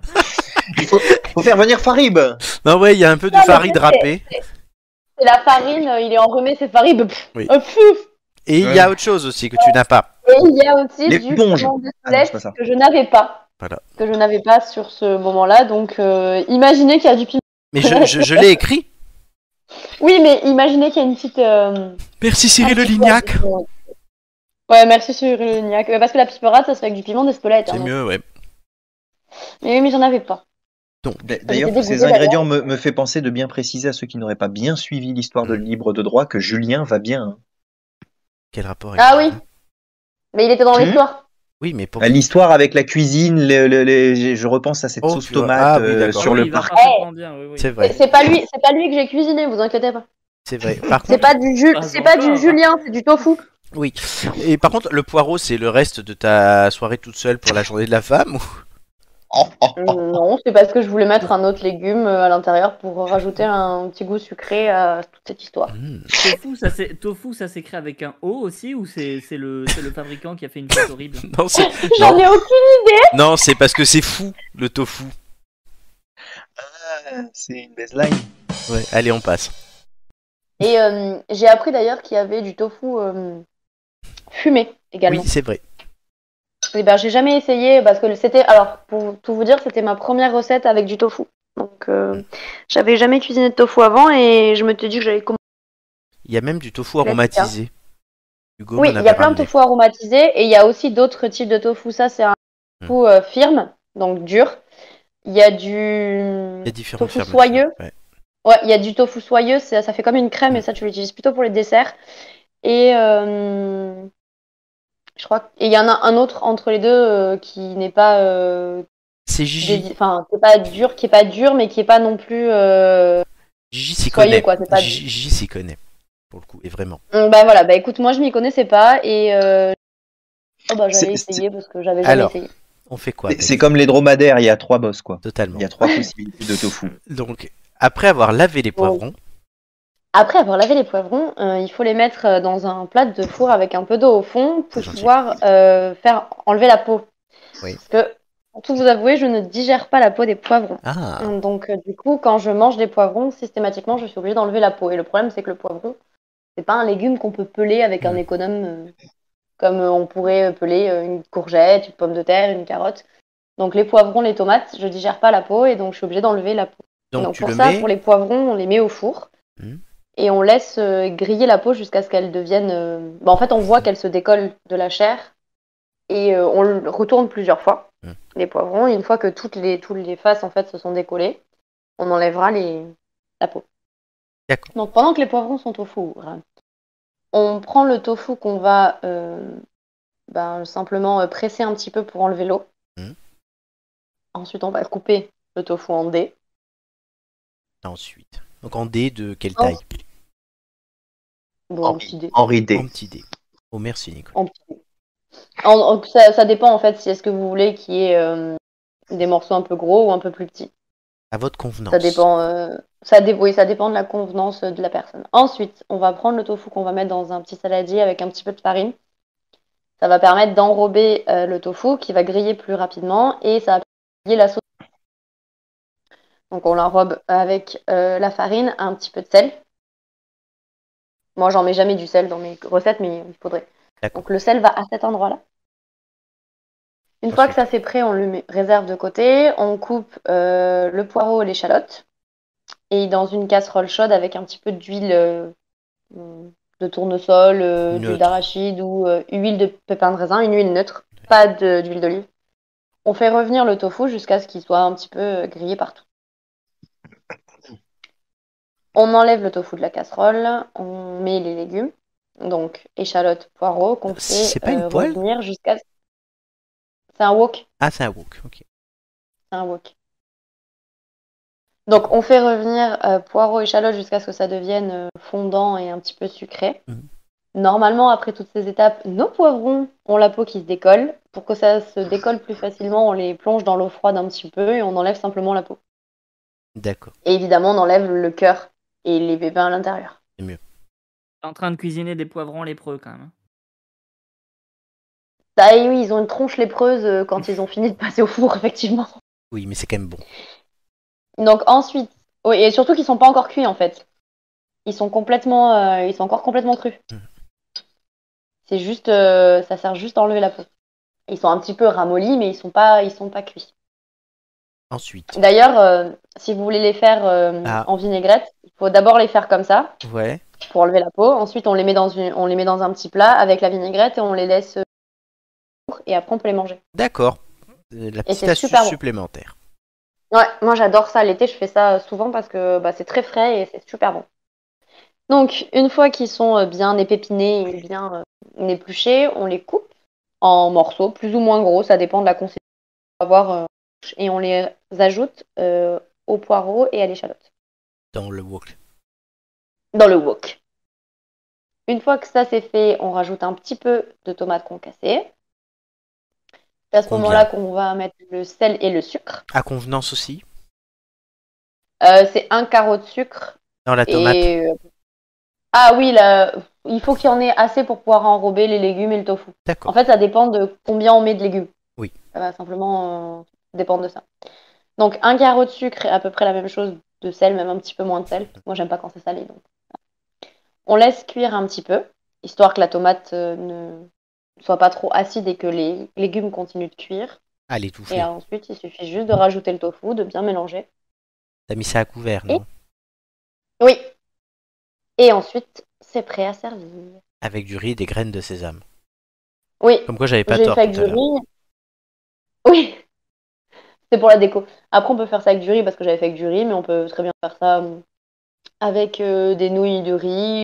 Il faut, faut faire venir Farib Non, ouais, il y a un peu de Non, mais farine c'est- râpée. C'est la farine, euh, il est enrhumé, c'est farine. pff, Oui. euh, pff. Et il y a autre chose aussi que tu n'as pas. Et il y a aussi Les du ponges. piment de Ah non, c'est céleste pas ça. que je n'avais pas. Voilà. Que je n'avais pas sur ce moment-là. Donc, euh, imaginez qu'il y a du piment. Mais je, je- je l'ai écrit. Oui, mais imaginez qu'il y a une petite. euh, Merci un Cyril petit Lignac. peu de- Ouais, merci sur le Lignac. Ouais, Parce que la piperade, ça se fait avec du piment d'Espelette. C'est hein. mieux, ouais. Mais oui, mais j'en avais pas. D'a- D'ailleurs, J'étais ces dégoûtée, ingrédients me, me fait penser de bien préciser à ceux qui n'auraient pas bien suivi l'histoire de libre de droit que Julien va bien. hein. Quel rapport Ah avec- hein oui. Mais il était dans Hmm. l'histoire. Oui, mais pour. Bah, L'histoire avec la cuisine, le- le- le- je- je repense à cette Oh, sauce tu vois. tomate Ah oui, euh, d'accord. sur Oui, le il va parc. parfaitement bien, oui, oui. C'est C'est vrai, c'est pas lui, c'est pas lui que j'ai cuisiné, vous inquiétez pas. c'est vrai. Par C'est contre, pas du Ju- Pas c'est pas du encore. Julien, c'est du tofu. oui. Et par contre, le poireau, c'est le reste de ta soirée toute seule pour la journée de la femme. ou- Oh, oh, Euh, oh. Non, c'est parce que je voulais mettre un autre légume euh, à l'intérieur pour rajouter un petit goût sucré à toute cette histoire. Hmm. Tofu, ça s'est- Tofu, ça s'écrit avec un O aussi ou c'est c'est le, c'est le fabricant qui a fait une chose horrible Non, c'est J'en ai aucune. non, c'est parce que c'est fou le tofu. C'est une baseline. Ouais, allez, on passe. Et euh, j'ai appris d'ailleurs qu'il y avait du tofu euh, fumé également. Oui, c'est vrai. Eh ben, j'ai jamais essayé parce que c'était, alors pour tout vous dire, c'était ma première recette avec du tofu. Donc euh, j'avais jamais cuisiné de tofu avant et je me suis dit que j'allais commencer. Il y a même du tofu Là, c'est aromatisé. Hugo Oui, m'en il y avait a plein de ramené. tofu aromatisés et il y a aussi d'autres types de tofu. Ça, c'est un Hmm. tofu euh, firme, donc dur. Il y a Il y a du différentes tofu fermetures, soyeux. ouais. Ouais, il y a du tofu soyeux, ça, ça fait comme une crème et ça, tu l'utilises plutôt pour les desserts. Et euh, je crois qu'il y en a un autre entre les deux euh, qui n'est pas, euh, C'est Gigi. dédi- enfin, qui est pas dur, qui est pas dur, mais qui est pas non plus. euh, Gigi s'y soyeux, connaît. quoi, c'est pas du- Gigi Gigi s'y connaît. Pour le coup, et vraiment. Bah voilà, bah écoute, moi je m'y connaissais pas et euh, oh, bah, j'allais C'est- essayer parce que j'avais jamais Alors, essayé. On fait quoi C'est- avec C'est comme les dromadaires, il y a trois boss quoi. Totalement. Il y a trois possibilités de tofu. Donc, après avoir lavé Oh. les poivrons, Après avoir lavé les poivrons, euh, il faut les mettre euh, dans un plat de four avec un peu d'eau au fond pour C'est gentil. pouvoir euh, faire enlever la peau. Oui. Parce que Pour tout vous avouer, je ne digère pas la peau des poivrons. Ah. Donc, euh, du coup, quand je mange des poivrons, systématiquement, je suis obligée d'enlever la peau. Et le problème, c'est que le poivron, c'est pas un légume qu'on peut peler avec Mm. un économe euh, comme euh, on pourrait peler euh, une courgette, une pomme de terre, une carotte. Donc, les poivrons, les tomates, je digère pas la peau et donc je suis obligée d'enlever la peau. Donc, donc tu pour le ça, mets- pour les poivrons, on les met au four Mhm. et on laisse euh, griller la peau jusqu'à ce qu'elle devienne. euh, bah, en fait, on Hmm. voit qu'elle se décolle de la chair et euh, on le retourne plusieurs fois Mhm. les poivrons. Et une fois que toutes les toutes les faces en fait se sont décollées, on enlèvera les la peau. D'accord. Donc pendant que les poivrons sont au four, on prend le tofu qu'on va euh, ben, simplement euh, presser un petit peu pour enlever l'eau. Mhm. Ensuite, on va couper le tofu en dés. Ensuite. Donc en D de quelle Oh. taille Bon, en petit dé. Henri D. En petit D. Oh merci Nicolas. En petit dé. En- en- ça, ça dépend en fait si est-ce que vous voulez qu'il y ait euh, des morceaux un peu gros ou un peu plus petits. À votre convenance. Ça dépend, euh, ça, dé- oui, ça dépend de la convenance de la personne. Ensuite, on va prendre le tofu qu'on va mettre dans un petit saladier avec un petit peu de farine. Ça va permettre d'enrober euh, le tofu qui va griller plus rapidement et ça va griller la sauce. Donc on l'enrobe avec euh, la farine, un petit peu de sel. Moi, j'en mets jamais du sel dans mes recettes, mais il faudrait. D'accord. Donc le sel va à cet endroit-là. Une fois que ça c'est prêt, on le met- réserve de côté. On coupe euh, le poireau et l'échalote. Et dans une casserole chaude avec un petit peu d'huile euh, de tournesol, euh, Neutre. d'huile d'arachide ou euh, huile de pépins de raisin, une huile neutre, pas de- d'huile d'olive. On fait revenir le tofu jusqu'à ce qu'il soit un petit peu euh, grillé partout. On enlève le tofu de la casserole, on met les légumes, donc échalote, poireau, qu'on fait Ah, C'est pas une euh, poêle revenir jusqu'à. C'est un wok. Ah c'est un wok, ok. C'est un wok. Donc on fait revenir euh, poireaux et échalote jusqu'à ce que ça devienne euh, fondant et un petit peu sucré. Mhm. Normalement, après toutes ces étapes, nos poivrons ont la peau qui se décolle. Pour que ça Ah. se décolle plus facilement, on les plonge dans l'eau froide un petit peu et on enlève simplement la peau. D'accord. Et évidemment, on enlève le cœur et les pépins à l'intérieur. T'es en train de cuisiner des poivrons lépreux quand même. Ah et oui, ils ont une tronche lépreuse euh, quand ils ont fini de passer au four, effectivement. Oui mais c'est quand même bon. Donc ensuite, oui, et surtout qu'ils sont pas encore cuits en fait. Ils sont complètement, euh, ils sont encore complètement crus. C'est juste, euh, ça sert juste à enlever la peau. Ils sont un petit peu ramollis, mais ils sont pas, ils sont pas cuits. Ensuite. D'ailleurs, euh, si vous voulez les faire euh, Ah. en vinaigrette, il faut d'abord les faire comme ça Ouais. pour enlever la peau. Ensuite, on les met dans une, on les met dans un petit plat avec la vinaigrette et on les laisse. euh, Et après, on peut les manger. D'accord. Euh, La petite c'est astuce super bon. supplémentaire. Ouais, moi j'adore ça. L'été, je fais ça euh, souvent parce que bah, c'est très frais et c'est super bon. Donc, une fois qu'ils sont euh, bien épépinés et bien euh, épluchés, on les coupe en morceaux, plus ou moins gros, ça dépend de la consistance qu'on va avoir, euh, et on les ajoute euh, au poireau et à l'échalote Dans le wok. dans le wok. Une fois que ça c'est fait, on rajoute un petit peu de tomates concassées. C'est à ce Combien moment-là qu'on va mettre le sel et le sucre. À convenance aussi. Euh, c'est un carreau de sucre Dans la tomate. Et, euh, Ah oui, là, il faut qu'il y en ait assez pour pouvoir enrober les légumes et le tofu. D'accord. En fait, ça dépend de combien on met de légumes. Oui. Ça va simplement euh, dépendre de ça. Donc, un carreau de sucre est à peu près la même chose de sel, même un petit peu moins de sel. Moi, j'aime pas quand c'est salé. Donc. On laisse cuire un petit peu, histoire que la tomate euh, ne soit pas trop acide et que les légumes continuent de cuire. Ah les touffés. Et ensuite, il suffit juste de rajouter le tofu, de bien mélanger. T'as mis ça à couvert, non Oui. Et ensuite, c'est prêt à servir. Avec du riz et des graines de sésame. Oui, Comme quoi j'avais pas j'ai fait tort tout avec à du l'heure. riz. Oui, c'est pour la déco. Après, on peut faire ça avec du riz parce que j'avais fait avec du riz, mais on peut très bien faire ça euh, avec euh, des nouilles de riz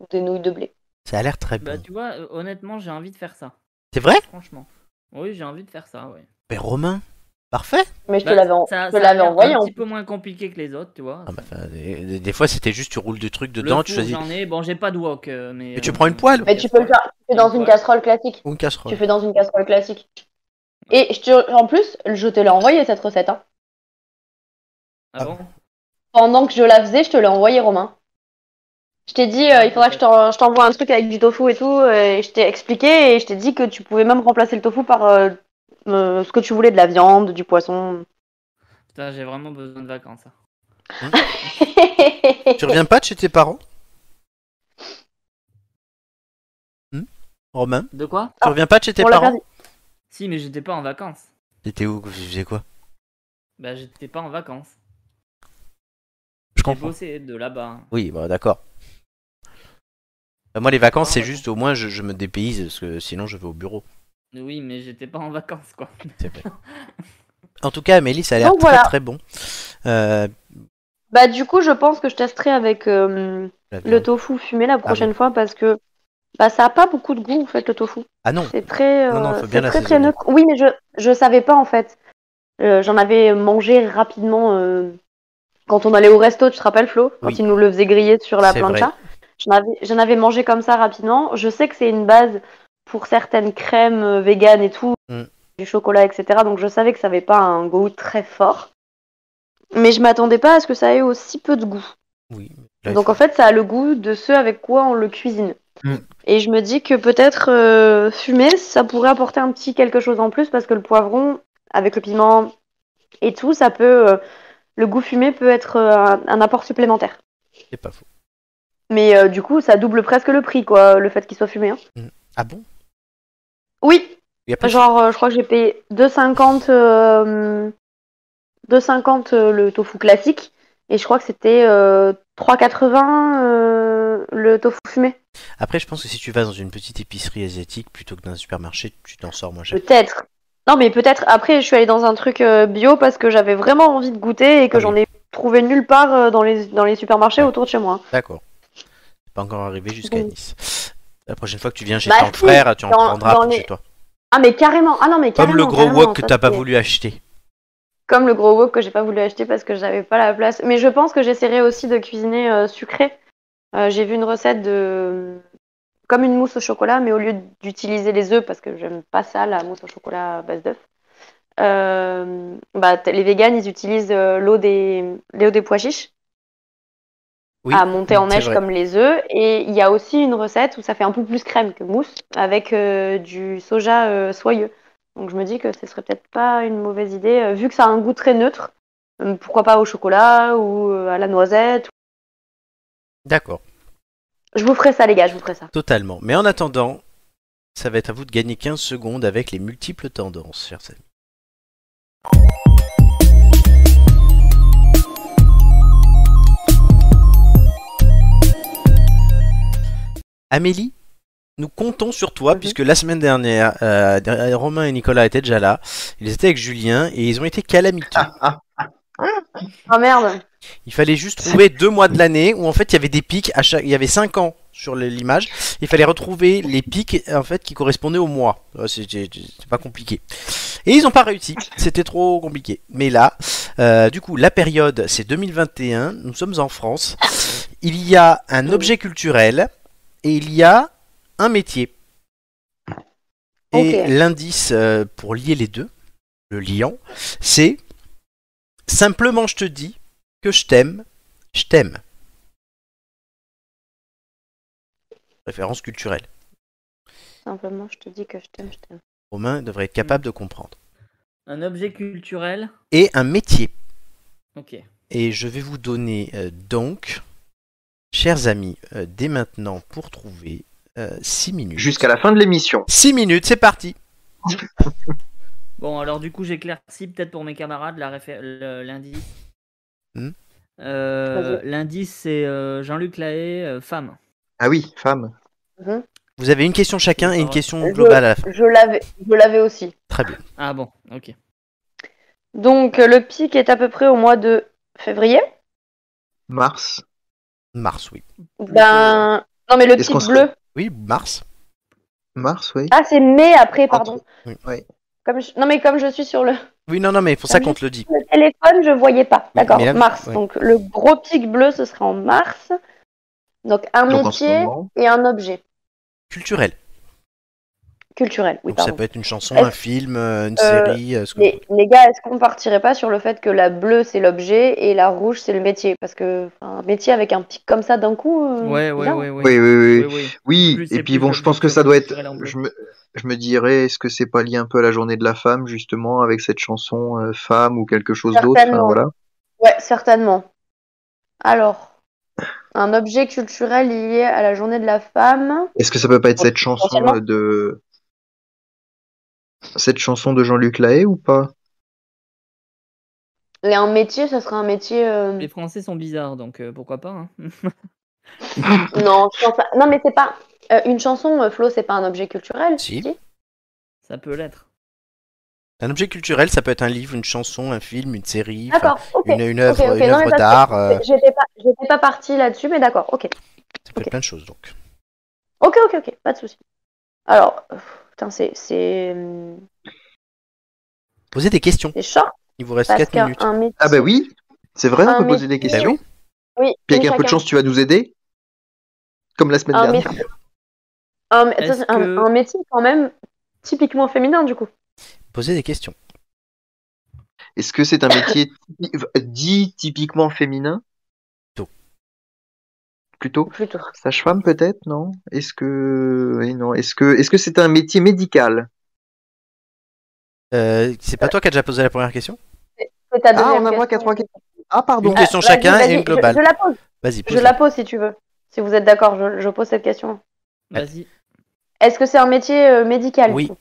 ou des nouilles de blé. Ça a l'air très Bah bon. tu vois, euh, honnêtement, j'ai envie de faire ça. C'est vrai Franchement. Oui, j'ai envie de faire ça, ouais. Mais Romain Parfait Mais je te Bah, l'avais en- ça- je te ça a l'avais l'air envoyé. Un en- petit peu moins compliqué que les autres, tu vois. Ah bah, enfin, des, des fois c'était juste tu roules du truc Le dedans, tu four, choisis. J'en ai, bon, j'ai pas de wok, euh, mais. Mais tu euh, prends une poêle Mais tu peux le faire tu fais dans une Ouais. casserole classique. ou une Tu casserole. fais dans une casserole classique. Et je te- en plus, je te l'ai envoyé cette recette. hein. Ah bon Pendant que je la faisais, je te l'ai envoyé, Romain. Je t'ai dit, Ah, euh, il faudrait que je t'en- je t'envoie un truc avec du tofu et tout, et je t'ai expliqué, et je t'ai dit que tu pouvais même remplacer le tofu par euh, euh, ce que tu voulais, de la viande, du poisson. Putain, j'ai vraiment besoin de vacances. hein. tu reviens pas de chez tes parents Hmm Romain De quoi Ah, Tu reviens pas de chez tes On l'a parents perdu. Si, mais j'étais pas en vacances. T'étais où Tu faisais quoi Bah, j'étais pas en vacances. Je J'ai bossé de là-bas. Oui, bah, d'accord. Bah, moi, les vacances, Ah, c'est juste au moins je, je me dépayse parce que sinon je vais au bureau. Oui, mais j'étais pas en vacances, quoi. C'est vrai. En tout cas, Amélie, ça a l'air Donc, très voilà. très bon. Euh, Bah, du coup, je pense que je testerai avec euh, La le viande. tofu fumé Ah la prochaine fois parce que bah, ça a pas beaucoup de goût en fait, le tofu. Ah non. C'est très, Non, non, euh, faut c'est bien très, très l'assaisonner. neutre. Oui, mais je, je savais pas en fait. Euh, J'en avais mangé rapidement euh, quand on allait au resto, tu te rappelles Flo Quand Oui. ils nous le faisaient griller sur la C'est vrai. plancha. J'en avais, j'en avais mangé comme ça rapidement. Je sais que c'est une base pour certaines crèmes euh, véganes et tout, Mm. du chocolat, etc. Donc je savais que ça avait pas un goût très fort. Mais je m'attendais pas à ce que ça ait aussi peu de goût. Là, Donc en fait, ça a le goût de ce avec quoi on le cuisine. Mm. Et je me dis que peut-être euh, fumer, ça pourrait apporter un petit quelque chose en plus parce que le poivron, avec le piment et tout, ça peut. euh, le goût fumé peut être euh, un, un apport supplémentaire. c'est pas faux. Mais euh, du coup, ça double presque le prix, quoi, le fait qu'il soit fumé. hein. Ah bon Oui, Il y a pas de- genre, euh, je crois que j'ai payé 2,50 euh, 2,50, euh, le tofu classique et je crois que c'était euh, 3,80 euh, le tofu fumé. Après, je pense que si tu vas dans une petite épicerie asiatique plutôt que dans un supermarché, tu t'en sors moins cher. Peut-être. Non, mais peut-être. Après, je suis allée dans un truc euh, bio parce que j'avais vraiment envie de goûter et Ah que j'en ai trouvé nulle part euh, dans les, dans les supermarchés autour de chez moi. D'accord. C'est pas encore arrivé jusqu'à Oui. Nice. La prochaine fois que tu viens chez Bah ton si, frère, tu en dans- prendras dans pour les- chez toi. Ah, mais carrément. Ah non, mais carrément. Comme le gros carrément, wok que ça, t'as pas c'est- voulu acheter. Comme le gros wok que j'ai pas voulu acheter parce que j'avais pas la place. Mais je pense que j'essaierai aussi de cuisiner euh, sucré. Euh, j'ai vu une recette de. Comme une mousse au chocolat, mais au lieu d'utiliser les œufs, parce que j'aime pas ça, la mousse au chocolat à base d'œufs, euh, bah, t- les véganes, ils utilisent euh, l'eau des... l'eau des pois chiches. Oui, à monter en c'est neige vrai. comme les œufs. Et il y a aussi une recette où ça fait un peu plus crème que mousse avec euh, du soja euh, soyeux. Donc je me dis que ce serait peut-être pas une mauvaise idée, euh, vu que ça a un goût très neutre. euh, Pourquoi pas au chocolat ou euh, à la noisette D'accord, Je vous ferai ça, les gars, je vous ferai ça. totalement. Mais en attendant, ça va être à vous de gagner 15 secondes avec les multiples tendances, chers amis. Amélie, nous comptons sur toi, puisque la semaine dernière, euh, der- Romain et Nicolas étaient déjà là. Ils étaient avec Julien et ils ont été calamiteux. Oh merde Il fallait juste trouver deux mois de l'année où en fait il y avait des pics. À chaque... Il y avait cinq ans sur le- l'image. Il fallait retrouver les pics en fait qui correspondaient au mois. Euh, C'est c'est- c'est pas compliqué. Et ils n'ont pas réussi. C'était trop compliqué. Mais là, euh, du coup, la période c'est 2021. Nous sommes en France. Il y a un objet culturel et il y a un métier. Et Ok. l'indice euh, pour lier les deux, le liant, c'est simplement je te dis que je t'aime, je t'aime. Référence culturelle. Simplement, je te dis que je t'aime, je t'aime. Romain devrait être capable de comprendre. Un objet culturel Et un métier. Ok. Et je vais vous donner euh, donc, chers amis, euh, dès maintenant pour trouver 6 minutes. Jusqu'à la fin de l'émission. 6 minutes, c'est parti. Bon, alors du coup, j'éclaircis peut-être pour mes camarades la réfé- le- l'indice. Hmm. Euh, l'indice, c'est euh, Jean-Luc Lahaye, euh, femme. Ah oui, femme. Mhm. Vous avez une question chacun et une Ah, Je- question globale à la fin. Je l'avais je l'avais aussi. Très bien. Ah bon, ok. Donc euh, le pic est à peu près au mois de février. Mars. Mars, oui. Ben. Non, mais le pic bleu. Oui, Mars. Mars, oui. Ah, c'est mai après, pardon. Oui. Comme je- Non, mais comme je suis sur le. Oui, non, non, mais pour ça qu'on te le dit. Le téléphone, je voyais pas. Mais- D'accord, mais là- mars. ouais. Donc le gros pic bleu, ce serait en mars. Donc un Donc, en ce métier moment- et un objet Culturel. culturel. Oui, Donc ça pardon. peut être une chanson, Est-ce- un film, euh, une Euh, série. euh, ce que- les, les gars, est-ce qu'on partirait pas sur le fait que la bleue c'est l'objet et la rouge c'est le métier Parce que enfin, un métier avec un pic comme ça d'un coup. euh, Ouais, ouais, bizarre. ouais, ouais. Oui, oui, oui. Oui, Oui, Plus, et c'est puis plus bon, je pense que ça doit être. culturel en bleu. je me- je me dirais, est-ce que c'est pas lié un peu à la journée de la femme, justement, avec cette chanson euh, Femme ou quelque chose d'autre enfin, voilà. Ouais, certainement. Alors, un objet culturel lié à la journée de la femme. Est-ce que ça peut pas être cette chanson euh, de. Cette chanson de Jean-Luc Lahaye ou pas Et un métier, ça serait un métier. euh, Les Français sont bizarres, donc euh, pourquoi pas. hein. Non, je pense pas- non mais c'est pas. euh, une chanson, euh, Flo, c'est pas un objet culturel. Si. ça peut l'être. Un objet culturel, ça peut être un livre, une chanson, un film, une série, enfin, D'accord, ok. une, une œuvre, ok, ok. une Non, œuvre mais parce que d'art, euh, J'étais pas, j'étais pas partie là-dessus, mais d'accord, ok. ça peut être plein de choses donc. Ok, ok, ok, pas de souci. Alors, euh, putain, c'est. C'est hum, Posez des questions. c'est short. Il vous reste Parce 4 qu'un- minutes. un métier- Ah bah oui, c'est vrai, Un on peut métier. poser des questions. Oui, Puis avec mais un peu de chacun. chance, tu vas nous aider. Comme la semaine Un dernière. métier. Un, ça, Est-ce c'est un- que- un métier quand même typiquement féminin, du coup. Posez des questions. Est-ce que c'est un métier typi- dit typiquement féminin Plutôt. Plutôt Plutôt. Sage-femme peut-être, non Est-ce que oui, non Est-ce que est-ce que c'est un métier médical Euh, c'est pas toi qui as déjà posé la première question C'est ta Ah, deuxième on a droit qu'à question. trois questions. Ah pardon. Une question Ah, vas-y, chacun vas-y, et une je- globale. Je, la pose, Vas-y, je pose. la pose si tu veux. Si vous êtes d'accord, je, je pose cette question. Vas-y. Est-ce que c'est un métier euh, médical du Oui. coup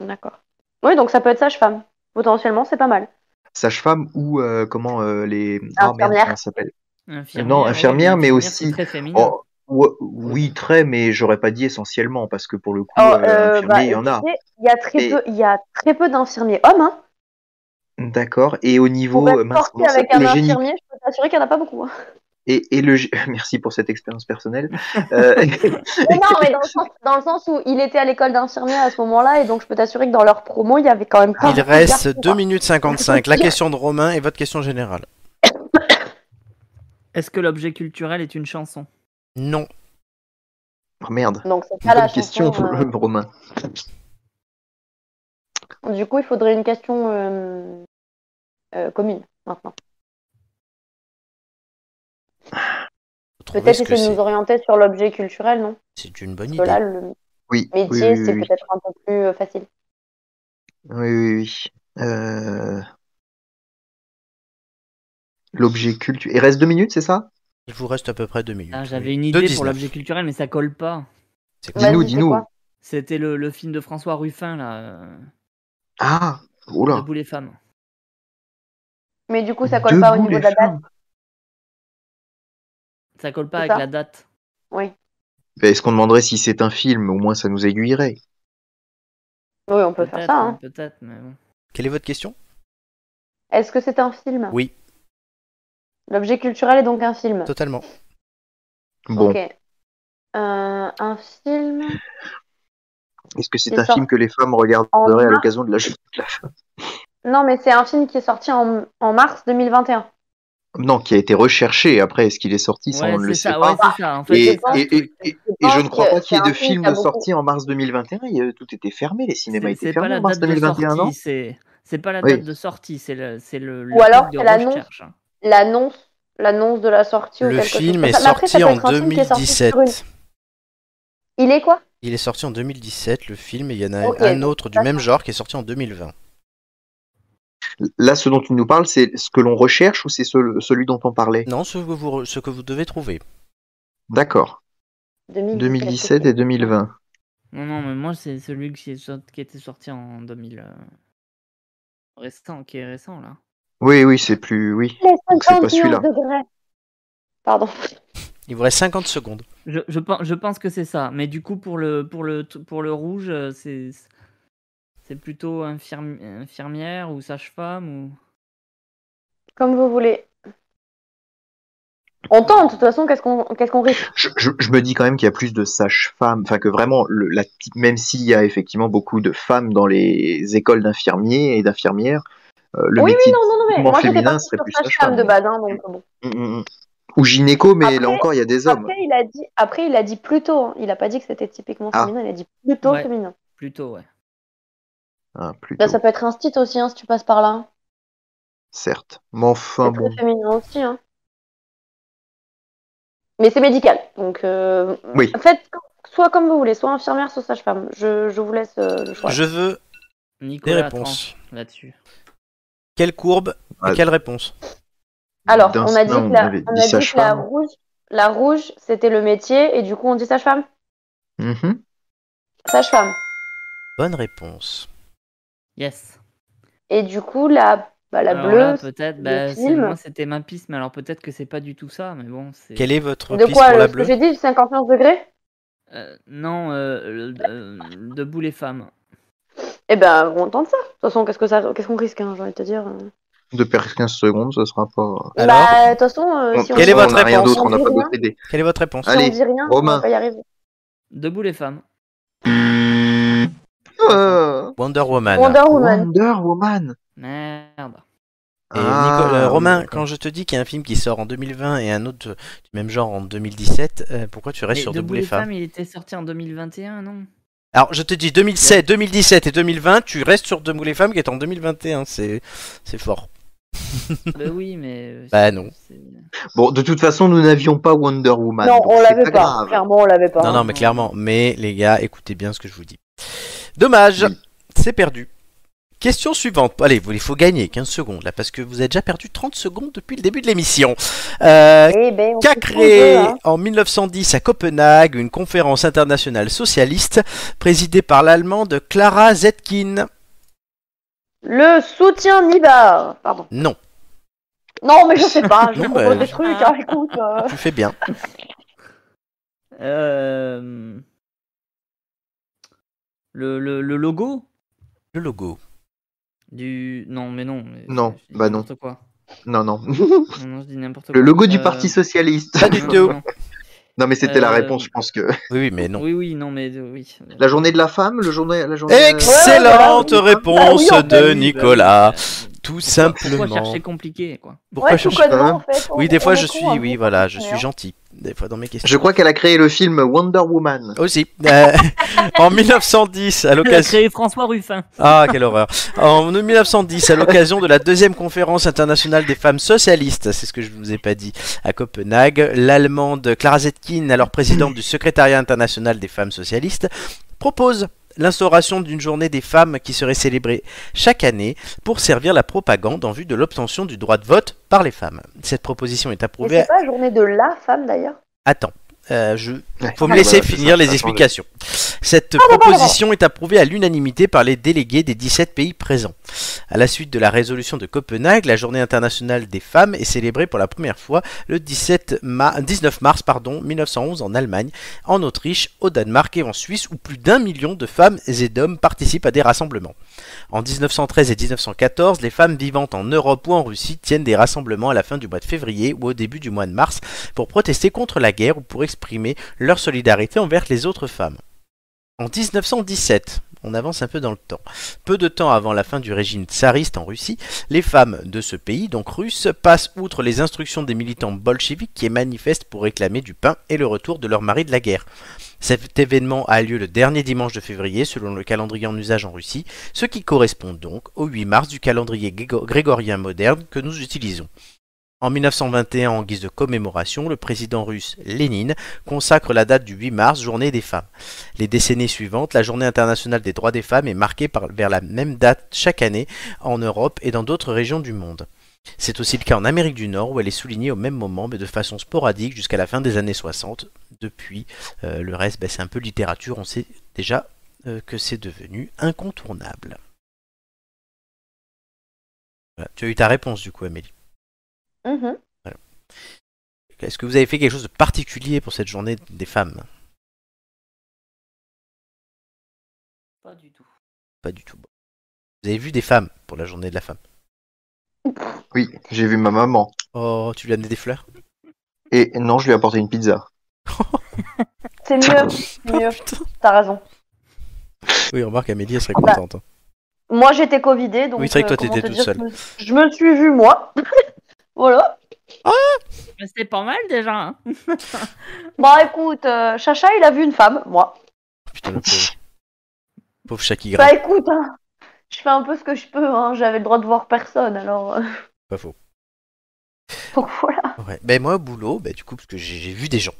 D'accord. Oui, donc ça peut être sage-femme. Potentiellement, c'est pas mal. Sage-femme ou euh, comment euh, les Ah, merde, Infirmière. comment ça s'appelle Infirmière, Non, ouais, infirmière, mais infirmière, aussi- c'est Très féminin. Oh, ou- oui, très, mais j'aurais pas dit essentiellement parce que pour le coup, Alors, euh, euh, infirmier, bah, il y en a. tu sais, Il y a très Et- peu, il y a très peu d'infirmiers hommes. Hein. D'accord. Et au niveau Pour être euh, mince, sorti comment ça avec s'appelle un Le génie- infirmier, je peux t'assurer qu'il n'y en a pas beaucoup. hein. Et, et le gé- merci pour cette expérience personnelle. Euh, Mais non, mais dans le, sens, dans le sens où il était à l'école d'infirmiers à ce moment-là, et donc je peux t'assurer que dans leur promo, il y avait quand même pas. Il beaucoup de reste garçons, 2 hein. minutes 55. La question de Romain et votre question générale. Est-ce que l'objet culturel est une chanson Non. oh, merde. Donc c'est Une pas Ah, la bonne question, chanson, euh, Romain. hein. Du coup, il faudrait une question euh, euh, commune maintenant. Faut trouver Peut-être ce que essayer de c'est. nous orienter sur l'objet culturel, non C'est une bonne Parce idée. que là, le Oui. oui, métier, oui, c'est oui, peut-être un peu plus euh, facile. Oui, oui, oui. Euh, L'objet culture. Il reste deux minutes, c'est ça Il vous reste à peu près 2 minutes. Ah, J'avais oui. une Deux idée pour dix-neuf. l'objet culturel, mais ça colle pas. C'est quoi Dis-nous, Vas-y, c'est dis-nous. quoi C'était le, le film de François Ruffin, là. euh, Ah, oula. Debout les femmes. Mais du coup, ça colle Debout pas au niveau les de la date. femmes. Ça colle pas C'est avec ça. la date. Oui. Ben, Est-ce qu'on demanderait si c'est un film Au moins, ça nous aiguillerait. oui, on peut faire Peut-être, ça. hein, hein. peut-être, mais bon. Quelle est votre question Est-ce que c'est un film Oui, L'objet culturel est donc un film. totalement. Bon. Ok. Euh, un film. Est-ce que c'est Il un sort- film que les femmes regarderaient En à mars. l'occasion de la journée de la femme Non, mais c'est un film qui est sorti en, en mars 2021. Non, qui a été recherché. Après, est-ce qu'il est sorti Ça, on ne Ouais, le c'est sait ça, pas. ouais, c'est ça. En fait, Et, c'est ça. et- et- et- et je ne crois que pas qu'il y c'est ait un de film film qui a beaucoup- sorti en mars 2021. Il y a- Tout était fermé, les cinémas C'est- étaient c'est pas fermés la en mars date de 2021, non sortie, c'est c'est pas la Oui. date de sortie, c'est le, c'est le, le Ou alors, truc de c'est l'annonce. recherche. hein. L'annonce, l'annonce de la sortie ou Le quelque chose film comme est ça. Mais après, ça sorti en peut être un film qui est sorti sur 2017. une- Il est quoi Il est sorti en 2017, le film, et il y en a Ok, un donc autre du même genre qui est sorti en 2020. Là, ce dont tu nous parles, c'est ce que l'on recherche ou c'est ce- celui dont on parlait Non, ce que vous, re- ce que vous devez trouver. D'accord. 2017 et 2020. Non, non, mais moi, c'est celui qui, est sorti- qui était sorti en 2000. euh, Récent, qui est récent, là. Oui, oui, c'est plus. Oui. Les Donc, c'est pas 50 celui-là. degrés. Pardon. Il vous reste 50 secondes. Je, je, pen- je pense que c'est ça, mais du coup, pour le, pour le, pour le rouge, euh, c'est. C'est plutôt infirmi- infirmière ou sage-femme ou... Comme vous voulez. On tente, de toute façon, qu'est-ce qu'on qu'est-ce qu'on risque Je, je- je me dis quand même qu'il y a plus de sages-femmes, enfin que vraiment, le- la, petite- même s'il y a effectivement beaucoup de femmes dans les écoles d'infirmiers et d'infirmières, euh, le Oui, oui, métier non, non, non, mais typiquement moi j'étais féminin partie serait sur plus sage-femme de sage-femme. base, hein, donc bon. Mm, mm, mm. Ou gynéco, mais là Après- encore, il y a des hommes. Après, il a dit, après, il a dit plutôt. hein. Il a pas dit que c'était typiquement Ah. féminin. Il a dit plutôt Ouais. féminin. Plutôt, ouais. Ah, plutôt, Bah, ça peut être un style aussi, hein, si tu passes par là. hein. certes. Mais enfin, C'est bon. très féminin aussi. Hein. Mais c'est médical. Donc, euh, Oui. en fait, quand, soit comme vous voulez, soit infirmière, soit sage-femme. Je, je vous laisse euh, le choix. Je veux Nicolas des réponses. tranche là-dessus. Quelle courbe et Ouais. quelle réponse Alors, Dans on a ce dit temps, que on la, avait on dit a dit que la sage-femme. rouge, la rouge, c'était le métier, et du coup, on dit sage-femme. Mhm. Sage-femme. Bonne réponse. Yes. Et du coup, la, bah, la Alors bleue, là, peut-être, le bah, c'est- film. moi c'était ma piste, mais alors peut-être que c'est pas du tout ça, mais bon. c'est- Quelle est votre de piste quoi pour euh, la Ce que bleue j'ai dit, 51 degrés Euh, Non, euh, le- euh, debout les femmes. Eh ben, on tente ça. De toute façon, qu'est-ce que ça, qu'est-ce qu'on risque, hein, j'ai envie de te dire. euh. Depuis 15 secondes, ça sera pas. bah, de toute façon, euh, On- si on Quelle est dit- votre on a rien réponse d'autre, on n'a On pas dit d'autre idée. Quelle est votre réponse si on Allez, dit rien, on Romain. va pas y arriver. Debout les femmes. Euh, Ah, Wonder Woman. Wonder Woman. Wonder Woman. Merde. Ah, Et Nico- euh, Romain, d'accord. quand je te dis qu'il y a un film qui sort en 2020 et un autre euh, du même genre en 2017, euh, pourquoi tu restes Mais sur Debout Debout les femmes il était sorti en 2021, non Alors, je te dis 2007, 2017 et 2020, tu restes sur Debout les femmes qui est en 2021, c'est c'est fort. Bah oui, mais. Bah non. c'est- Bon, de toute façon, nous n'avions pas Wonder Woman. non, donc on c'est l'avait pas. grave. Clairement, on l'avait pas. non, non, mais clairement. Mais les gars, écoutez bien ce que je vous dis. Dommage, Oui. c'est perdu. Question suivante. Allez, vous- il faut gagner 15 secondes là, parce que vous avez déjà perdu 30 secondes depuis le début de l'émission. Euh, Eh ben, on Qu'a se créé trompe, hein. en 1910 à Copenhague une conférence internationale socialiste présidée par l'allemande Clara Zetkin Le soutien Nibar. Pardon. Non, Non, mais je sais pas. Je Non, propose bah, des je- trucs. hein, écoute. euh. tu fais bien. Euh, Le, le, le logo Le logo. du. Non, mais non. mais- Non, je dis bah non. n'importe Quoi. Non, non. Non, non, je dis n'importe quoi. Le logo du Euh, Parti Socialiste. Pas du non, tout. non. Non, mais c'était la Euh, réponse, je pense que. Oui, oui, mais non. Oui, oui, non, mais euh, oui. La journée de la femme, le journée. La journée euh, Excellente Ouais, ouais, ouais. réponse Bah oui, de Bah oui, bah Nicolas. oui, bah oui. Tout Pourquoi simplement. chercher compliqué, quoi Pourquoi Ouais, tout chercher connement, quand même en fait, on- Oui, des on fois est je con, suis, hein. oui, voilà, je mais suis hein. gentil. Des fois dans mes questions. Je crois qu'elle a créé le film Wonder Woman. Aussi. Euh, en 1910, à Il a l'occasion. créé François Ruffin. Ah, quelle horreur. En 1910, à l'occasion de la deuxième conférence internationale des femmes socialistes, c'est ce que je ne vous ai pas dit, à Copenhague, l'Allemande Clara Zetkin, alors présidente du secrétariat international des femmes socialistes, propose l'instauration d'une journée des femmes qui serait célébrée chaque année pour servir la propagande en vue de l'obtention du droit de vote par les femmes. Cette proposition est Mais approuvée. c'est pas la journée de la femme d'ailleurs. Attends, euh, je, Ouais, faut me bah, laisser c'est ça, finir ça Bah, les a explications. Cette pardon, proposition est approuvée à l'unanimité par les délégués des 17 pays présents. À la suite de la résolution de Copenhague, la Journée internationale des femmes est célébrée pour la première fois le 17 ma- 19 mars pardon, 1911 en Allemagne, en Autriche, au Danemark et en Suisse où plus d'un million de femmes et d'hommes participent à des rassemblements. En 1913 et 1914, les femmes vivantes en Europe ou en Russie tiennent des rassemblements à la fin du mois de février ou au début du mois de mars pour protester contre la guerre ou pour exprimer leur solidarité envers les autres femmes. En 1917, on avance un peu dans le temps. Peu de temps avant la fin du régime tsariste en Russie, les femmes de ce pays, donc russes, passent outre les instructions des militants bolcheviques qui manifestent pour réclamer du pain et le retour de leur mari de la guerre. Cet événement a lieu le dernier dimanche de février selon le calendrier en usage en Russie, ce qui correspond donc au 8 mars du calendrier grégo- grégorien moderne que nous utilisons. En 1921, en guise de commémoration, le président russe Lénine consacre la date du 8 mars, journée des femmes. Les décennies suivantes, la journée internationale des droits des femmes est marquée par- vers la même date chaque année en Europe et dans d'autres régions du monde. C'est aussi le cas en Amérique du Nord où elle est soulignée au même moment mais de façon sporadique jusqu'à la fin des années 60. Depuis, euh, le reste, ben, c'est un peu littérature, on sait déjà euh, que c'est devenu incontournable. Voilà. Tu as eu ta réponse du coup, Amélie. Mhm. Est-ce que vous avez fait quelque chose de particulier pour cette journée des femmes Pas du tout. Pas du tout. Vous avez vu des femmes pour la journée de la femme Oui, j'ai vu ma maman. Oh, tu lui as amené des fleurs Et non, je lui ai apporté une pizza. C'est mieux, c'est mieux. T'as raison. Oui, remarque, Amélie, elle serait Bah, contente. hein. Moi, j'étais covidée, donc. Oui, c'est vrai que euh, toi, comment t'étais te toute dire, je me- Je me suis vue moi. voilà. Ah. Mais C'était Bah, pas mal déjà. hein. Bon, écoute, euh, Chacha, il a vu une femme, moi. Putain, le pauvre. pauvre chat qui Bah grimpe. écoute, hein, je fais un peu ce que je peux. Hein. J'avais le droit de voir personne, alors. euh, Pas faux. Donc voilà. Ouais. Ben, moi, au boulot, ben, du coup, parce que j'ai j'ai vu des gens.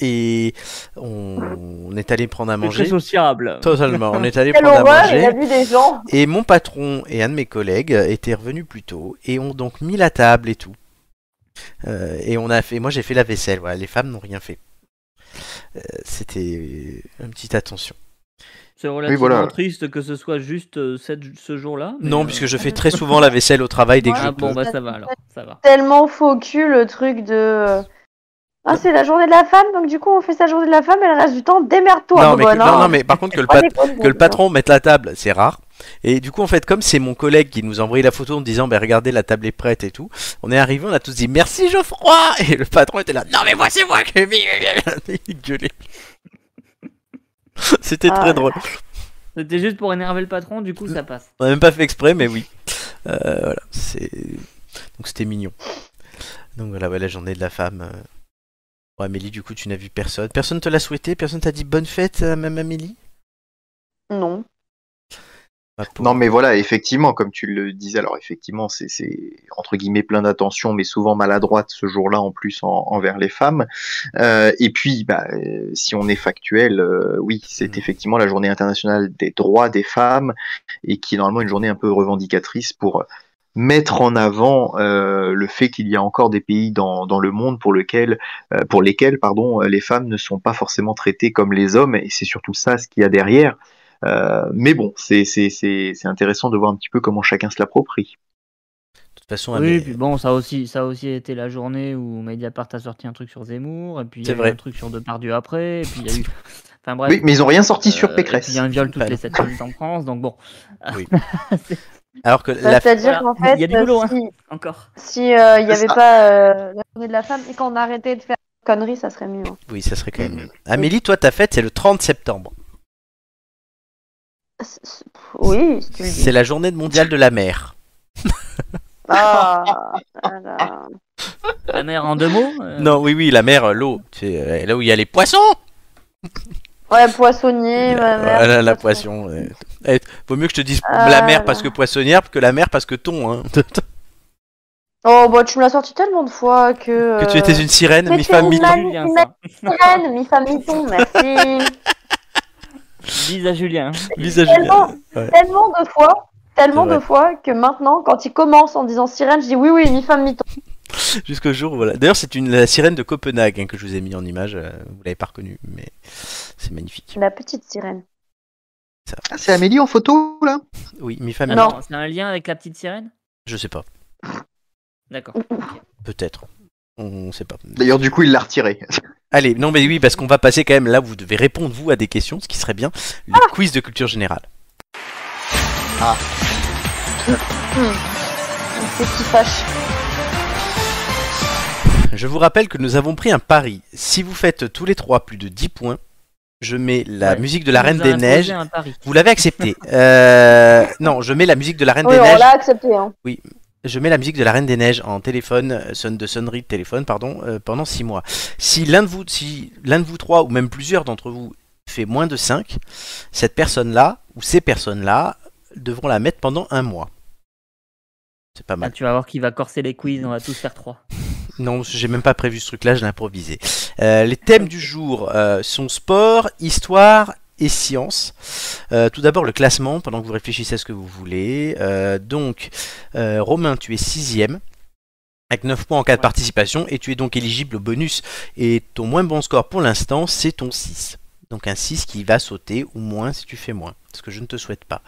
et on, on est allé prendre à manger. Très sociable. Totalement. On est allé Quel prendre horreur, à manger. il a vu des gens. Et mon patron et un de mes collègues étaient revenus plus tôt et ont donc mis la table et tout. Euh, et on a fait, moi j'ai fait la vaisselle. Voilà, les femmes n'ont rien fait. Euh, C'était une petite attention. C'est relativement voilà. triste que ce soit juste euh, cette- ce jour-là. mais, Non, euh, puisque je fais très souvent la vaisselle au travail dès que Ah je bon, peux. bah ça va alors. Ça va. Tellement faux cul le truc de. Ah, c'est la journée de la femme, donc du coup, on fait sa journée de la femme et le reste du temps, démerde-toi. non, mais, Bonbonne, non, hein. non, mais par contre que le, Pas pat- déconner, que le quoi. patron mette la table, c'est rare. Et du coup, en fait, comme c'est mon collègue qui nous a envoyé la photo en disant, ben regardez, la table est prête et tout, on est arrivé, on a tous dit merci Geoffroy Et le patron était là, non mais moi c'est moi qui ai mis Il gueulait. C'était très drôle. C'était juste pour énerver le patron, du coup ça passe. On n'a même pas fait exprès, mais oui. Euh, voilà, c'est. Donc c'était mignon. Donc voilà, ouais, la journée de la femme. euh. Bon, Amélie, du coup, tu n'as vu personne. Personne te l'a souhaité Personne t'a dit bonne fête, euh, même Amélie Non. Non, mais voilà, effectivement, comme tu le disais, alors effectivement, c'est c'est, entre guillemets plein d'attention, mais souvent maladroite ce jour-là en plus en- envers les femmes. Euh, et puis, bah, euh, si on est factuel, euh, oui, c'est Mm. effectivement la journée internationale des droits des femmes et qui est normalement une journée un peu revendicatrice pour euh, mettre en avant euh, le fait qu'il y a encore des pays dans, dans le monde pour, lequel, euh, pour lesquels pardon, les femmes ne sont pas forcément traitées comme les hommes, et c'est surtout ça ce qu'il y a derrière. Euh, mais bon, c'est c'est- c'est- c'est intéressant de voir un petit peu comment chacun se l'approprie. De toute façon, Oui, Amé- puis bon, ça aussi, ça aussi été la journée où Mediapart a sorti un truc sur Zemmour, et puis il y C'est a eu vrai. un truc sur Depardieu après, et puis il y a eu. Enfin bref. euh, Oui, mais ils ont rien sorti sur et Pécresse. puis Il y a un viol toutes Enfin. les 7 minutes en France, donc bon. Oui. Alors que Bah, la C'est-à-dire qu'en fait, Il y a du boulot, hein, si- encore. si euh, il n'y C'est avait ça. pas euh, la journée de la femme et qu'on arrêtait de faire des conneries, ça serait mieux. hein. Oui, ça serait quand même mieux. Amélie, toi, ta fête, c'est le 30 septembre. Oui, si tu le dis. C'est la journée mondiale de la mer. Ah, voilà. La mère en deux mots euh, Non, oui, oui, la mer, euh, l'eau. C'est euh, là où il y a les poissons Ouais, poissonnier, ma mère. Euh, Voilà, la poisson. ouais. Eh, vaut mieux que je te dise Ah, la mer là. parce que poissonnière que la mer parce que ton. hein. Oh, bah, tu me l'as sorti tellement de fois que. Que tu étais une sirène, que tu mi-femme, es une mi-ton. man- une man- Sirène, mi-femme, mi-ton, merci. Dis à Julien. Lisa tellement, Julia. Ouais. tellement de fois, tellement C'est vrai. de fois que maintenant, quand il commence en disant sirène, je dis oui, oui, mi-femme, mi-ton. Jusqu'au jour, voilà. D'ailleurs, c'est une la sirène de Copenhague hein, que je vous ai mis en image. euh, vous l'avez pas reconnue, mais c'est magnifique. La petite sirène. Ça. Ah, c'est Amélie en photo là Oui, mi-femme, mi-ton. Non. Ah C'est un lien avec la petite sirène Je sais pas. D'accord. Peut-être. On sait pas. D'ailleurs, du coup, il l'a retiré. Allez, non mais oui, parce qu'on va passer quand même là, vous devez répondre vous à des questions, ce qui serait bien, le quiz de culture générale. Ah. C'est qui fâche. Je vous rappelle que nous avons pris un pari. Si vous faites tous les trois plus de 10 points, je mets la Ouais. musique de la Il Reine nous a des imposé Neiges. un pari. Vous l'avez accepté. Euh, Non, je mets la musique de la Reine Oui, des on Neiges. l'a accepté. Hein. Oui, je mets la musique de la Reine des Neiges en téléphone, euh, sonne de sonnerie de téléphone, pardon, euh, pendant 6 mois. Si l'un de vous, si l'un de vous trois ou même plusieurs d'entre vous fait moins de 5, cette personne-là ou ces personnes-là devront la mettre pendant un mois. C'est pas Ah, mal. tu vas voir qu'il va corser les quiz, on va tous faire trois. Non, j'ai même pas prévu ce truc-là, je l'ai improvisé. Euh, les thèmes du jour euh, sont sport, histoire et science. Euh, tout d'abord le classement, pendant que vous réfléchissez à ce que vous voulez. Euh, donc, euh, Romain, tu es sixième. Avec 9 points en cas de participation, et tu es donc éligible au bonus. Et ton moins bon score pour l'instant, c'est ton 6. Donc un 6 qui va sauter, ou moins si tu fais moins. Ce que je ne te souhaite pas.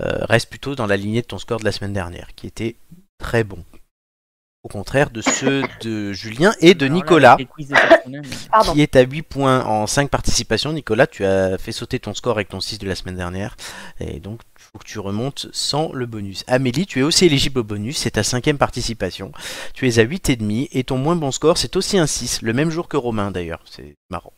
Euh, reste plutôt dans la lignée de ton score de la semaine dernière, qui était très bon. Au contraire de ceux de Julien et de Alors là, Nicolas, avec les quiz de cette semaine, Pardon. qui est à 8 points en 5 participations. Nicolas, tu as fait sauter ton score avec ton 6 de la semaine dernière. Et donc, il faut que tu remontes sans le bonus. Amélie, tu es aussi éligible au bonus. C'est ta cinquième participation. Tu es à 8,5 et ton moins bon score, c'est aussi un 6. Le même jour que Romain, d'ailleurs. C'est marrant.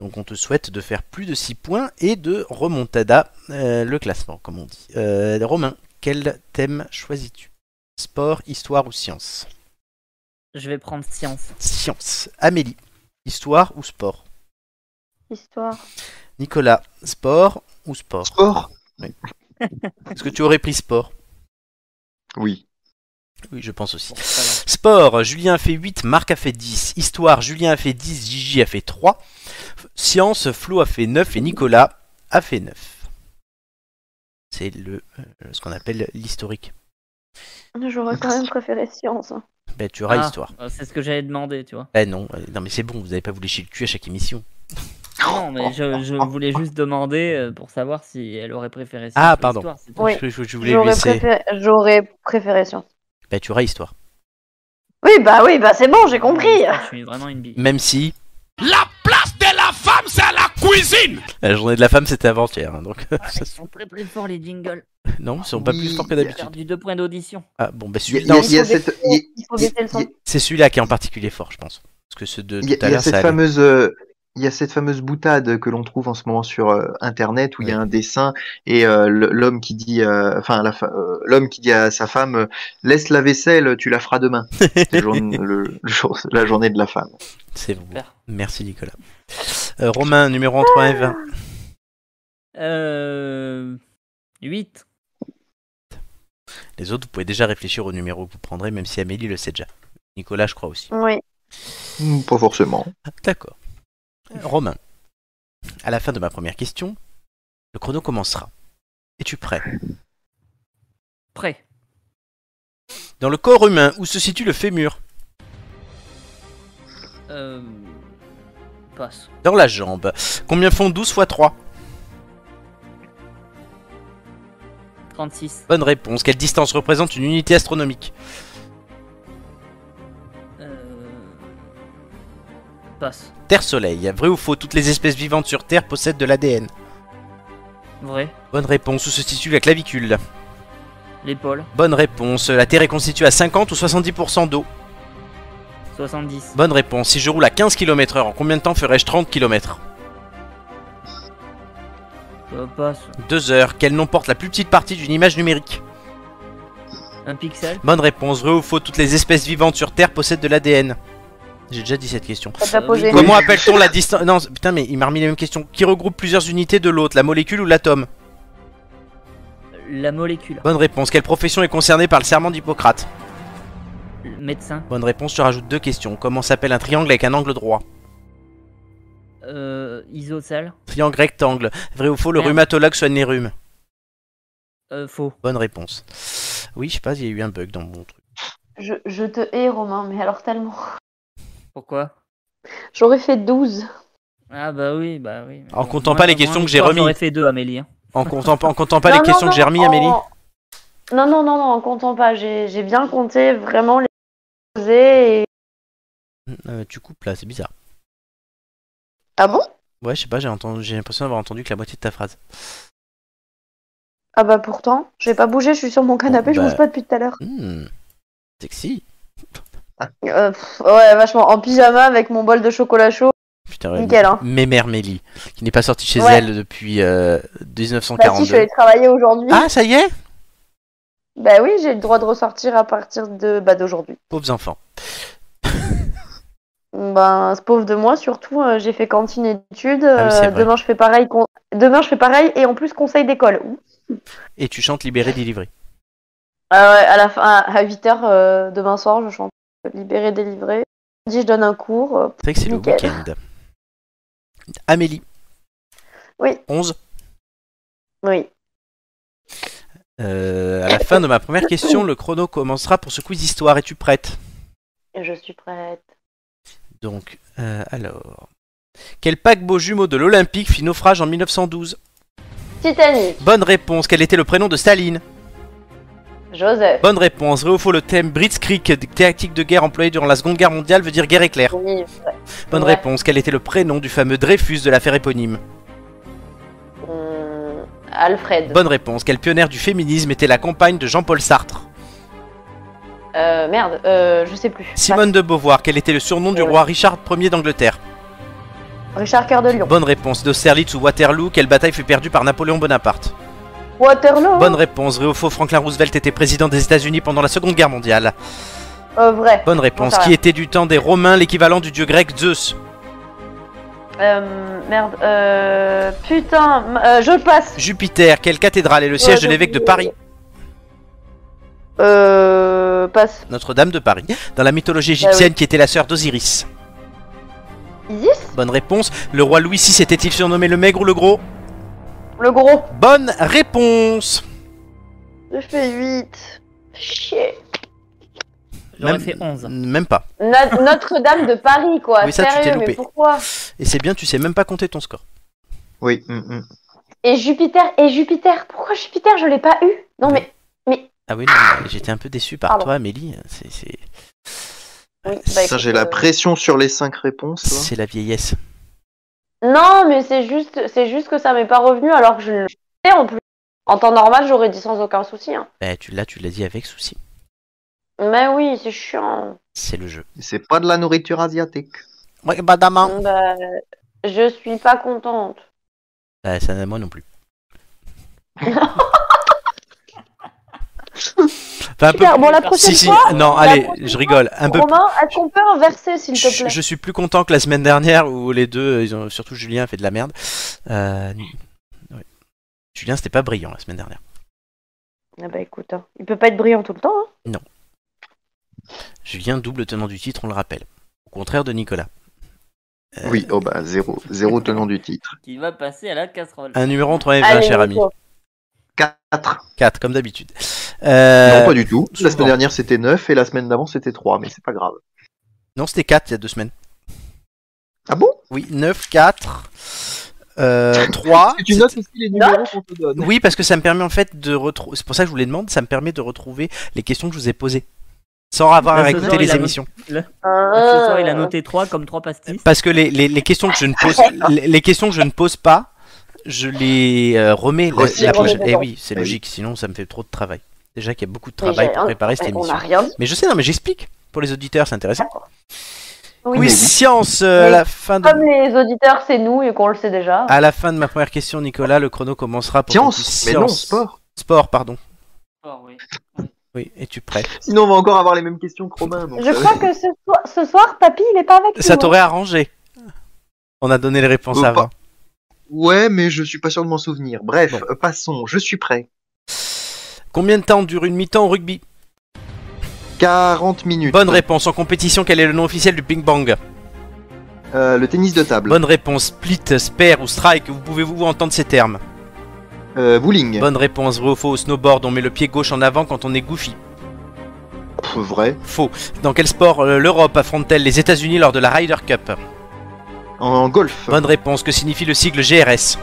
Donc, on te souhaite de faire plus de 6 points et de remontada euh, le classement, comme on dit. Euh, Romain, quel thème choisis-tu Sport, histoire ou science je vais prendre science. Science. Amélie, histoire ou sport Histoire. Nicolas, sport ou sport Sport Est-ce que tu aurais pris sport Oui. Oui, je pense aussi. Sport, Julien a fait 8, Marc a fait 10. Histoire, Julien a fait 10, Gigi a fait 3. Science, Flo a fait 9 et Nicolas a fait 9. C'est le, euh, ce qu'on appelle l'historique. J'aurais quand même préféré science. Ben, tu auras Ah, histoire. euh, C'est ce que j'avais demandé, tu vois. Ben non, euh, non mais c'est bon, vous n'avez pas vous lécher le cul à chaque émission. Non, mais je, je voulais juste demander euh, pour savoir si elle aurait préféré ça. Ah, pardon. Oui. Je, je- je voulais J'aurais laisser. préféré, j'aurais préféré science. Ben tu auras histoire. Oui, bah oui, bah c'est bon, j'ai compris. Je suis vraiment une bille. Même si La place de la femme, c'est la cuisine la journée de la femme c'était avant-hier, hein, donc ça Ils se- sont très très forts les jingles. non, ils sont pas plus forts que J'ai d'habitude. perdu deux points d'audition. Ah bon, ben Il y a- celui- il y a- non, il y a cette- il y a- Il faut baisser le son. c'est celui-là qui est en particulier fort, je pense. Parce que ceux de Il y a, tout à il y a l'heure, cette ça allait. fameuse, euh, il y a cette fameuse boutade que l'on trouve en ce moment sur euh, Internet où il y a un dessin et euh, le- l'homme qui dit, euh, enfin la fa- euh, l'homme qui dit à sa femme, euh, laisse la vaisselle, tu la feras demain. C'est le jour- le- le jour- la journée de la femme. C'est bon. Merci Nicolas. Euh, Romain, numéro entre 1 et 20. Euh. 8. Les autres, vous pouvez déjà réfléchir au numéro que vous prendrez, même si Amélie le sait déjà. Nicolas, je crois aussi. Ah, Oui. Hmm, Pas forcément. D'accord. Euh, Romain, à la fin de ma première question, le chrono commencera. Es-tu prêt Prêt. Dans le corps humain, où se situe le fémur Euh. Passe. Dans la jambe. Combien font 12 x 3 36. Bonne réponse. Quelle distance représente une unité astronomique Euh. Passe. Terre-Soleil. Vrai ou faux Toutes les espèces vivantes sur Terre possèdent de l'ADN. Vrai. Bonne réponse. Où se situe la clavicule L'épaule. Bonne réponse. La Terre est constituée à 50 ou 70% d'eau 70. Bonne réponse. Si je roule à 15 km/h, en combien de temps ferais-je 30 km Euh, passe. 2 heures. Quel nom porte la plus petite partie d'une image numérique Un pixel. Bonne réponse. Vrai ou faux Toutes les espèces vivantes sur Terre possèdent de l'ADN. J'ai déjà dit cette question. T'as pas posé. Ah Comment appelle-t-on la distance Non, c'est- putain, mais il m'a remis les mêmes questions. Qui regroupe plusieurs unités de l'autre, la molécule ou l'atome La molécule. Bonne réponse. Quelle profession est concernée par le serment d'Hippocrate Le médecin. Bonne réponse. Je rajoute deux questions. Comment s'appelle un triangle avec un angle droit Euh. Isocèle. Triangle rectangle. Vrai ou faux Le Merde. rhumatologue soigne les rhumes. Euh, faux. Bonne réponse. Oui, je sais pas, il y a eu un bug dans mon truc. Je, je te hais, Romain, mais alors tellement. Pourquoi J'aurais fait 12. Ah bah oui, bah oui. En comptant Moi, pas les moi, questions que j'ai l'histoire, remis. J'aurais fait deux, Amélie. hein. En comptant, pas- en comptant pas Non, les non, questions non, que j'ai remis, en- Amélie Non, non, non, non, en comptant pas. J'ai j'ai bien compté vraiment les posées. et- Euh, Tu coupes là, c'est bizarre. Ah bon Ouais, je sais pas, j'ai entendu- j'ai l'impression d'avoir entendu que la moitié de ta phrase. Ah bah pourtant, j'ai pas bougé, je suis sur mon canapé, je bah. bouge pas depuis tout à l'heure. Hmm, Sexy. Euh, pff, ouais, vachement en pyjama avec mon bol de chocolat chaud. Putain, ouais, Nickel, hein. Mémère Mélie, qui n'est pas sortie chez Ouais. elle depuis euh, Bah si, je 1942. suis allée travailler aujourd'hui. ah, ça y est Bah oui, j'ai le droit de ressortir à partir de bah d'aujourd'hui. Pauvres enfants. Ben, ce pauvre de moi, surtout, euh, j'ai fait cantine études. Ah oui, c'est euh, vrai. demain, je fais pareil. con- Demain, je fais pareil et en plus conseil d'école. Ouh. Et tu chantes Libéré, délivré. Ah ouais, à la fin, à 8h demain soir, je chante Libéré, délivré. Dis, je donne un cours. euh, C'est vrai que c'est le Nickel. week-end. Amélie, Oui, 11. oui. Euh, à la fin de ma première question, le chrono commencera pour ce quiz histoire. Es-tu prête Je suis prête. Donc, euh, alors. Quel paquebot jumeau de l'Olympique fit naufrage en 1912 Titanic, Bonne réponse. Quel était le prénom de Staline Joseph. Bonne réponse. Vrai ou faux, le thème Blitzkrieg, tactique de guerre employée durant la Seconde Guerre mondiale, veut dire guerre éclair Oui, vrai. Bonne Ouais. réponse. Quel était le prénom du fameux Dreyfus de l'affaire éponyme Hum, Alfred. Bonne réponse. Quelle pionnière du féminisme était la compagne de Jean-Paul Sartre Euh, merde, euh, je sais plus. Simone de Beauvoir. Quel était le surnom du Ouais. roi Richard Ier d'Angleterre Bah, Richard Cœur de Lion. Bonne réponse. D'Austerlitz ou Waterloo, quelle bataille fut perdue par Napoléon Bonaparte Waterloo. Bonne réponse. Vrai ou faux, Franklin Roosevelt était président des États-Unis pendant la Seconde Guerre mondiale Euh, vrai. Bonne réponse. ça va. Qui était du temps des Romains l'équivalent du dieu grec Zeus Euh, merde. Euh, putain, m- euh, je passe. Jupiter. Quelle cathédrale est le siège Ouais, de l'évêque de Paris Euh. Passe. Notre-Dame de Paris, dans la mythologie égyptienne Ah oui. qui était la sœur d'Osiris. Isis Bonne réponse. Le roi Louis VI était-il surnommé le maigre ou le gros Le gros. Bonne réponse. Je fais 8. Chier. J'aurais Même- fait 11. Même pas. No- Notre-Dame de Paris, quoi. Oui, ça, tu t'es Sérieux, mais loupé. pourquoi Et c'est bien, tu sais même pas compter ton score. Oui. hmm, Et Jupiter, et Jupiter, pourquoi Jupiter, je l'ai pas eu Non, mais. Ah oui, non, mais j'étais un peu déçu par Pardon. toi, Amélie. C'est, c'est- Oui, bah, Ça, écoute, j'ai la euh, pression sur les cinq réponses. là. c'est la vieillesse. Non, mais c'est juste, c'est juste que ça m'est pas revenu alors que je le sais en plus. En temps normal, j'aurais dit sans aucun souci. hein. Bah, tu l'as, tu l'as dit avec souci. Mais oui, c'est chiant. C'est le jeu. C'est pas de la nourriture asiatique. Ouais, badama. Bah, je suis pas contente. Bah, ça n'a- moi non plus. Enfin, un peu- Super, bon, la prochaine si, si, fois, non, la allez, prochaine je rigole. Un peu Romain, est-ce qu'on peut inverser, s'il te je, plaît je suis plus content que la semaine dernière où les deux, euh, ils ont, surtout Julien, a fait de la merde. Euh, ouais. Julien, c'était pas brillant la semaine dernière. Ah bah écoute, hein, il peut pas être brillant tout le temps. hein. Julien, double tenant du titre, on le rappelle. Au contraire de Nicolas. Euh, Oui, oh bah zéro, zéro tenant du titre. Qui va passer à la casserole. Un numéro entre 1 et 20, Allez, Eh ben, cher ami. Nico. 4. 4, comme d'habitude. Euh, Non, pas du tout. La souvent. semaine dernière c'était 9 et la semaine d'avant c'était 3, mais c'est pas grave. Non, c'était 4 il y a deux semaines. Ah bon Oui, 9, 4, euh, 3. Tu notes aussi les numéros qu'on te donne. Oui, parce que ça me permet en fait de retrouver. C'est pour ça que je vous les demande, ça me permet de retrouver les questions que je vous ai posées. Sans Bah, avoir à Là, ce réécouter soir, il les a émissions. noté- là, Ce soir, il a Ah. noté 3 comme 3 pastilles. Parce que les, les- les questions que je ne pose, les, les questions que je ne pose pas, je les euh, remets la, Recycle. la prochaine. Eh oui, c'est Eh oui. logique, sinon ça me fait trop de travail. Déjà qu'il y a beaucoup de Mais travail j'ai- pour on- préparer cette on- On émission. a rien dit. Mais je sais, non, mais j'explique. Pour les auditeurs, c'est intéressant. Oui. Ah, Oui, science, euh, à Mais la fin de Comme les auditeurs, c'est nous et qu'on le sait déjà. À la fin de ma première question, Nicolas, le chrono commencera pour Science, que tu- mais non, sport. Sport, pardon. Fort, oui. Oui, es-tu prêt Sinon on va encore avoir les mêmes questions que Romain. donc euh. Je ça- crois que ce soir, ce soir, papy, il est pas avec nous. Ça hein. t'aurait arrangé. On a donné les réponses Ou pas. avant. Ouais, mais je suis pas sûr de m'en souvenir. Bref, euh, passons, je suis prêt. Combien de temps dure une mi-temps au rugby 40 minutes. Bonne réponse. En compétition, quel est le nom officiel du ping Bang Euh, le tennis de table. Bonne réponse. Split, spare ou strike, vous pouvez vous entendre ces termes Euh, bowling. Bonne réponse. Vrai ou faux au snowboard, on met le pied gauche en avant quand on est goofy Pff, vrai. Faux. Dans quel sport euh, l'Europe affronte-t-elle les États-Unis lors de la Ryder Cup En, golf. Bonne réponse. Que signifie le sigle GRS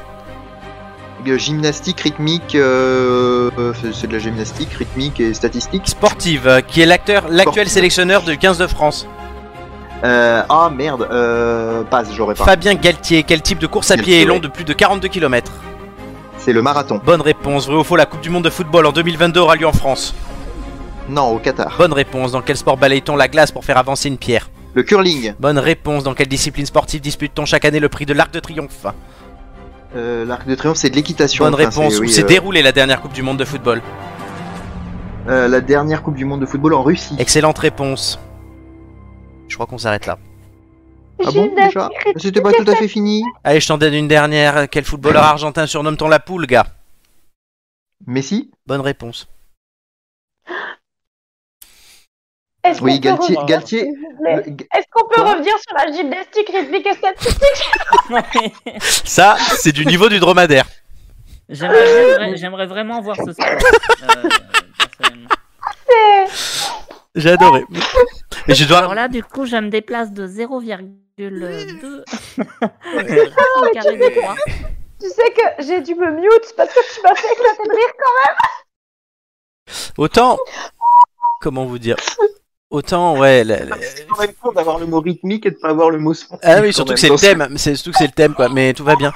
Euh, Gymnastique, rythmique. euh, euh, c'est- c'est de la gymnastique, rythmique et statistique. Sportive, euh, qui est l'acteur, l'actuel Sportive. sélectionneur de 15 de France Euh, ah merde, euh, passe, j'aurais pas. Fabien Galtier, quel type de course à Galtier, pied est long ouais. de plus de 42 km C'est le marathon. Bonne réponse. Vrai ou faux, la Coupe du Monde de football en 2022 aura lieu en France Non, au Qatar. Bonne réponse. Dans quel sport balaye-t-on la glace pour faire avancer une pierre Le curling. Bonne réponse. Dans quelle discipline sportive dispute-t-on chaque année le prix de l'Arc de Triomphe Euh, L'arc de triomphe, c'est de l'équitation. Bonne Enfin, réponse. Où oui, s'est euh, déroulée la dernière Coupe du Monde de football euh, la dernière Coupe du Monde de football en Russie. Excellente réponse. Je crois qu'on s'arrête là. Ah bon déjà C'était pas tout à fait fini. Allez, je t'en donne une dernière. Quel footballeur argentin surnomme-t-on la poule, gars Messi. Bonne réponse. Est-ce qu'on Oui, peut Galtier. revenir, Galtier. s'il vous Euh, plaît le- Ga- Est-ce qu'on peut Quoi revenir sur la gymnastique rythmique et statistique Ça, c'est du niveau du dromadaire. J'aimerais- J'aimerais j'aimerais vraiment voir ce sport. Euh, personnellement. J'ai adoré. Et je dois, Alors là, du coup, je me déplace de 0,2 au carré de 3. Tu sais que j'ai dû me mute parce que tu m'as fait éclater de rire quand Autant. Comment vous dire Autant, ouais. la- la- C'est quand même con d'avoir le mot rythmique et de pas avoir le mot sportif. Ah oui, quand surtout même, que c'est dans le ce- thème. C'est surtout que c'est le thème, quoi. Mais tout va bien.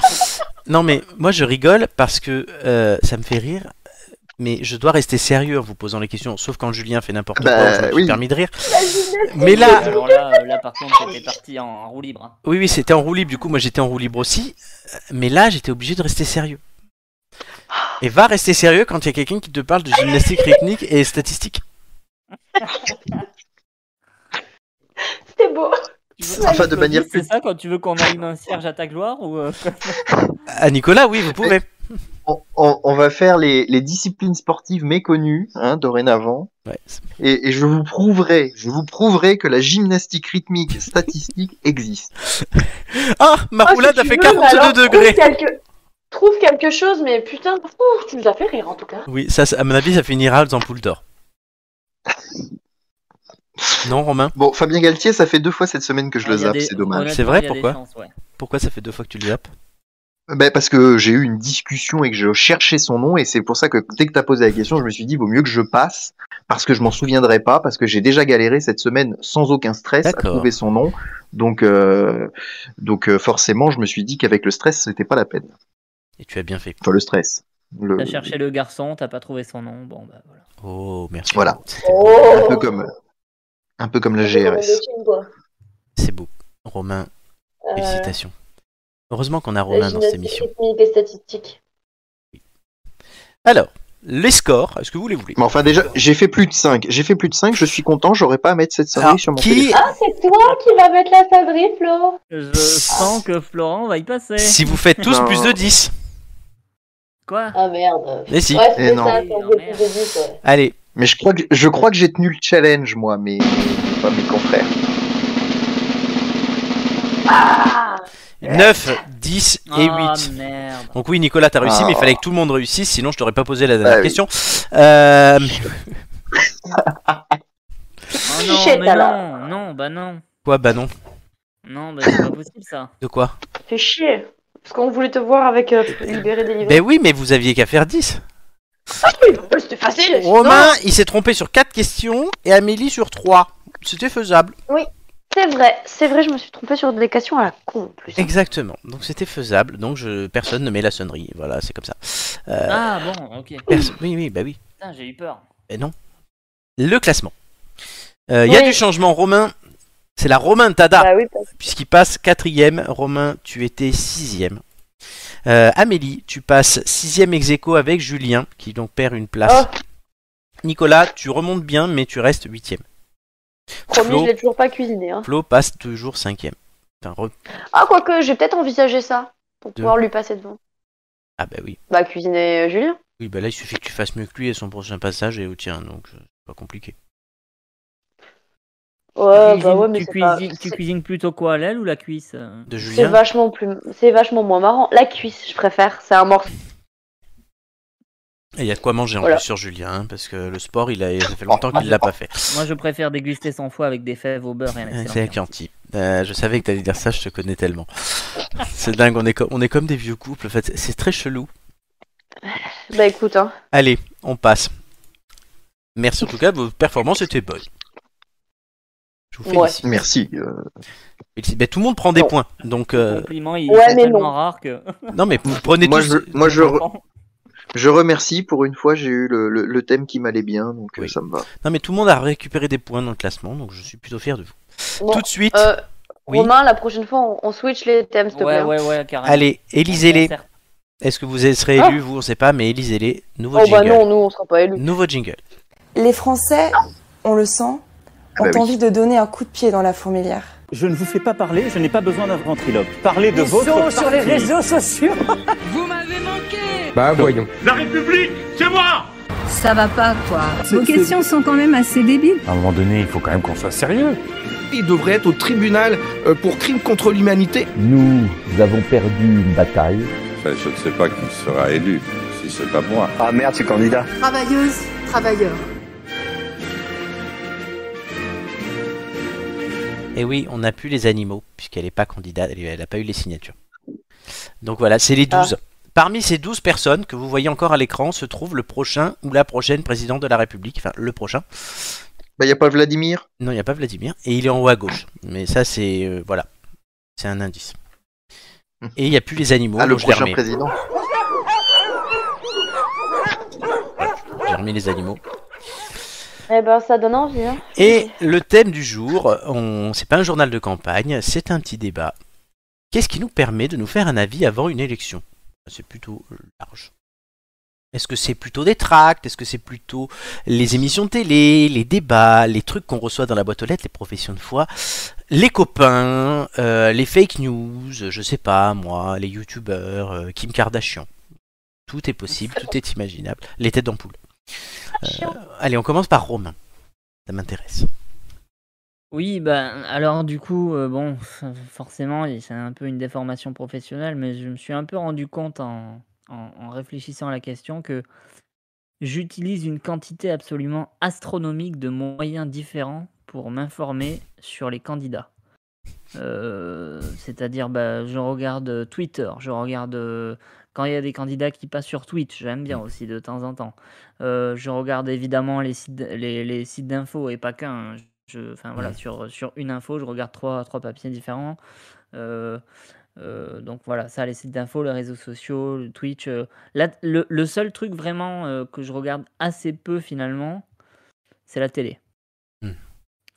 Non, mais moi je rigole parce que euh, ça me fait rire. Mais je dois rester sérieux en vous posant les questions. Sauf quand Julien fait n'importe Bah, quoi, je me suis oui. permis de rire. même. La gymnastique. Mais là, Alors là, euh, là, par contre, t'es parti en, en roue libre. hein. oui, oui, c'était en roue libre. Du coup, moi j'étais en roue libre aussi. Mais là, j'étais obligé de rester sérieux. Et va rester sérieux quand il y a quelqu'un qui te parle de gymnastique rythmique et statistique. C'était beau. Tu veux- Enfin, de manière C'est ça quand tu veux qu'on aille un cierge à ta gloire ou euh, À Nicolas, oui, vous pouvez. On, on- on va faire les, les disciplines sportives méconnues, hein, dorénavant. Ouais. Et, et, je vous prouverai, je vous prouverai que la gymnastique rythmique statistique existe. ah, ma roulade oh, si a fait veux, 42 alors, degrés. Trouve quelque... trouve quelque... chose, mais putain, ouf, tu nous as fait rire en tout cas. Oui, ça, à mon avis, ça finira aux ampoules d'or. non, Romain Bon, Fabien Galtier, ça fait deux fois cette semaine que je ah, le zappe, des... c'est dommage. C'est vrai, pourquoi chances, ouais. Pourquoi ça fait deux fois que tu le zappes ben parce que j'ai eu une discussion et que je cherchais son nom et c'est pour ça que dès que tu as posé la question, je me suis dit vaut mieux que je passe parce que je m'en souviendrai pas parce que j'ai déjà galéré cette semaine sans aucun stress à trouver son nom. Donc euh, donc euh, forcément, je me suis dit qu'avec le stress, c'était pas la peine. Et tu as bien fait. Enfin le stress. Le... T'as cherché le garçon, t'as pas trouvé son nom. Bon bah voilà. Oh merci. Voilà. Oh un peu comme un peu comme la GRS. C'est beau. Romain, euh... félicitations. Heureusement qu'on a Romain dans cette émission. Des statistiques. Alors, les scores, est-ce que vous les voulez Mais enfin déjà, j'ai fait plus de 5. J'ai fait plus de 5, je suis content, j'aurais pas à mettre cette sonnerie sur mon qui... Téléphone. Ah, c'est toi qui vas mettre la sonnerie, Flo Je sens que Florent va y passer. Si vous faites tous non. plus de 10. Quoi Ah merde. Mais si. Ouais, c'est ça, Et non. Plus de 10, ouais. Allez. Mais je crois que je crois que j'ai tenu le challenge moi, mais pas mes confrères. Ah 9, 10 et 8. Oh, merde. Donc oui, Nicolas, t'as réussi, oh. mais il Ah. fallait que tout le monde réussisse, sinon je t'aurais pas posé Bah la dernière ah, question. Oui. Euh... oh non, mais non, non, bah non. Quoi, bah non Non, bah c'est pas possible ça. De quoi Fais chier. Parce qu'on voulait te voir avec euh, libérer des livres. Mais Ben oui, mais vous aviez qu'à faire 10. Ah oui, c'était facile. Romain, il s'est trompé sur 4 questions et Amélie sur 3. C'était faisable. Oui. C'est vrai, c'est vrai, je me suis trompé sur des questions à la con en plus. Exactement, donc c'était faisable, donc je... personne ne met la sonnerie, voilà, c'est comme ça. Euh... Ah bon, ok. Perso... Oui, oui, bah oui. Putain, j'ai eu peur. Et non. Le classement. Il euh, oui. y a du changement, Romain, c'est la Romain Tada, bah oui, puisqu'il passe quatrième, Romain, tu étais sixième. Euh, Amélie, tu passes sixième ex aequo avec Julien, qui donc perd une place. Oh. Nicolas, tu remontes bien, mais tu restes huitième. Promis, Flo, je l'ai toujours pas cuisiné. Hein. Flo passe toujours cinquième. Enfin, re... Ah, quoique, j'ai peut-être envisagé ça pour de... pouvoir lui passer devant. Ah, bah oui. Bah, cuisiner Julien. Oui, bah là, il suffit que tu fasses mieux que lui et son prochain passage et au tien, donc euh, c'est pas compliqué. Ouais, cuisines, bah ouais, mais tu, c'est cuisines, pas... tu cuisines plutôt quoi, l'aile ou la cuisse De Julien. C'est vachement, plus... c'est vachement moins marrant. La cuisse, je préfère, c'est un morceau. Et il y a de quoi manger en voilà. plus sur Julien, hein, parce que le sport, il a, ça fait longtemps qu'il l'a pas fait. Moi, je préfère déguster sans fois avec des fèves au beurre et un C'est Chianti. Euh, je savais que t'allais dire ça, je te connais tellement. c'est dingue, on est, comme, on est comme des vieux couples, en fait, c'est très chelou. Bah écoute, hein. Allez, on passe. Merci en tout cas, vos performances étaient bonnes. Je vous félicite. Ouais. Merci. Euh... Ben, tout le monde prend des non. points, donc... Euh... Compliment, il ouais, est tellement non. rare que... non, mais vous prenez moi, tous... Je, moi, je... Je remercie, pour une fois j'ai eu le, le, le thème qui m'allait bien, donc oui. ça me va. Non mais tout le monde a récupéré des points dans le classement, donc je suis plutôt fier de vous. Bon, Tout de suite... Euh, oui. Romain, la prochaine fois on, on switch les thèmes, s'il te hein. plaît. Ouais, ouais, ouais, carrément. Allez, élisez-les. Est-ce que vous serez élus, vous, on sait pas, mais élisez-les. Nouveau oh, jingle. bah non, nous on sera pas élus. Nouveau jingle. Les Français, on le sent, ont ah bah envie oui. de donner un coup de pied dans la fourmilière. Je ne vous fais pas parler, je n'ai pas besoin d'un ventriloque. Parlez de Ils votre sont sur les réseaux sociaux Vous m'avez manqué Bah voyons. La République, c'est moi Ça va pas quoi. Vos questions sont quand même assez débiles. À un moment donné, il faut quand même qu'on soit sérieux. Il devrait être au tribunal euh, pour crime contre l'humanité. Nous avons perdu une bataille. Enfin, Bah, je ne sais pas qui sera élu, si c'est pas moi. Ah merde, je suis candidat. Travailleuse, travailleur. Et Eh oui, on n'a plus les animaux, puisqu'elle n'est pas candidate, elle n'a pas eu les signatures. Donc voilà, c'est les 12. Ah. Parmi ces 12 personnes que vous voyez encore à l'écran se trouve le prochain ou la prochaine présidente de la République, enfin le prochain. Bah, il n'y a pas Vladimir Non, il n'y a pas Vladimir, et il est en haut à gauche. Mais ça, c'est. Euh, voilà. C'est un indice. Et il n'y a plus les animaux. Ah, le prochain président voilà, J'ai remis les animaux. Eh ben, ça donne envie. Hein. Et le thème du jour, on... c'est pas un journal de campagne, c'est un petit débat. Qu'est-ce qui nous permet de nous faire un avis avant une élection C'est plutôt large. Est-ce que c'est plutôt des tracts Est-ce que c'est plutôt les émissions de télé, les débats, les trucs qu'on reçoit dans la boîte aux lettres, les professions de foi, les copains, euh, les fake news, je sais pas moi, les youtubeurs, euh, Kim Kardashian. Tout est possible, tout est imaginable. Les têtes d'ampoule. Euh, allez, on commence par Romain. Ça m'intéresse. Oui, ben alors du coup, euh, bon, forcément, c'est un peu une déformation professionnelle, mais je me suis un peu rendu compte en, en, en réfléchissant à la question que j'utilise une quantité absolument astronomique de moyens différents pour m'informer sur les candidats. Euh, C'est-à-dire, bah, je regarde Twitter, je regarde euh, quand il y a des candidats qui passent sur Twitch, j'aime bien aussi de temps en temps. Euh, je regarde évidemment les sites, les, les sites d'infos et pas qu'un. Enfin voilà, ouais. sur, sur une info, je regarde trois, trois papiers différents. Euh, donc voilà, ça, les sites d'infos, les réseaux sociaux, le Twitch. Euh, la, le, le, seul truc vraiment euh, que je regarde assez peu finalement, c'est la télé. Mmh.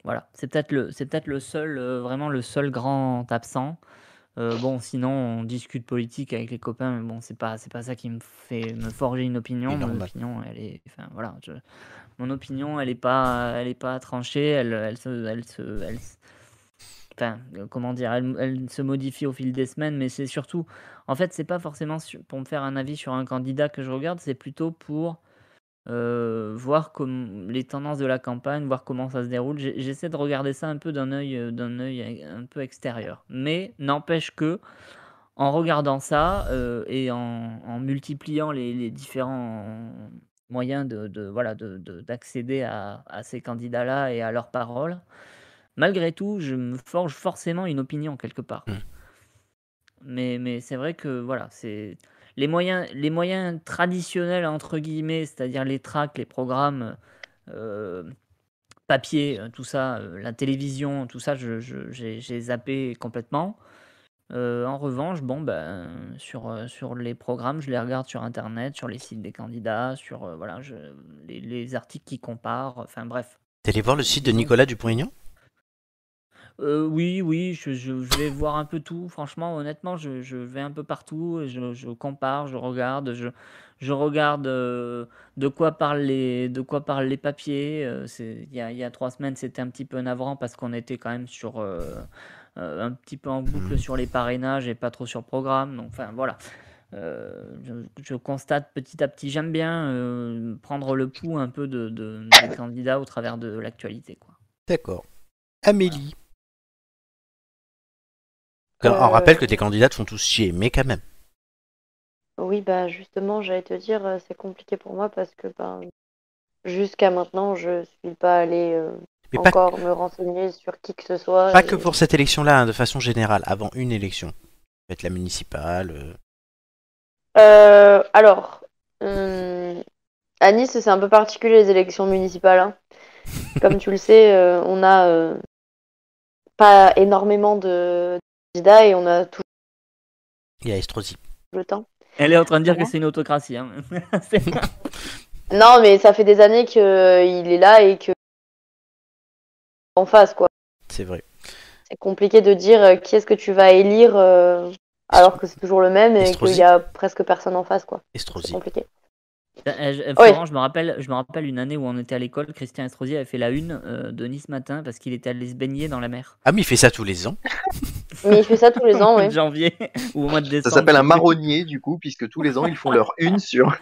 Voilà, c'est peut-être le, c'est peut-être le seul, euh, vraiment le seul grand absent. Euh, bon, sinon, on discute politique avec les copains, mais bon, c'est pas, c'est pas ça qui me fait me forger une opinion. Mon normal. opinion, elle est, enfin voilà, je, mon opinion, elle est pas, elle est pas tranchée, elle, elle se, elle se, elle, enfin, euh, comment dire, elle, elle, se modifie au fil des semaines, mais c'est surtout, en fait, c'est pas forcément pour me faire un avis sur un candidat que je regarde, c'est plutôt pour euh, voir comme les tendances de la campagne, voir comment ça se déroule. J'essaie de regarder ça un peu d'un œil, euh, d'un œil un peu extérieur, mais n'empêche que en regardant ça euh, et en, en multipliant les, les, différents moyens de, de voilà d'accéder de, de, à, à, ces candidats-là et à leurs paroles malgré tout, je me forge forcément une opinion quelque part. Mmh. Mais, mais c'est vrai que voilà, c'est les moyens, les moyens traditionnels entre guillemets, c'est-à-dire les tracts, les programmes, euh, papier, tout ça, euh, la télévision, tout ça, j'ai je, je, zappé complètement. Euh, en revanche, bon, ben, sur, sur les programmes, je les regarde sur Internet, sur les sites des candidats, sur euh, voilà, je, les, les, articles qui comparent, enfin bref. T'es allé voir le site de Nicolas Dupont-Aignan euh, oui, oui, je, je, je, vais voir un peu tout. Franchement, honnêtement, je, je vais un peu partout. Je, je compare, je regarde, je, regarde euh, de quoi parlent les, de quoi parlent les papiers. Il euh, y, a, y, a, trois semaines, c'était un petit peu navrant parce qu'on était quand même sur euh, un petit peu en boucle sur les parrainages et pas trop sur le programme. Donc, enfin, voilà. Euh, je, constate petit à petit, j'aime bien euh, prendre le pouls un peu de, de, des candidats au travers de l'actualité. quoi. D'accord. Amélie. Voilà. On euh... rappelle que les candidates sont tous chier, mais quand même. Oui, bah justement, j'allais te dire, c'est compliqué pour moi parce que bah, jusqu'à maintenant, je suis pas allée euh, encore euh, pas... me renseigner sur qui que ce soit. Pas et... que pour cette élection-là, hein, de façon générale, avant une élection. Peut-être la municipale. Euh... alors, à Nice, c'est un peu particulier les élections municipales. Hein. Comme tu le sais, on a pas énormément de et on a tout. Il y a Estrosi. Le temps. Elle est en train de dire ouais. que c'est une autocratie. Hein. non, mais ça fait des années qu'il est là et que. En face, quoi. C'est vrai. C'est compliqué de dire euh, qui est-ce que tu vas élire euh, alors que c'est toujours le même et qu'il y a presque personne en face, quoi. Estrosi. C'est compliqué. Euh, Florent, ouais. je, me rappelle, je me rappelle une année où on était à l'école, Christian Estrosi avait fait la une euh, de Nice matin parce qu'il était allé se baigner dans la mer. Ah, mais il fait ça tous les ans Mais il fait ça tous les ans, oui. janvier ou au mois de décembre. Ça s'appelle un marronnier, du coup, puisque tous les ans, ils font leur une sur.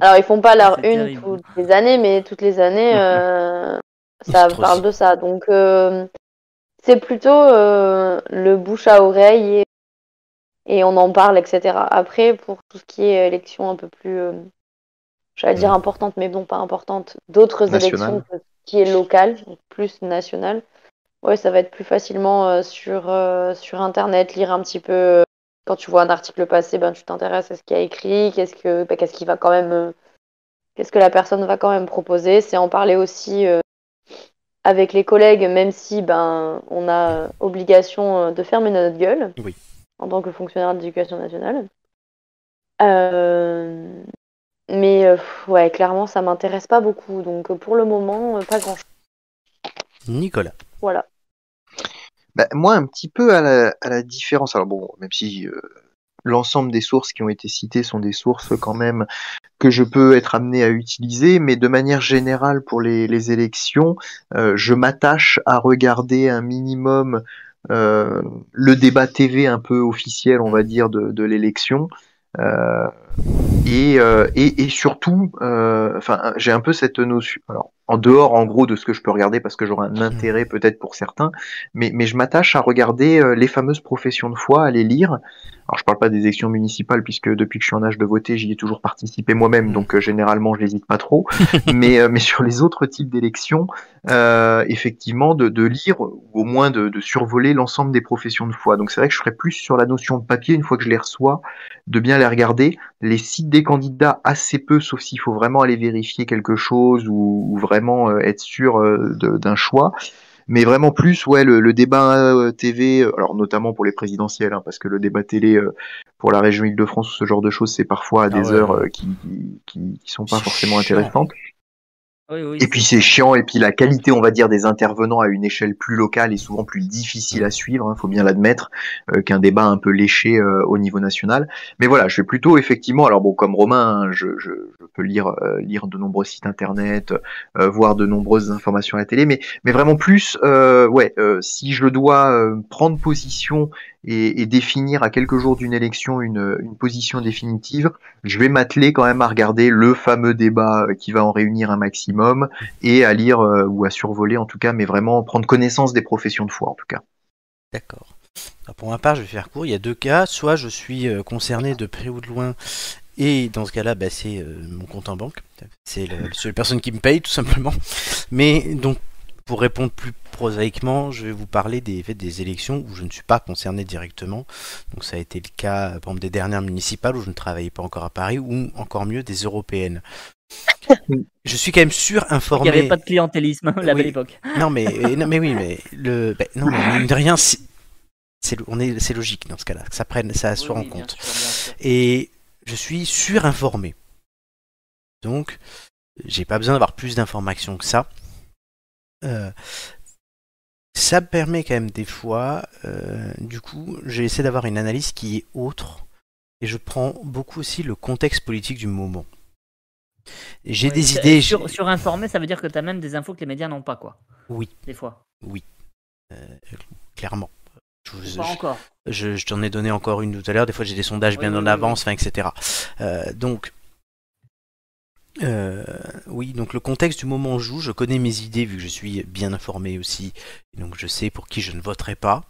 Alors, ils font pas leur une terrible. toutes les années, mais toutes les années, euh, ça parle de ça. Donc, euh, c'est plutôt euh, le bouche à oreille et et on en parle, etc. Après, pour tout ce qui est élection un peu plus, euh, j'allais dire importante, mais bon, pas importante, d'autres élections que, qui est locale, plus nationale, ouais, ça va être plus facilement euh, sur, euh, sur Internet, lire un petit peu. euh, quand tu vois un article passer, ben, tu t'intéresses à ce qu'il y a écrit, qu'est-ce que, ben, qu'est-ce qui va quand même, qu'est-ce que la personne va quand même proposer. C'est en parler aussi euh, avec les collègues, même si ben, on a obligation euh, de fermer notre gueule. Oui en tant que fonctionnaire d'éducation nationale. Euh... mais euh, ouais, clairement, ça m'intéresse pas beaucoup. Donc pour le moment, euh, pas grand-chose. Nicolas. Voilà. Bah, moi, un petit peu à la, à la, différence. Alors bon, même si euh, l'ensemble des sources qui ont été citées sont des sources quand même que je peux être amené à utiliser, mais de manière générale pour les, les élections, euh, je m'attache à regarder un minimum euh, le débat TV un peu officiel, on va dire, de, de l'élection. Euh, et, euh, et, et, surtout, enfin, euh, j'ai un peu cette notion. Alors, en dehors, en gros, de ce que je peux regarder parce que j'aurai un intérêt peut-être pour certains, mais, mais je m'attache à regarder euh, les fameuses professions de foi, à les lire. Alors, je parle pas des élections municipales puisque depuis que je suis en âge de voter, j'y ai toujours participé moi-même, donc euh, généralement, je n'hésite pas trop. mais, euh, mais sur les autres types d'élections, euh, effectivement, de, de, lire ou au moins de, de survoler l'ensemble des professions de foi. Donc, c'est vrai que je serais plus sur la notion de papier une fois que je les reçois, de bien les regarder. Les sites des candidats, assez peu, sauf s'il faut vraiment aller vérifier quelque chose ou, ou vraiment euh, être sûr euh, d'un choix. Mais vraiment plus, ouais, le, le débat euh, TV, alors notamment pour les présidentielles, hein, parce que le débat télé pour la région Île-de-France, ce genre de choses, c'est parfois à ah des ouais. heures qui, qui, qui, sont pas forcément intéressantes. Oui, oui, et puis c'est chiant, et puis la qualité, on va dire, des intervenants à une échelle plus locale est souvent plus difficile à suivre, il hein, faut bien l'admettre, euh, qu'un débat un peu léché euh, au niveau national. Mais voilà, je vais plutôt effectivement, alors bon, comme Romain, hein, je, je, je, peux lire, euh, lire de nombreux sites internet, euh, voir de nombreuses informations à la télé, mais, mais vraiment plus, euh, ouais, si je dois euh, prendre position et, et, définir à quelques jours d'une élection une, une, position définitive, je vais m'atteler quand même à regarder le fameux débat euh, qui va en réunir un maximum et à lire euh, ou à survoler en tout cas, mais vraiment prendre connaissance des professions de foi en tout cas. D'accord. Pour ma part, je vais faire court. Il y a deux cas. Soit je suis euh, concerné de près ou de loin et dans ce cas-là, bah, c'est euh, mon compte en banque. C'est la seule personne qui me paye tout simplement. Mais donc pour répondre plus prosaïquement, je vais vous parler des, des élections où je ne suis pas concerné directement. Donc ça a été le cas, par exemple, des dernières municipales où je ne travaillais pas encore à Paris, ou encore mieux, des européennes. Je suis quand même surinformé. Il n'y avait pas de clientélisme là oui. à l'époque. Non mais, euh, non mais oui, mais le, ben, non, mais de rien, c'est est, est logique dans ce cas-là, que ça prenne, ça soit oui, en compte. Bien sûr, bien sûr. Et je suis surinformé. Donc, j'ai pas besoin d'avoir plus d'informations que ça. Euh, ça permet quand même des fois, euh, du coup, j'essaie d'avoir une analyse qui est autre, et je prends beaucoup aussi le contexte politique du moment. J'ai ouais, Euh, des idées. Sur, surinformé, ça veut dire que tu as même des infos que les médias n'ont pas, quoi. Oui. Des fois. Oui. Euh, clairement. Je, vous, pas je, encore. Je, je t'en ai donné encore une tout à l'heure. Des fois, j'ai des sondages oui, bien oui, en oui, avance, enfin, etc. donc, euh, oui, donc le contexte du moment joue, je connais mes idées vu que je suis bien informé aussi, donc je sais pour qui je ne voterai pas.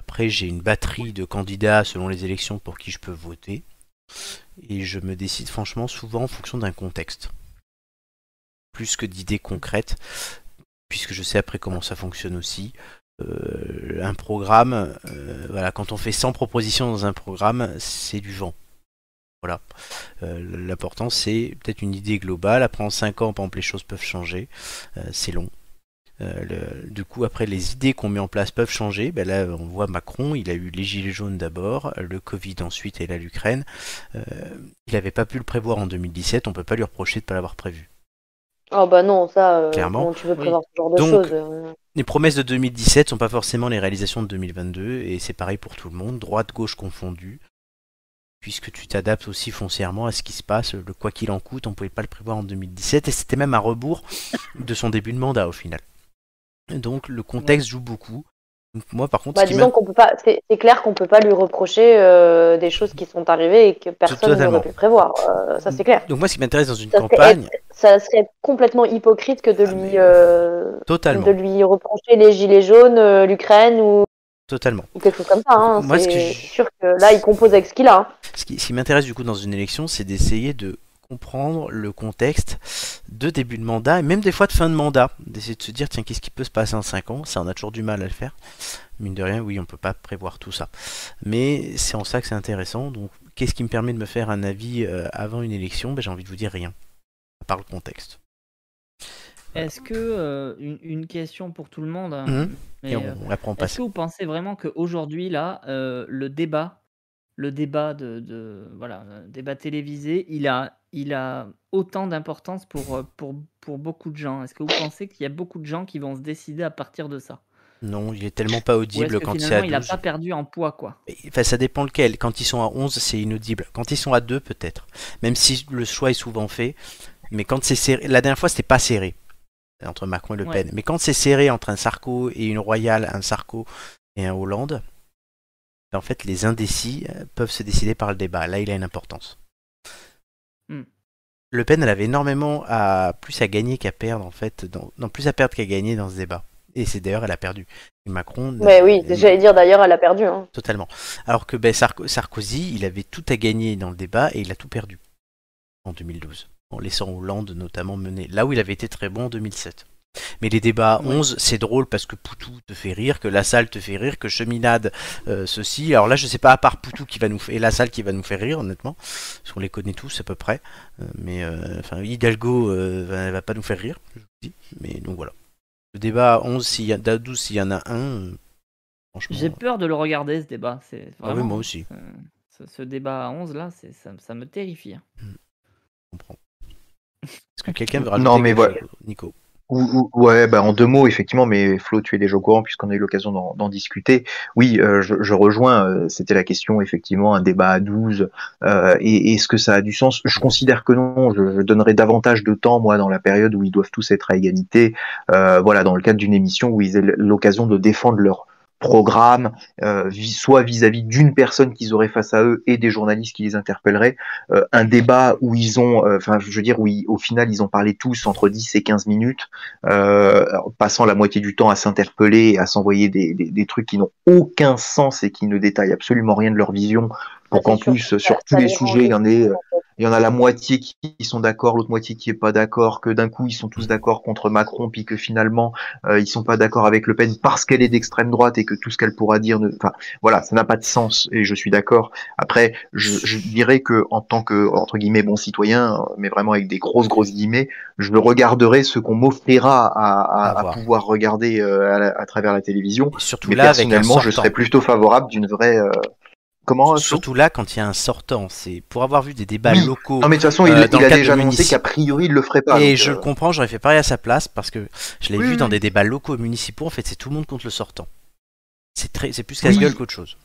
Après, j'ai une batterie de candidats selon les élections pour qui je peux voter, et je me décide franchement souvent en fonction d'un contexte, plus que d'idées concrètes, puisque je sais après comment ça fonctionne aussi. Euh, un programme, euh, voilà, quand on fait 100 propositions dans un programme, c'est du vent. Voilà. Euh, L'important, c'est peut-être une idée globale. Après, en 5 ans, par exemple, les choses peuvent changer. Euh, c'est long. Euh, le, du coup, après, les idées qu'on met en place peuvent changer. Ben là, on voit Macron, il a eu les gilets jaunes d'abord, le Covid ensuite, et là, l'Ukraine. Euh, il n'avait pas pu le prévoir en 2017. On ne peut pas lui reprocher de ne pas l'avoir prévu. Ah oh bah non, ça, Clairement. tu veux prévoir oui. ce genre de Donc, choses. euh, Les promesses de 2017 sont pas forcément les réalisations de 2022, et c'est pareil pour tout le monde, droite, gauche confondue puisque tu t'adaptes aussi foncièrement à ce qui se passe. Le quoi qu'il en coûte, on ne pouvait pas le prévoir en 2017, et c'était même à rebours de son début de mandat au final. Donc le contexte joue beaucoup. Donc, moi, par contre, bah, disons qu'on peut pas, c'est clair qu'on peut pas lui reprocher euh, des choses qui sont arrivées et que personne n'aurait pu prévoir. Euh, ça c'est clair. Donc moi, ce qui m'intéresse dans une ça campagne, serait, ça serait complètement hypocrite que de ah, lui, euh, totalement. de lui reprocher les gilets jaunes, euh, l'Ukraine ou Totalement. Ou quelque chose comme ça. Hein. Moi, ce que je... sûr que là, il compose avec ce qu'il a. Hein. Ce qui, qui m'intéresse du coup dans une élection, c'est d'essayer de comprendre le contexte de début de mandat et même des fois de fin de mandat. D'essayer de se dire, tiens, qu'est-ce qui peut se passer en 5 ans Ça, on a toujours du mal à le faire. Mine de rien, oui, on peut pas prévoir tout ça. Mais c'est en ça que c'est intéressant. Donc, qu'est-ce qui me permet de me faire un avis euh, avant une élection ben, J'ai envie de vous dire rien, à part le contexte. Est-ce que euh, une, une, question pour tout le monde hein, mmh. mais, Et on, on la prend pas. Est-ce que vous pensez vraiment qu'aujourd'hui là, euh, le débat, le débat de, de voilà, le débat télévisé, il a, il a autant d'importance pour, euh, pour, pour beaucoup de gens. Est-ce que vous pensez qu'il y a beaucoup de gens qui vont se décider à partir de ça non, il est tellement pas audible Ou que quand c'est à 12. il a pas perdu en poids, quoi. Enfin, ça dépend lequel. Quand ils sont à 11, c'est inaudible. Quand ils sont à 2, peut-être. Même si le choix est souvent fait. Mais quand c'est serré. La dernière fois, c'était pas serré entre Macron et Le Pen. Ouais. Mais quand c'est serré entre un Sarko et une Royale, un Sarko et un Hollande, ben, En fait, les indécis euh, peuvent se décider par le débat. Là, il a une importance. Mm. Le Pen, elle avait énormément à plus à gagner qu'à perdre, en fait. Dans... Non, plus à perdre qu'à gagner dans ce débat. Et c'est d'ailleurs, elle a perdu. Et Macron. Mais oui, j'allais dire d'ailleurs, elle a perdu. Hein. Totalement. Alors que ben, Sarkozy, il avait tout à gagner dans le débat et il a tout perdu en 2012, en laissant Hollande notamment mener. Là où il avait été très bon en 2007. Mais les débats à 11, ouais. c'est drôle parce que Poutou te fait rire, que La Salle te fait rire, que Cheminade, euh, ceci. Alors là, je sais pas, à part Poutou qui va nous et La Salle qui va nous faire rire, honnêtement, parce qu'on les connaît tous à peu près. Euh, mais euh, enfin, Hidalgo euh, va, va, pas nous faire rire, je vous dis. Mais donc voilà. Le débat à 11, s'il y a, à 12, s'il y en a un, euh, franchement. euh, J'ai peur de le regarder, ce débat. C'est ah oui, moi aussi. Ce, ce, débat à 11, là, ça, ça, me terrifie. Hein. Hmm. Je comprends. Est-ce que quelqu'un veut Non, mais voilà. Chose, Nico. Ouais, bah en deux mots, effectivement, mais Flo, tu es déjà au courant puisqu'on a eu l'occasion d'en discuter. Oui, euh, je, je, rejoins, euh, c'était la question, effectivement, un débat à 12, euh, et est-ce que ça a du sens Je considère que non, je, je, donnerai davantage de temps, moi, dans la période où ils doivent tous être à égalité, Euh, voilà, dans le cadre d'une émission où ils aient l'occasion de défendre leur, programme, euh, soit vis-à-vis d'une personne qu'ils auraient face à eux et des journalistes qui les interpelleraient, euh, un débat où ils ont, enfin euh, je veux dire, où ils, au final ils ont parlé tous entre 10 et 15 minutes, euh, passant la moitié du temps à s'interpeller et à s'envoyer des, des, des, trucs qui n'ont aucun sens et qui ne détaillent absolument rien de leur vision, pour qu'en plus, Ah, sûr, sur tous les sujets, il y en ait... euh, Il y en a la moitié qui sont d'accord, l'autre moitié qui est pas d'accord, que d'un coup ils sont tous d'accord contre Macron, puis que finalement euh, ils sont pas d'accord avec Le Pen parce qu'elle est d'extrême droite et que tout ce qu'elle pourra dire, ne... enfin voilà, ça n'a pas de sens et je suis d'accord. Après, je, je, dirais que en tant que entre guillemets bon citoyen, mais vraiment avec des grosses grosses guillemets, je regarderai ce qu'on m'offrira à, à, à, pouvoir regarder euh, à, la, à, travers la télévision. Et surtout mais là, personnellement, je serais plutôt favorable d'une vraie euh... Comment, Surtout là, quand il y a un sortant, c'est pour avoir vu des débats oui. locaux. Non, mais de toute façon, il, euh, il a déjà annoncé qu'a priori, il le ferait pas. Et je euh... comprends, j'aurais fait pareil à sa place parce que je l'ai oui, vu oui. dans des débats locaux municipaux. En fait, c'est tout le monde contre le sortant. C'est très, c'est plus casse-gueule qu'autre chose.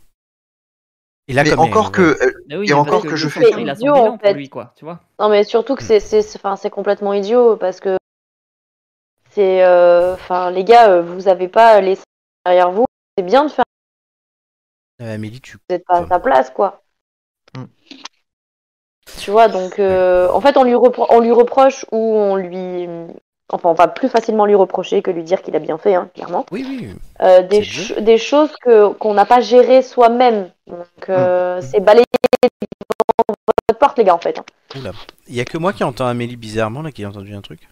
Et là, mais comme encore que, euh, et encore que, que je fais. Il a idiot, en fait. lui, quoi, tu vois non, mais surtout Mm. que c'est, c'est, complètement idiot parce que c'est, euh, enfin, les gars, vous avez pas laissé derrière vous. C'est bien de faire Euh, Amélie, tu. Vous n'êtes pas à sa place, quoi. Mm. Tu vois, donc. Euh, en fait, on lui, on lui reproche ou on lui. Enfin, on va plus facilement lui reprocher que lui dire qu'il a bien fait, hein, clairement. Oui, oui. Euh, des, ch des, choses qu'on qu n'a pas gérées soi-même. Donc, euh, mm. c'est balayer devant votre porte, les gars, en fait. Il hein. n'y a que moi qui entends Amélie bizarrement, là, qui a entendu un truc.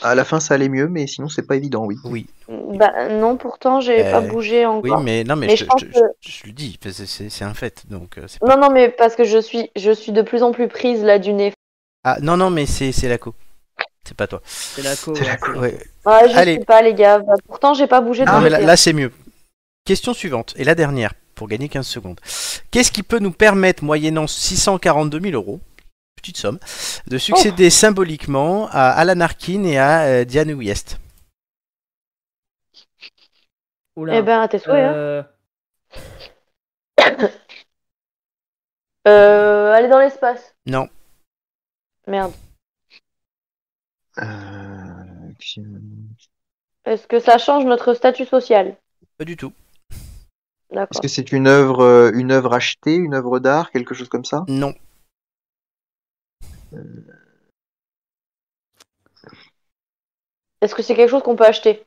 À la fin, ça allait mieux, mais sinon, c'est pas évident, oui. Oui. Bah, non, pourtant, j'ai euh... pas bougé encore. Oui, mais non, mais, mais je, je, que... je, je, le dis, c'est un fait, donc. Pas... Non, non, mais parce que je suis, je suis de plus en plus prise là du nez. Ah non, non, mais c'est la co. C'est pas toi. C'est la co. Ouais, la euh, co. Ouais. Ah, je Allez. sais pas, les gars. Bah, pourtant, j'ai pas bougé. Non, de mais là, là c'est mieux. Question suivante et la dernière pour gagner 15 secondes. Qu'est-ce qui peut nous permettre, moyennant 642 000 euros, petite somme, de succéder oh. symboliquement à Alan Arkin et à euh, Diane Wiest. oh Oula. Eh ben, à tes souhaits. Euh... Hein. euh, aller dans l'espace. Non. Merde. Euh, Est-ce que ça change notre statut social Pas du tout. Est-ce que c'est une œuvre, euh, une œuvre achetée, une œuvre d'art, quelque chose comme ça Non. Est-ce que c'est quelque chose qu'on peut acheter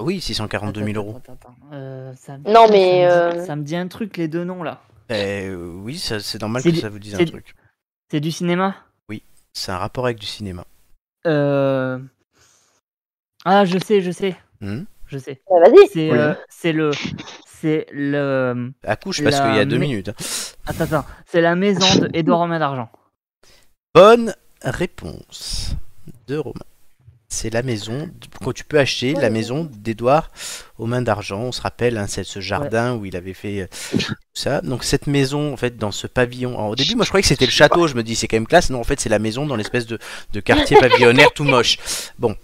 Oui, 642 000 euros. Attends, attends, attends. Euh, ça non, dit, mais. Ça me, dit, euh... ça me, dit, un truc, les deux noms là. Euh, oui, c'est normal que du, ça vous dise un du, truc. C'est du cinéma Oui, c'est un rapport avec du cinéma. Euh, Ah, je sais, je sais. Hmm je sais. Ah, Vas-y. C'est oui. le. C'est le. Accouche parce qu'il y a deux minutes. Attends, attends. C'est la maison d'Edouard Romain d'Argent. Bonne réponse de Romain. C'est la maison quand tu peux acheter la maison d'Edouard aux mains d'argent. On se rappelle hein, c'est ce jardin ouais. où il avait fait euh, tout ça. Donc cette maison en fait dans ce pavillon. Alors, au début moi je croyais que c'était le château. Je me dis c'est quand même classe. Non en fait c'est la maison dans l'espèce de, de, quartier pavillonnaire tout moche. Bon.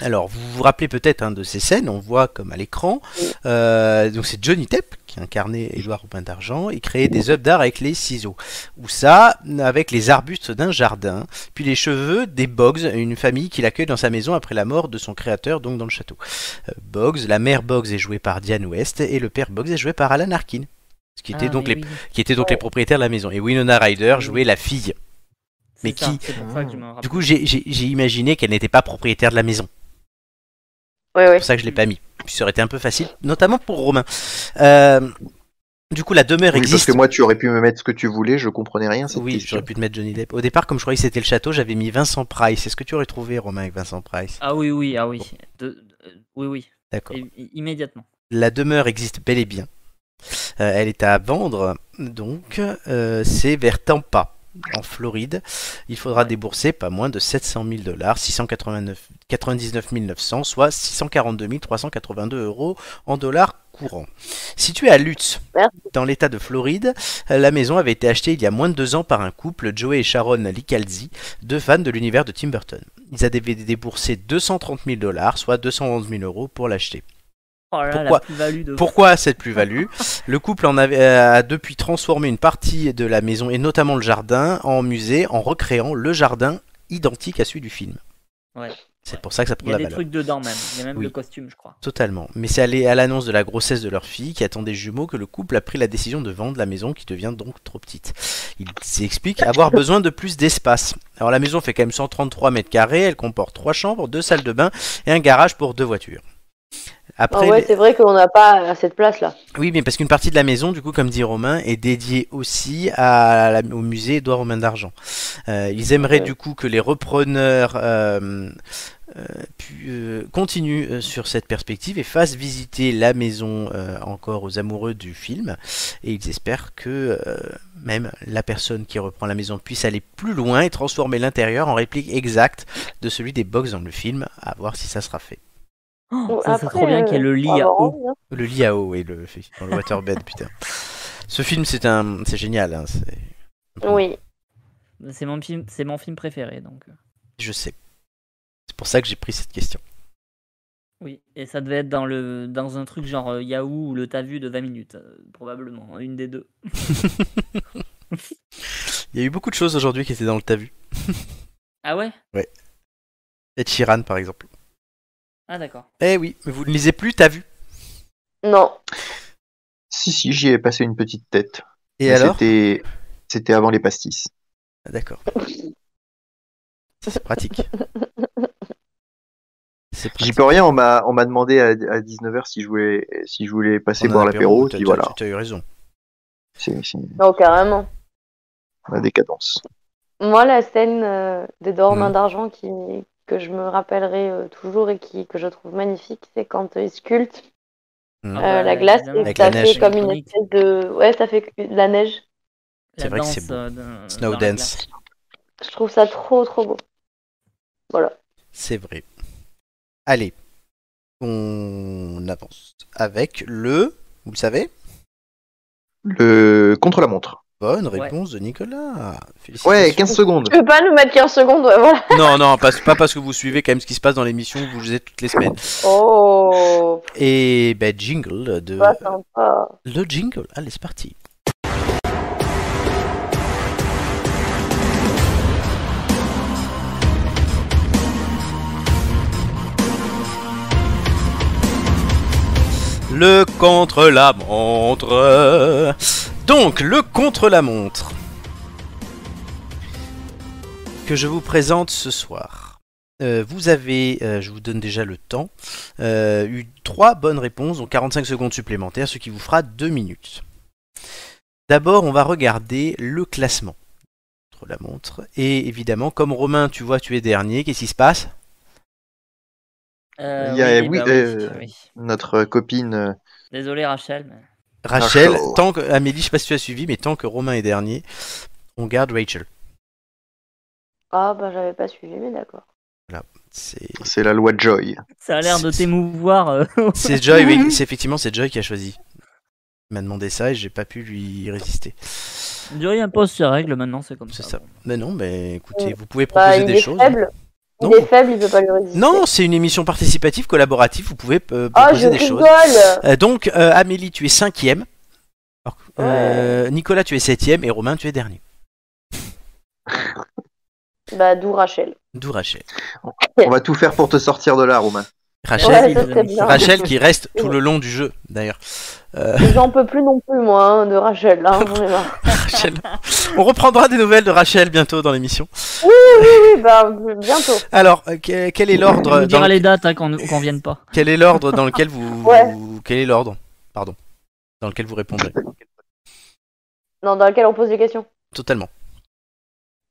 Alors, vous vous rappelez peut-être hein, de ces scènes, on voit comme à l'écran. Euh, donc, c'est Johnny Depp qui incarnait Édouard Robin d'Argent et créait des œuvres d'art avec les ciseaux. Ou ça, avec les arbustes d'un jardin, puis les cheveux des Boggs, une famille qui l'accueille dans sa maison après la mort de son créateur, donc dans le château. Euh, Boggs, la mère Boggs est jouée par Diane West et le père Boggs est joué par Alan Arkin, ce qui, ah, était donc les, oui. Oh. qui étaient donc les propriétaires de la maison. Et Winona Ryder jouait la fille. Mais C'est ça, qui, c'est pour ça que je me rappelle. du coup, j'ai- j'ai j'ai imaginé qu'elle n'était pas propriétaire de la maison. Ah Ouais, C'est pour ça que je l'ai pas mis. Puis ça aurait été un peu facile, notamment pour Romain. Euh, du coup, la demeure Oui, parce existe. que moi, tu aurais pu me mettre ce que tu voulais, je comprenais rien. à Cette Oui, question. j'aurais pu te mettre Johnny Depp. Au départ, comme je croyais que c'était le château, j'avais mis Vincent Price. Est-ce que tu aurais trouvé Romain avec Vincent Price Ah oui, oui, ah oui. De- euh, oui, oui. D'accord. Et- i- immédiatement. La demeure existe bel et bien. Euh, elle est à vendre, donc euh, c'est vers Tampa, en Floride. Il faudra débourser pas moins de 700 000 dollars, 699 900, soit 642 382 euros en dollars courants. Située à Lutz, dans l'État de Floride, euh, la maison avait été achetée il y a moins de deux ans par un couple, Joey et Sharon Licalzi, deux fans de l'univers de Tim Burton. Ils avaient déboursé 230 000 dollars, soit 211 000 euros pour l'acheter. Oh là, Pourquoi- la plus-value de... Pourquoi cette plus-value Le couple en avait, euh, a depuis transformé une partie de la maison et notamment le jardin en musée en recréant le jardin identique à celui du film. Ouais. C'est pour ça que ça prend Il y a la des valeur. trucs dedans même. Il y a même Oui. le costume, je crois. Totalement. Mais c'est allé à l'annonce de la grossesse de leur fille qui attendait jumeaux que le couple a pris la décision de vendre la maison qui devient donc trop petite. Il s'explique avoir besoin de plus d'espace. Alors la maison fait quand même 133 mètres carrés, elle comporte trois chambres, deux salles de bain et un garage pour deux voitures. Après, Ah ouais, les- c'est vrai qu'on n'a pas assez de place là. Oui, mais parce qu'une partie de la maison, du coup, comme dit Romain, est dédiée aussi à la- au musée Édouard Romain d'Argent. Euh, ils aimeraient Ouais. du coup que les repreneurs euh, euh, pu- euh, continuent euh, sur cette perspective et fassent visiter la maison euh, encore aux amoureux du film. Et ils espèrent que euh, même la personne qui reprend la maison puisse aller plus loin et transformer l'intérieur en réplique exacte de celui des box dans le film. À voir si ça sera fait. Oh, Bon, ça, c'est après, trop bien euh, qu'il y ait le lit on va à avoir eau. envie, hein. Le lit à eau et le dans le waterbed, putain. Ce film, c'est un, c'est génial. hein, c'est- Oui. C'est mon, film... c'est mon film préféré, donc. euh, Je sais. C'est pour ça que j'ai pris cette question. Oui, et ça devait être dans, le... dans un truc genre euh, Yahoo ou le T'as vu de 20 minutes, euh, probablement. Une des deux. Il y a eu beaucoup de choses aujourd'hui qui étaient dans le t'as vu. Ah ouais Et Chiran, par exemple. Ah d'accord. Eh oui, mais vous ne lisez plus t'as vu. Non. Si, si, j'y ai passé une petite tête. Et Mais alors c'était- C'était avant les pastis. Ah, D'accord. Ça c'est pratique. C'est pratique. J'y peux rien, on m'a on m'a demandé à, 19h si je voulais, si je voulais passer Prendre boire un l'apéro, t'as- puis t'as- voilà, T'as eu raison. c'est c'est Non, carrément. la décadence. Moi, la scène euh, des dormins Mm. d'argent qui, que je me rappellerai euh, toujours et qui, que je trouve magnifique, c'est quand euh, ils sculptent Mm. euh, Ah bah, la glace évidemment. et Avec que ça la fait neige. comme une Électronique. espèce de. Ouais, ça fait de la neige. C'est La vrai que danse, c'est beau. euh, dans- dans la glace. Snowdance, Je trouve ça trop, trop beau. Voilà. c'est vrai. Allez, on avance avec le. Vous le savez Le contre-la-montre. Bonne Ouais. réponse de Nicolas. Ouais, Félicitations. 15 secondes. Tu peux pas nous mettre 15 secondes, ouais, voilà. Non, non, parce- pas parce que vous suivez quand même ce qui se passe dans l'émission, vous vous êtes toutes les semaines. Oh, Et ben jingle de Euh. pas sympa. le jingle. Allez, c'est parti. Le contre-la-montre. Donc, le contre-la-montre que je vous présente ce soir. Euh, vous avez, euh, je vous donne déjà le temps, euh, eu trois bonnes réponses, donc 45 secondes supplémentaires, ce qui vous fera 2 minutes. D'abord, on va regarder le classement. Entre la montre. Et évidemment, comme Romain, tu vois, tu es dernier, qu'est-ce qui se passe Euh, Il y a- oui, bah euh, oui. Notre copine, euh, Désolé Rachel, mais... Rachel, Rachel. tant que Amélie, je sais pas si tu as suivi, mais tant que Romain est dernier, on garde Rachel. Ah, bah, j'avais pas suivi, mais d'accord. C'est c'est la loi de Joy. ça a l'air de t'émouvoir. euh. c'est Joy, oui, c'est effectivement c'est Joy qui a choisi. Il m'a demandé ça et j'ai pas pu lui résister. Jory impose ses règles maintenant, c'est comme C'est ça. ça. Ah bon. Mais non, mais écoutez, Ouais. vous pouvez Bah, proposer il des est choses. hein. faible. Il non. est faible, il peut pas le résister. Non, c'est une émission participative, collaborative, vous pouvez euh, oh, je des rigole. choses. Euh, donc, Amélie, tu es cinquième. Alors, ouais. Nicolas, tu es septième et Romain, tu es dernier. Bah, d'où Rachel. D'où Rachel. On va tout faire pour te sortir de là, Romain. Rachel, ouais, Rachel qui reste tout le long du jeu, d'ailleurs. Euh... J'en peux plus non plus, moi, hein, de Rachel. Hein, Rachel. On reprendra des nouvelles de Rachel bientôt dans l'émission. Oui, oui, oui, bah, bientôt. Alors, euh, quel, quel est l'ordre On dira le... les dates hein, qu'on qu vienne pas. Quel est l'ordre dans lequel vous... Ouais. Quel est l'ordre Pardon. Dans lequel vous répondrez Non, dans lequel on pose des questions. Totalement.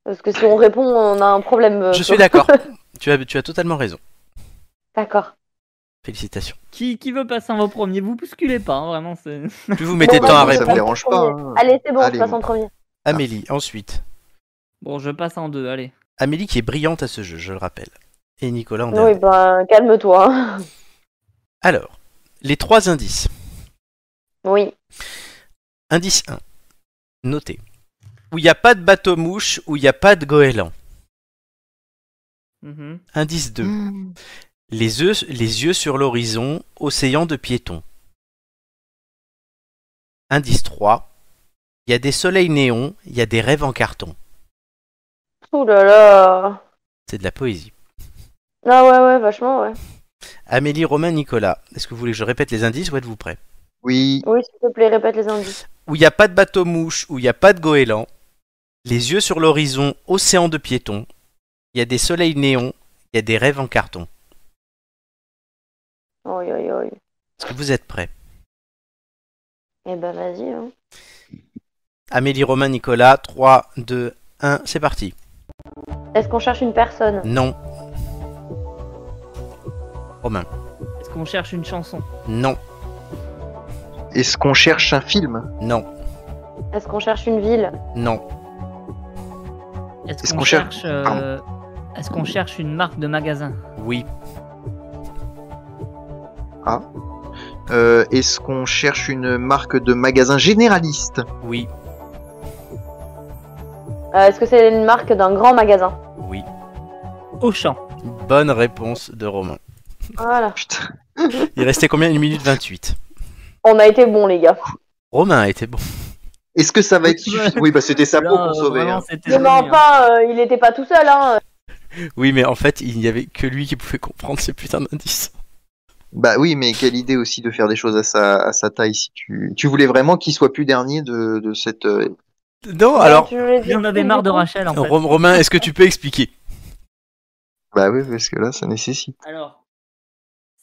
Parce que si on répond, on a un problème. euh, Je suis d'accord. tu, as, tu as totalement raison. D'accord. Félicitations. Qui, qui veut passer en premier Vous bousculez pas, hein, vraiment. Plus vous bah, mettez de bon, temps à répondre. Ça me dérange pas. Hein. Allez, c'est bon, allez, je passe bon. en premier. Amélie, ensuite. Bon, je passe en deux, allez. Amélie qui est brillante à ce jeu, je le rappelle. Et Nicolas en Oui, ben, calme-toi. Alors, les trois indices. Oui. Indice 1. Notez. Où il n'y a pas de bateau-mouche, où il n'y a pas de goéland. Mhm. Mm -hmm. Indice 2. Mm. Les yeux, les yeux, sur l'horizon, océan de piétons. Indice 3. Il y a des soleils néons, il y a des rêves en carton. Ouh là là C'est de la poésie. Ah ouais, ouais, vachement, ouais. Amélie, Romain, Nicolas, est-ce que vous voulez que je répète les indices ou êtes-vous prêts Oui. Oui, s'il te plaît, répète les indices. Où il n'y a pas de bateau-mouche, où il n'y a pas de goéland, les yeux sur l'horizon, océan de piétons, il y a des soleils néons, il y a des rêves en carton. Oi, oi, oi. Est-ce que vous êtes prêts Eh ben vas-y. Hein. Amélie, Romain, Nicolas, 3, 2, 1, c'est parti. Est-ce qu'on cherche une personne Non. Romain. Est-ce qu'on cherche une chanson Non. Est-ce qu'on cherche un film Non. Est-ce qu'on cherche une ville Non. Est-ce Est qu'on cherche, euh... Est-ce qu'on cherche une marque de magasin Oui. Ah. Euh, Est-ce qu'on cherche une marque de magasin généraliste Oui. Euh, Est-ce que c'est une marque d'un grand magasin Oui. Auchan. Bonne réponse de Romain. Voilà. Il restait combien Une minute 28. On a été bon, les gars. Romain a été bon. Est-ce que ça va être suffisant Oui, bah c'était sa peau euh, pour sauver. Vraiment, hein. Non, pas, euh, il n'était pas tout seul. Hein. Oui, mais en fait, il n'y avait que lui qui pouvait comprendre ces putains d'indices. Bah oui, mais quelle idée aussi de faire des choses à sa, à sa taille. Si tu, tu voulais vraiment qu'il soit plus dernier de, de cette. Euh... Non, alors. Il en avait marre de Rachel en fait. Romain, est-ce que tu peux expliquer Bah oui, parce que là, ça nécessite. Alors,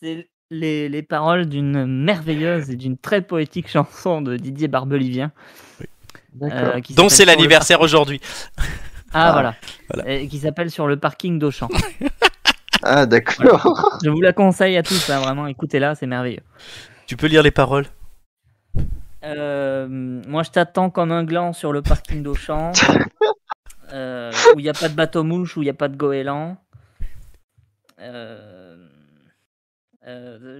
c'est les, les, paroles d'une merveilleuse et d'une très poétique chanson de Didier Barbelivien. Oui. Euh, dont c'est l'anniversaire aujourd'hui. Ah, ah, voilà. voilà. Et, qui s'appelle Sur le parking d'Auchan. Ah, d'accord. Voilà. Je vous la conseille à tous, hein, vraiment. Écoutez-la, c'est merveilleux. Tu peux lire les paroles euh, Moi, je t'attends comme un gland sur le parking d'Auchan, euh, où il n'y a pas de bateau-mouche, où il n'y a pas de goéland. Euh,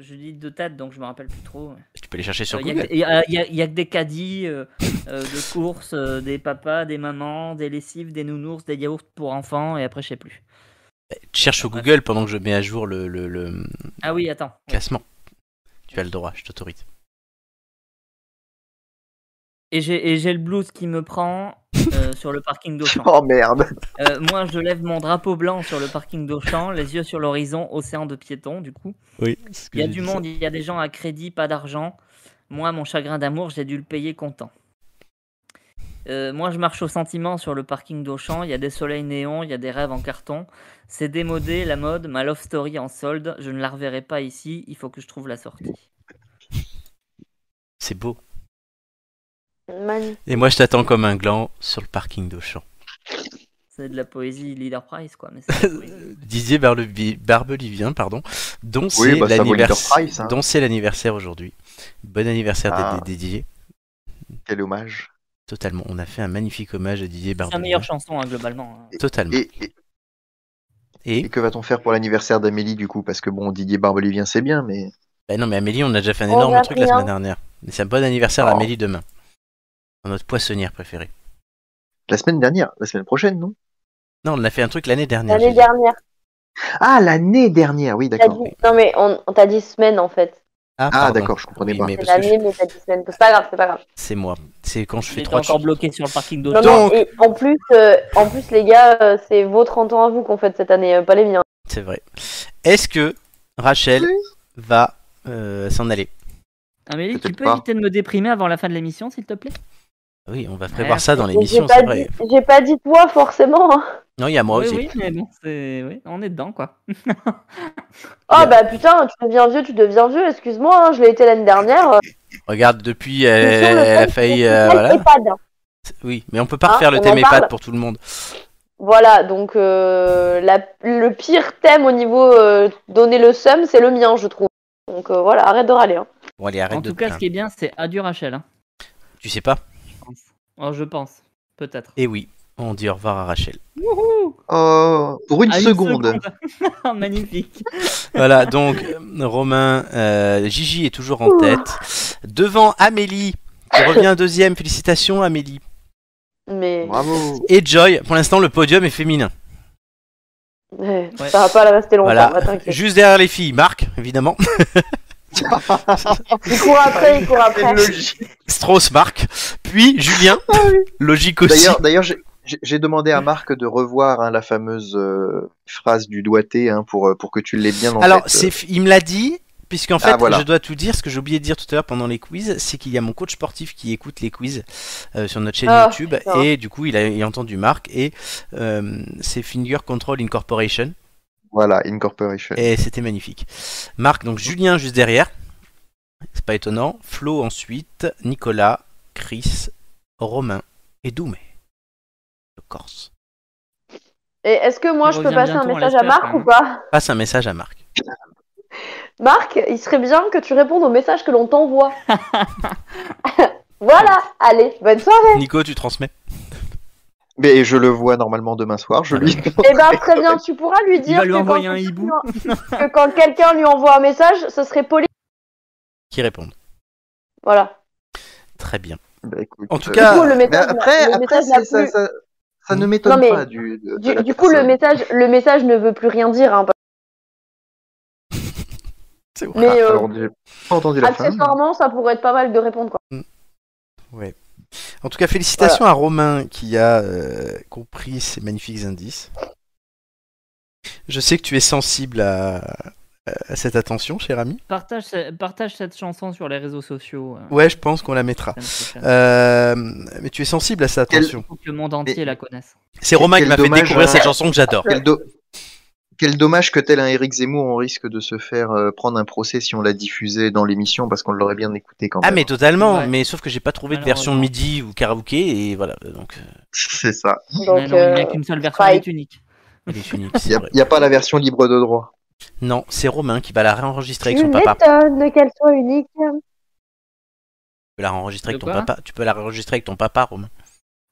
je dis de tête, donc je me rappelle plus trop. Tu peux les chercher sur Il n'y a, a, a, que des caddies euh, de courses, euh, des papas, des mamans, des lessives, des nounours, des yaourts pour enfants, et après, je sais plus. Tu cherches au Google pendant que je mets à jour le, le, le... Ah oui, attends. classement. Tu as le droit, je t'autorise. Et j'ai le blues qui me prend euh, sur le parking d'Auchan. Oh merde euh, Moi, je lève mon drapeau blanc sur le parking d'Auchan, les yeux sur l'horizon, océan de piétons, du coup. Oui. Il y a du monde, il y a des gens à crédit, pas d'argent. Moi, mon chagrin d'amour, j'ai dû le payer content. Euh, moi, je marche au sentiment sur le parking d'Auchan. Il y a des soleils néons, il y a des rêves en carton. C'est démodé, la mode, ma love story en solde. Je ne la reverrai pas ici. Il faut que je trouve la sortie. C'est beau. Manu. Et moi, je t'attends comme un gland sur le parking d'Auchan. C'est de la poésie Leader Price, quoi. Mais Euh, Didier Barlebi... Barbelivien, pardon, dont c'est oui, bah, l'anniversaire hein. aujourd'hui. Bon anniversaire ah. Didier. Quel hommage. Totalement. On a fait un magnifique hommage à Didier Barbelivien. C'est la meilleure chanson, hein, globalement. Et, Totalement. Et, et, et que va-t-on faire pour l'anniversaire d'Amélie, du coup Parce que bon, Didier Barbelivien, c'est bien, mais. Bah non, mais hein. Amélie, on a déjà fait un énorme truc rien. la semaine dernière. C'est un bon anniversaire oh. à Amélie demain. Dans notre poissonnière préférée. La semaine dernière La semaine prochaine, non Non, on a fait un truc l'année dernière. L'année dernière. Ah, l'année dernière, oui, d'accord. Dit... Non, mais on, on t'a dit semaine en fait. Ah, ah d'accord, je comprenais oui, pas. C'est l'année, je... mais t'as dit semaine. C'est pas grave, c'est pas grave. C'est moi. C'est quand je fais J'étais trois encore bloqué sur le parking d'auto. Non, non, et en plus, euh, en plus, les gars, euh, c'est vos 30 ans à vous qu'on fête cette année, euh, pas les miens. C'est vrai. Est-ce que Rachel oui. va euh, s'en aller Amélie, tu peux pas. éviter de me déprimer avant la fin de l'émission, s'il te plaît oui, on va préparer ouais. ça dans l'émission, c'est vrai. J'ai pas dit toi, forcément. Hein. Non, il y a moi oui, aussi. Oui, mais bon, oui, on est dedans, quoi. oh, yeah. bah putain, tu deviens vieux, tu deviens vieux, excuse-moi, hein, je l'ai été l'année dernière. euh, Regarde, depuis, elle, elle, elle a failli. Euh, voilà. Oui, mais on peut Ah, pas hein, refaire le thème EHPAD pour tout le monde. Voilà, donc euh, la, le pire thème au niveau euh, donner le seum, c'est le mien, je trouve. Donc euh, voilà, arrête de râler. hein. Bon, allez, arrête en de tout cas, ce qui est bien, c'est adieu Rachel. hein. Tu sais pas Oh, je pense, peut-être. Et oui, on dit au revoir à Rachel. Wouhou oh, pour une à seconde. Une seconde. Oh, Magnifique. voilà, donc Romain, euh, Gigi est toujours en Ouh. tête. Devant Amélie, qui revient deuxième. Félicitations Amélie. Mais... Bravo. Et Joy, pour l'instant le podium est féminin. Ouais. Ça va pas rester longtemps, bah, voilà. Juste derrière les filles, Marc, évidemment. il court après, il court après. Strauss Marc, puis Julien, ah oui. logique aussi. D'ailleurs, j'ai demandé à Marc de revoir hein, la fameuse euh, phrase du doigté hein, pour, pour que tu l'aies bien en euh, Alors, tête. il me l'a dit, puisqu'en fait, ah, voilà. je dois tout dire. Ce que j'ai oublié de dire tout à l'heure pendant les quiz, c'est qu'il y a mon coach sportif qui écoute les quiz euh, sur notre chaîne oh, YouTube, putain. et du coup, il a, il a entendu Marc, et euh, c'est Finger Control Incorporation. euh, Voilà, Incorporation. Et c'était magnifique. Marc, donc Julien juste derrière. C'est pas étonnant. Flo ensuite, Nicolas, Chris, Romain et Doumé. Le Corse. Et est-ce que moi On je peux passer un message à Marc ou pas Passe un message à Marc. Marc, il serait bien que tu répondes au message que l'on t'envoie. voilà, allez, bonne soirée. Nico, tu transmets mais je le vois normalement demain soir, je lui Eh ben très bien, tu pourras lui dire lui que, quand un hibou. que, quand quelqu'un lui envoie un message, ce serait poli. Qui réponde. Voilà. Très bien. Bah, écoute, en tout cas, coup, le message, après, le après message ça, plus... ça, ça, ne m'étonne pas du. De, du, de du coup, le message, le message ne veut plus rien dire. Hein, parce... vrai. Mais Ah, euh, alors, j'ai pas entendu la fin, accessoirement, ça pourrait être pas mal de répondre quoi. Ouais. En tout cas, félicitations voilà. à Romain qui a euh, compris ces magnifiques indices. Je sais que tu es sensible à, à cette attention, cher ami. Partage, partage, cette chanson sur les réseaux sociaux. Euh, ouais, je pense qu'on la mettra. Euh, mais tu es sensible à cette attention. Quel... Que le monde entier mais... la connaisse. C'est Romain qui m'a fait découvrir à... cette chanson que j'adore. Quel, do... Quel, dommage que tel un Eric Zemmour, on risque de se faire euh, prendre un procès si on l'a diffusé dans l'émission parce qu'on l'aurait bien écouté quand même. Ah mais totalement, ouais. mais sauf que j'ai pas trouvé Alors, de version ouais. midi ou karaoké et voilà donc. euh, C'est ça. Donc, euh, non, il n'y a euh, qu'une seule version, elle est unique. Il n'y a, a pas la version libre de droit. Non, c'est Romain qui va la réenregistrer avec tu son papa. qu'elle soit unique. Tu peux la réenregistrer avec ton papa. Tu peux la réenregistrer avec ton papa, Romain.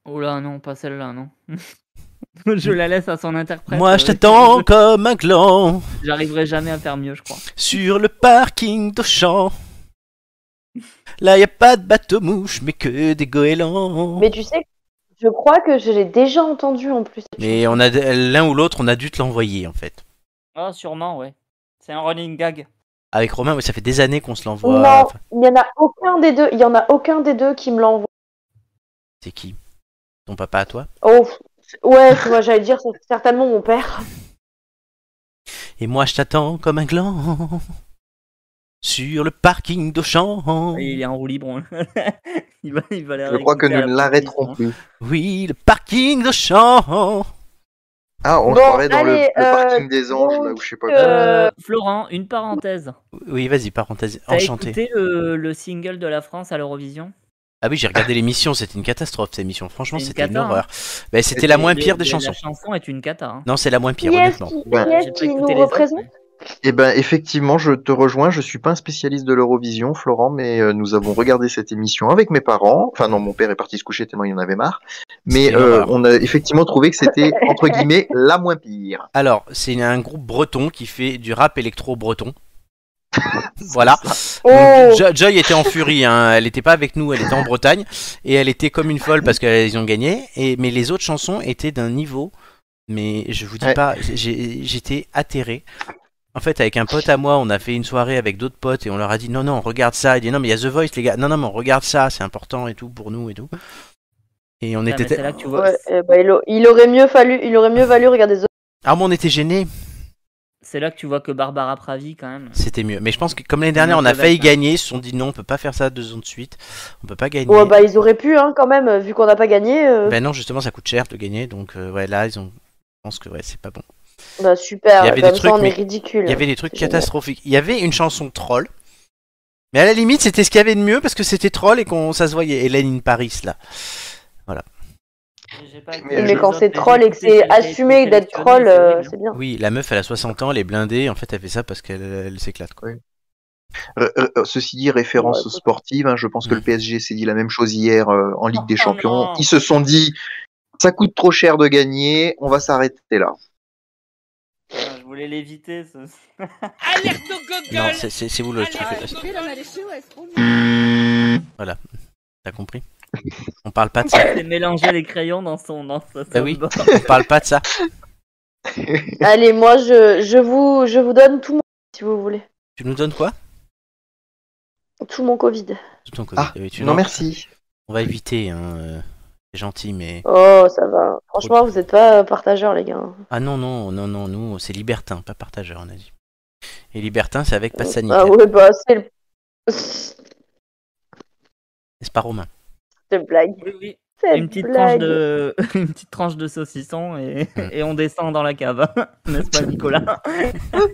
Oh là non, pas celle-là, non. je la laisse à son interprète. Euh, Moi, je t'attends comme un gland. J'arriverai jamais à faire mieux, je crois. Sur le parking d'Auchan. Là, y a pas de bateau mouche, mais que des goélands. Mais tu sais, je crois que je l'ai déjà entendu en plus. Mais on a l'un ou l'autre, on a dû te l'envoyer en fait. Ah, sûrement, ouais. C'est un running gag. Avec Romain, ouais, ça fait des années qu'on se l'envoie. Non, il n'y en a aucun des deux. Il y en a aucun des deux qui me l'envoie. C'est qui Ton papa à toi Oh, ouais, moi j'allais dire c'est certainement mon Ah, père. Et moi je t'attends comme un gland sur le parking d'Auchan. Il est en roue libre. il va, il Ah, va Je crois que nous ne l'arrêterons plus. Oui, le parking d'Auchan. Ah, on bon, allez, dans le, euh, le, parking des anges, là où je sais pas. Euh, Florent, une parenthèse. Oui, vas-y, parenthèse. T'as Enchanté. écouté le, le, single de la France à l'Eurovision Ah oui, j'ai regardé l'émission, c'était une catastrophe cette émission. Franchement, c'était une, une horreur. Hein. Bah, c'était la moins pire des, des, des chansons. La chanson est une cata. Hein. Non, c'est la moins pire, qui honnêtement. Qui, ben, qui, qui nous Ah, représente autres, mais... eh ben effectivement, je te rejoins. Je suis pas un spécialiste de l'Eurovision, Florent, mais euh, nous avons regardé cette émission avec mes parents. Enfin non, mon père est parti se coucher tellement il en avait marre. Mais euh, on a effectivement trouvé que c'était entre guillemets la moins pire. Alors, c'est un groupe breton qui fait du rap électro breton. voilà. Oh Donc, Joy était en furie. Hein. Elle n'était pas avec nous. Elle était en Bretagne et elle était comme une folle parce qu'ils ont gagné. Et mais les autres chansons étaient d'un niveau mais je vous dis ouais. pas, j'étais atterré. En fait, avec un pote à moi, on a fait une soirée avec d'autres potes et on leur a dit non, non, regarde ça. Il dit non, mais il y a The Voice, les gars. Non, non, mais on regarde ça, c'est important et tout pour nous et tout. Et on ah, était. Là que tu vois. Ouais, eh ben, il, a... il, aurait mieux fallu, il aurait mieux valu regarder The. Ah, mais on était gênés. C'est là que tu vois que Barbara Pravi, quand même. C'était mieux. Mais je pense que comme l'année dernière, on a failli gagner. Ils se sont dit non, on peut pas faire ça deux ans de suite. On peut pas gagner. Ouais, bah ils auraient pu, hein, quand même, vu qu'on n'a pas gagné. Euh... Ben non, justement, ça coûte cher de gagner. Donc, euh, ouais, là, ils ont. Je pense que ouais, c'est pas bon. Bah super, il y avait comme des trucs, ça, on mais... est ridicule. Il y avait des trucs catastrophiques. Génial. Il y avait une chanson troll. Mais à la limite, c'était ce qu'il y avait de mieux parce que c'était troll et qu'on ça se voyait. Hélène in Paris, là. Voilà. Mais, mais quand c'est troll et que c'est assumé d'être troll, euh, c'est bien. Oui, la meuf, elle a 60 ans, elle est blindée. En fait, elle fait ça parce qu'elle elle, s'éclate. Quoi. Oui. Euh, Ceci dit, référence ouais. sportive, hein, je pense mmh. que le PSG s'est dit la même chose hier euh, en Ligue des Champions. Oh Ils se sont dit, ça coûte trop cher de gagner, on va s'arrêter là. Euh, je voulais l'éviter. Ça... Alerte au Google Non, c'est vous le truc. Voilà, t'as compris on parle pas de ça. C'est mélanger les crayons dans son. Dans son ben oui, on parle pas de ça. Allez, moi je, je, vous, je vous donne tout mon si vous voulez. Tu nous donnes quoi Tout mon Covid. Tout ton Covid. Ah, oui, tu non, merci. On va éviter. Hein. C'est gentil, mais. Oh, ça va. Franchement, vous n'êtes pas partageurs, les gars. Hein. Ah non, non, non, non, nous, c'est libertin, pas partageur, on a dit. Et libertin, c'est avec passe sanitaire. Ah ouais, bah, c'est le. C'est pas romain. Cette blague. Oui, oui. Cette une, petite blague. Tranche de... une petite tranche de saucisson et, mmh. et on descend dans la cave. hein. N'est-ce pas, Nicolas oh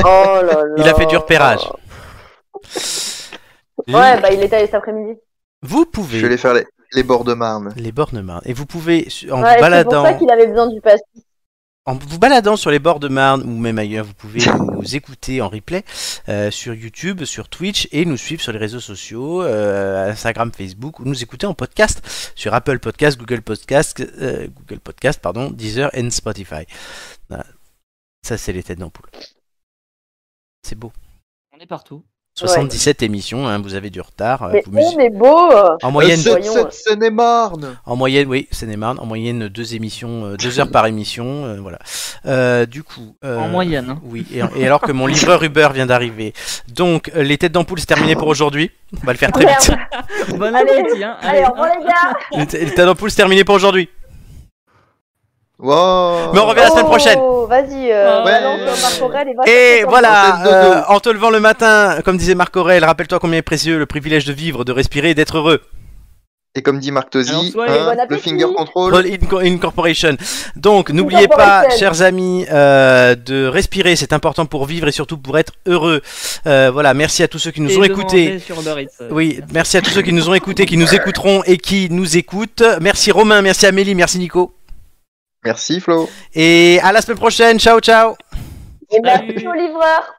là là. Il a fait du repérage. Ouais, bah il est allé cet après-midi. Vous pouvez. Je vais faire les, les, bords de Marne. Les bords de Marne. Et vous pouvez, en ouais, vous baladant. C'est pour ça qu'il avait besoin du pass. En vous baladant sur les bords de Marne ou même ailleurs, vous pouvez nous écouter en replay euh, sur YouTube, sur Twitch et nous suivre sur les réseaux sociaux, euh, Instagram, Facebook ou nous écouter en podcast sur Apple Podcast, Google Podcast, euh, Google Podcast, pardon, Deezer et Spotify. Voilà. Ça, c'est les têtes d'ampoule. C'est beau. On est partout. 77 ouais. émissions, hein, vous avez du retard. Mais oh, vous on est beau En Euh, moyenne, Seine-et-Marne En moyenne, oui, Seine-et-Marne. En moyenne, deux émissions, euh, deux heures par émission, euh, voilà. Euh, du coup. en moyenne. Hein. Oui. Et, et, alors que mon livreur Uber vient d'arriver. Donc, euh, les têtes d'ampoule, c'est terminé pour aujourd'hui. On va le faire très vite. Bonne année, hein. Allez, au les gars. Les, têtes d'ampoule, c'est terminé pour aujourd'hui. Wow. Mais on revient oh, la semaine prochaine. Vas-y, euh, ouais. et, et voilà, euh, en te levant le matin, comme disait Marc Aurel, rappelle-toi combien est précieux le privilège de vivre, de respirer et d'être heureux. Et comme dit Marc Tosi, bon le finger Oh control. Incorporation. Donc, n'oubliez pas, chers amis, euh, de respirer. C'est important pour vivre et surtout pour être heureux. Euh, voilà, merci à tous ceux qui nous et ont écoutés. Sur Doris, euh, oui, merci à tous ceux qui nous ont écoutés, qui nous écouteront et qui nous écoutent. Merci Romain, merci Amélie, merci Nico. Merci Flo. Et à la semaine prochaine. Ciao, ciao. Et merci au livreur.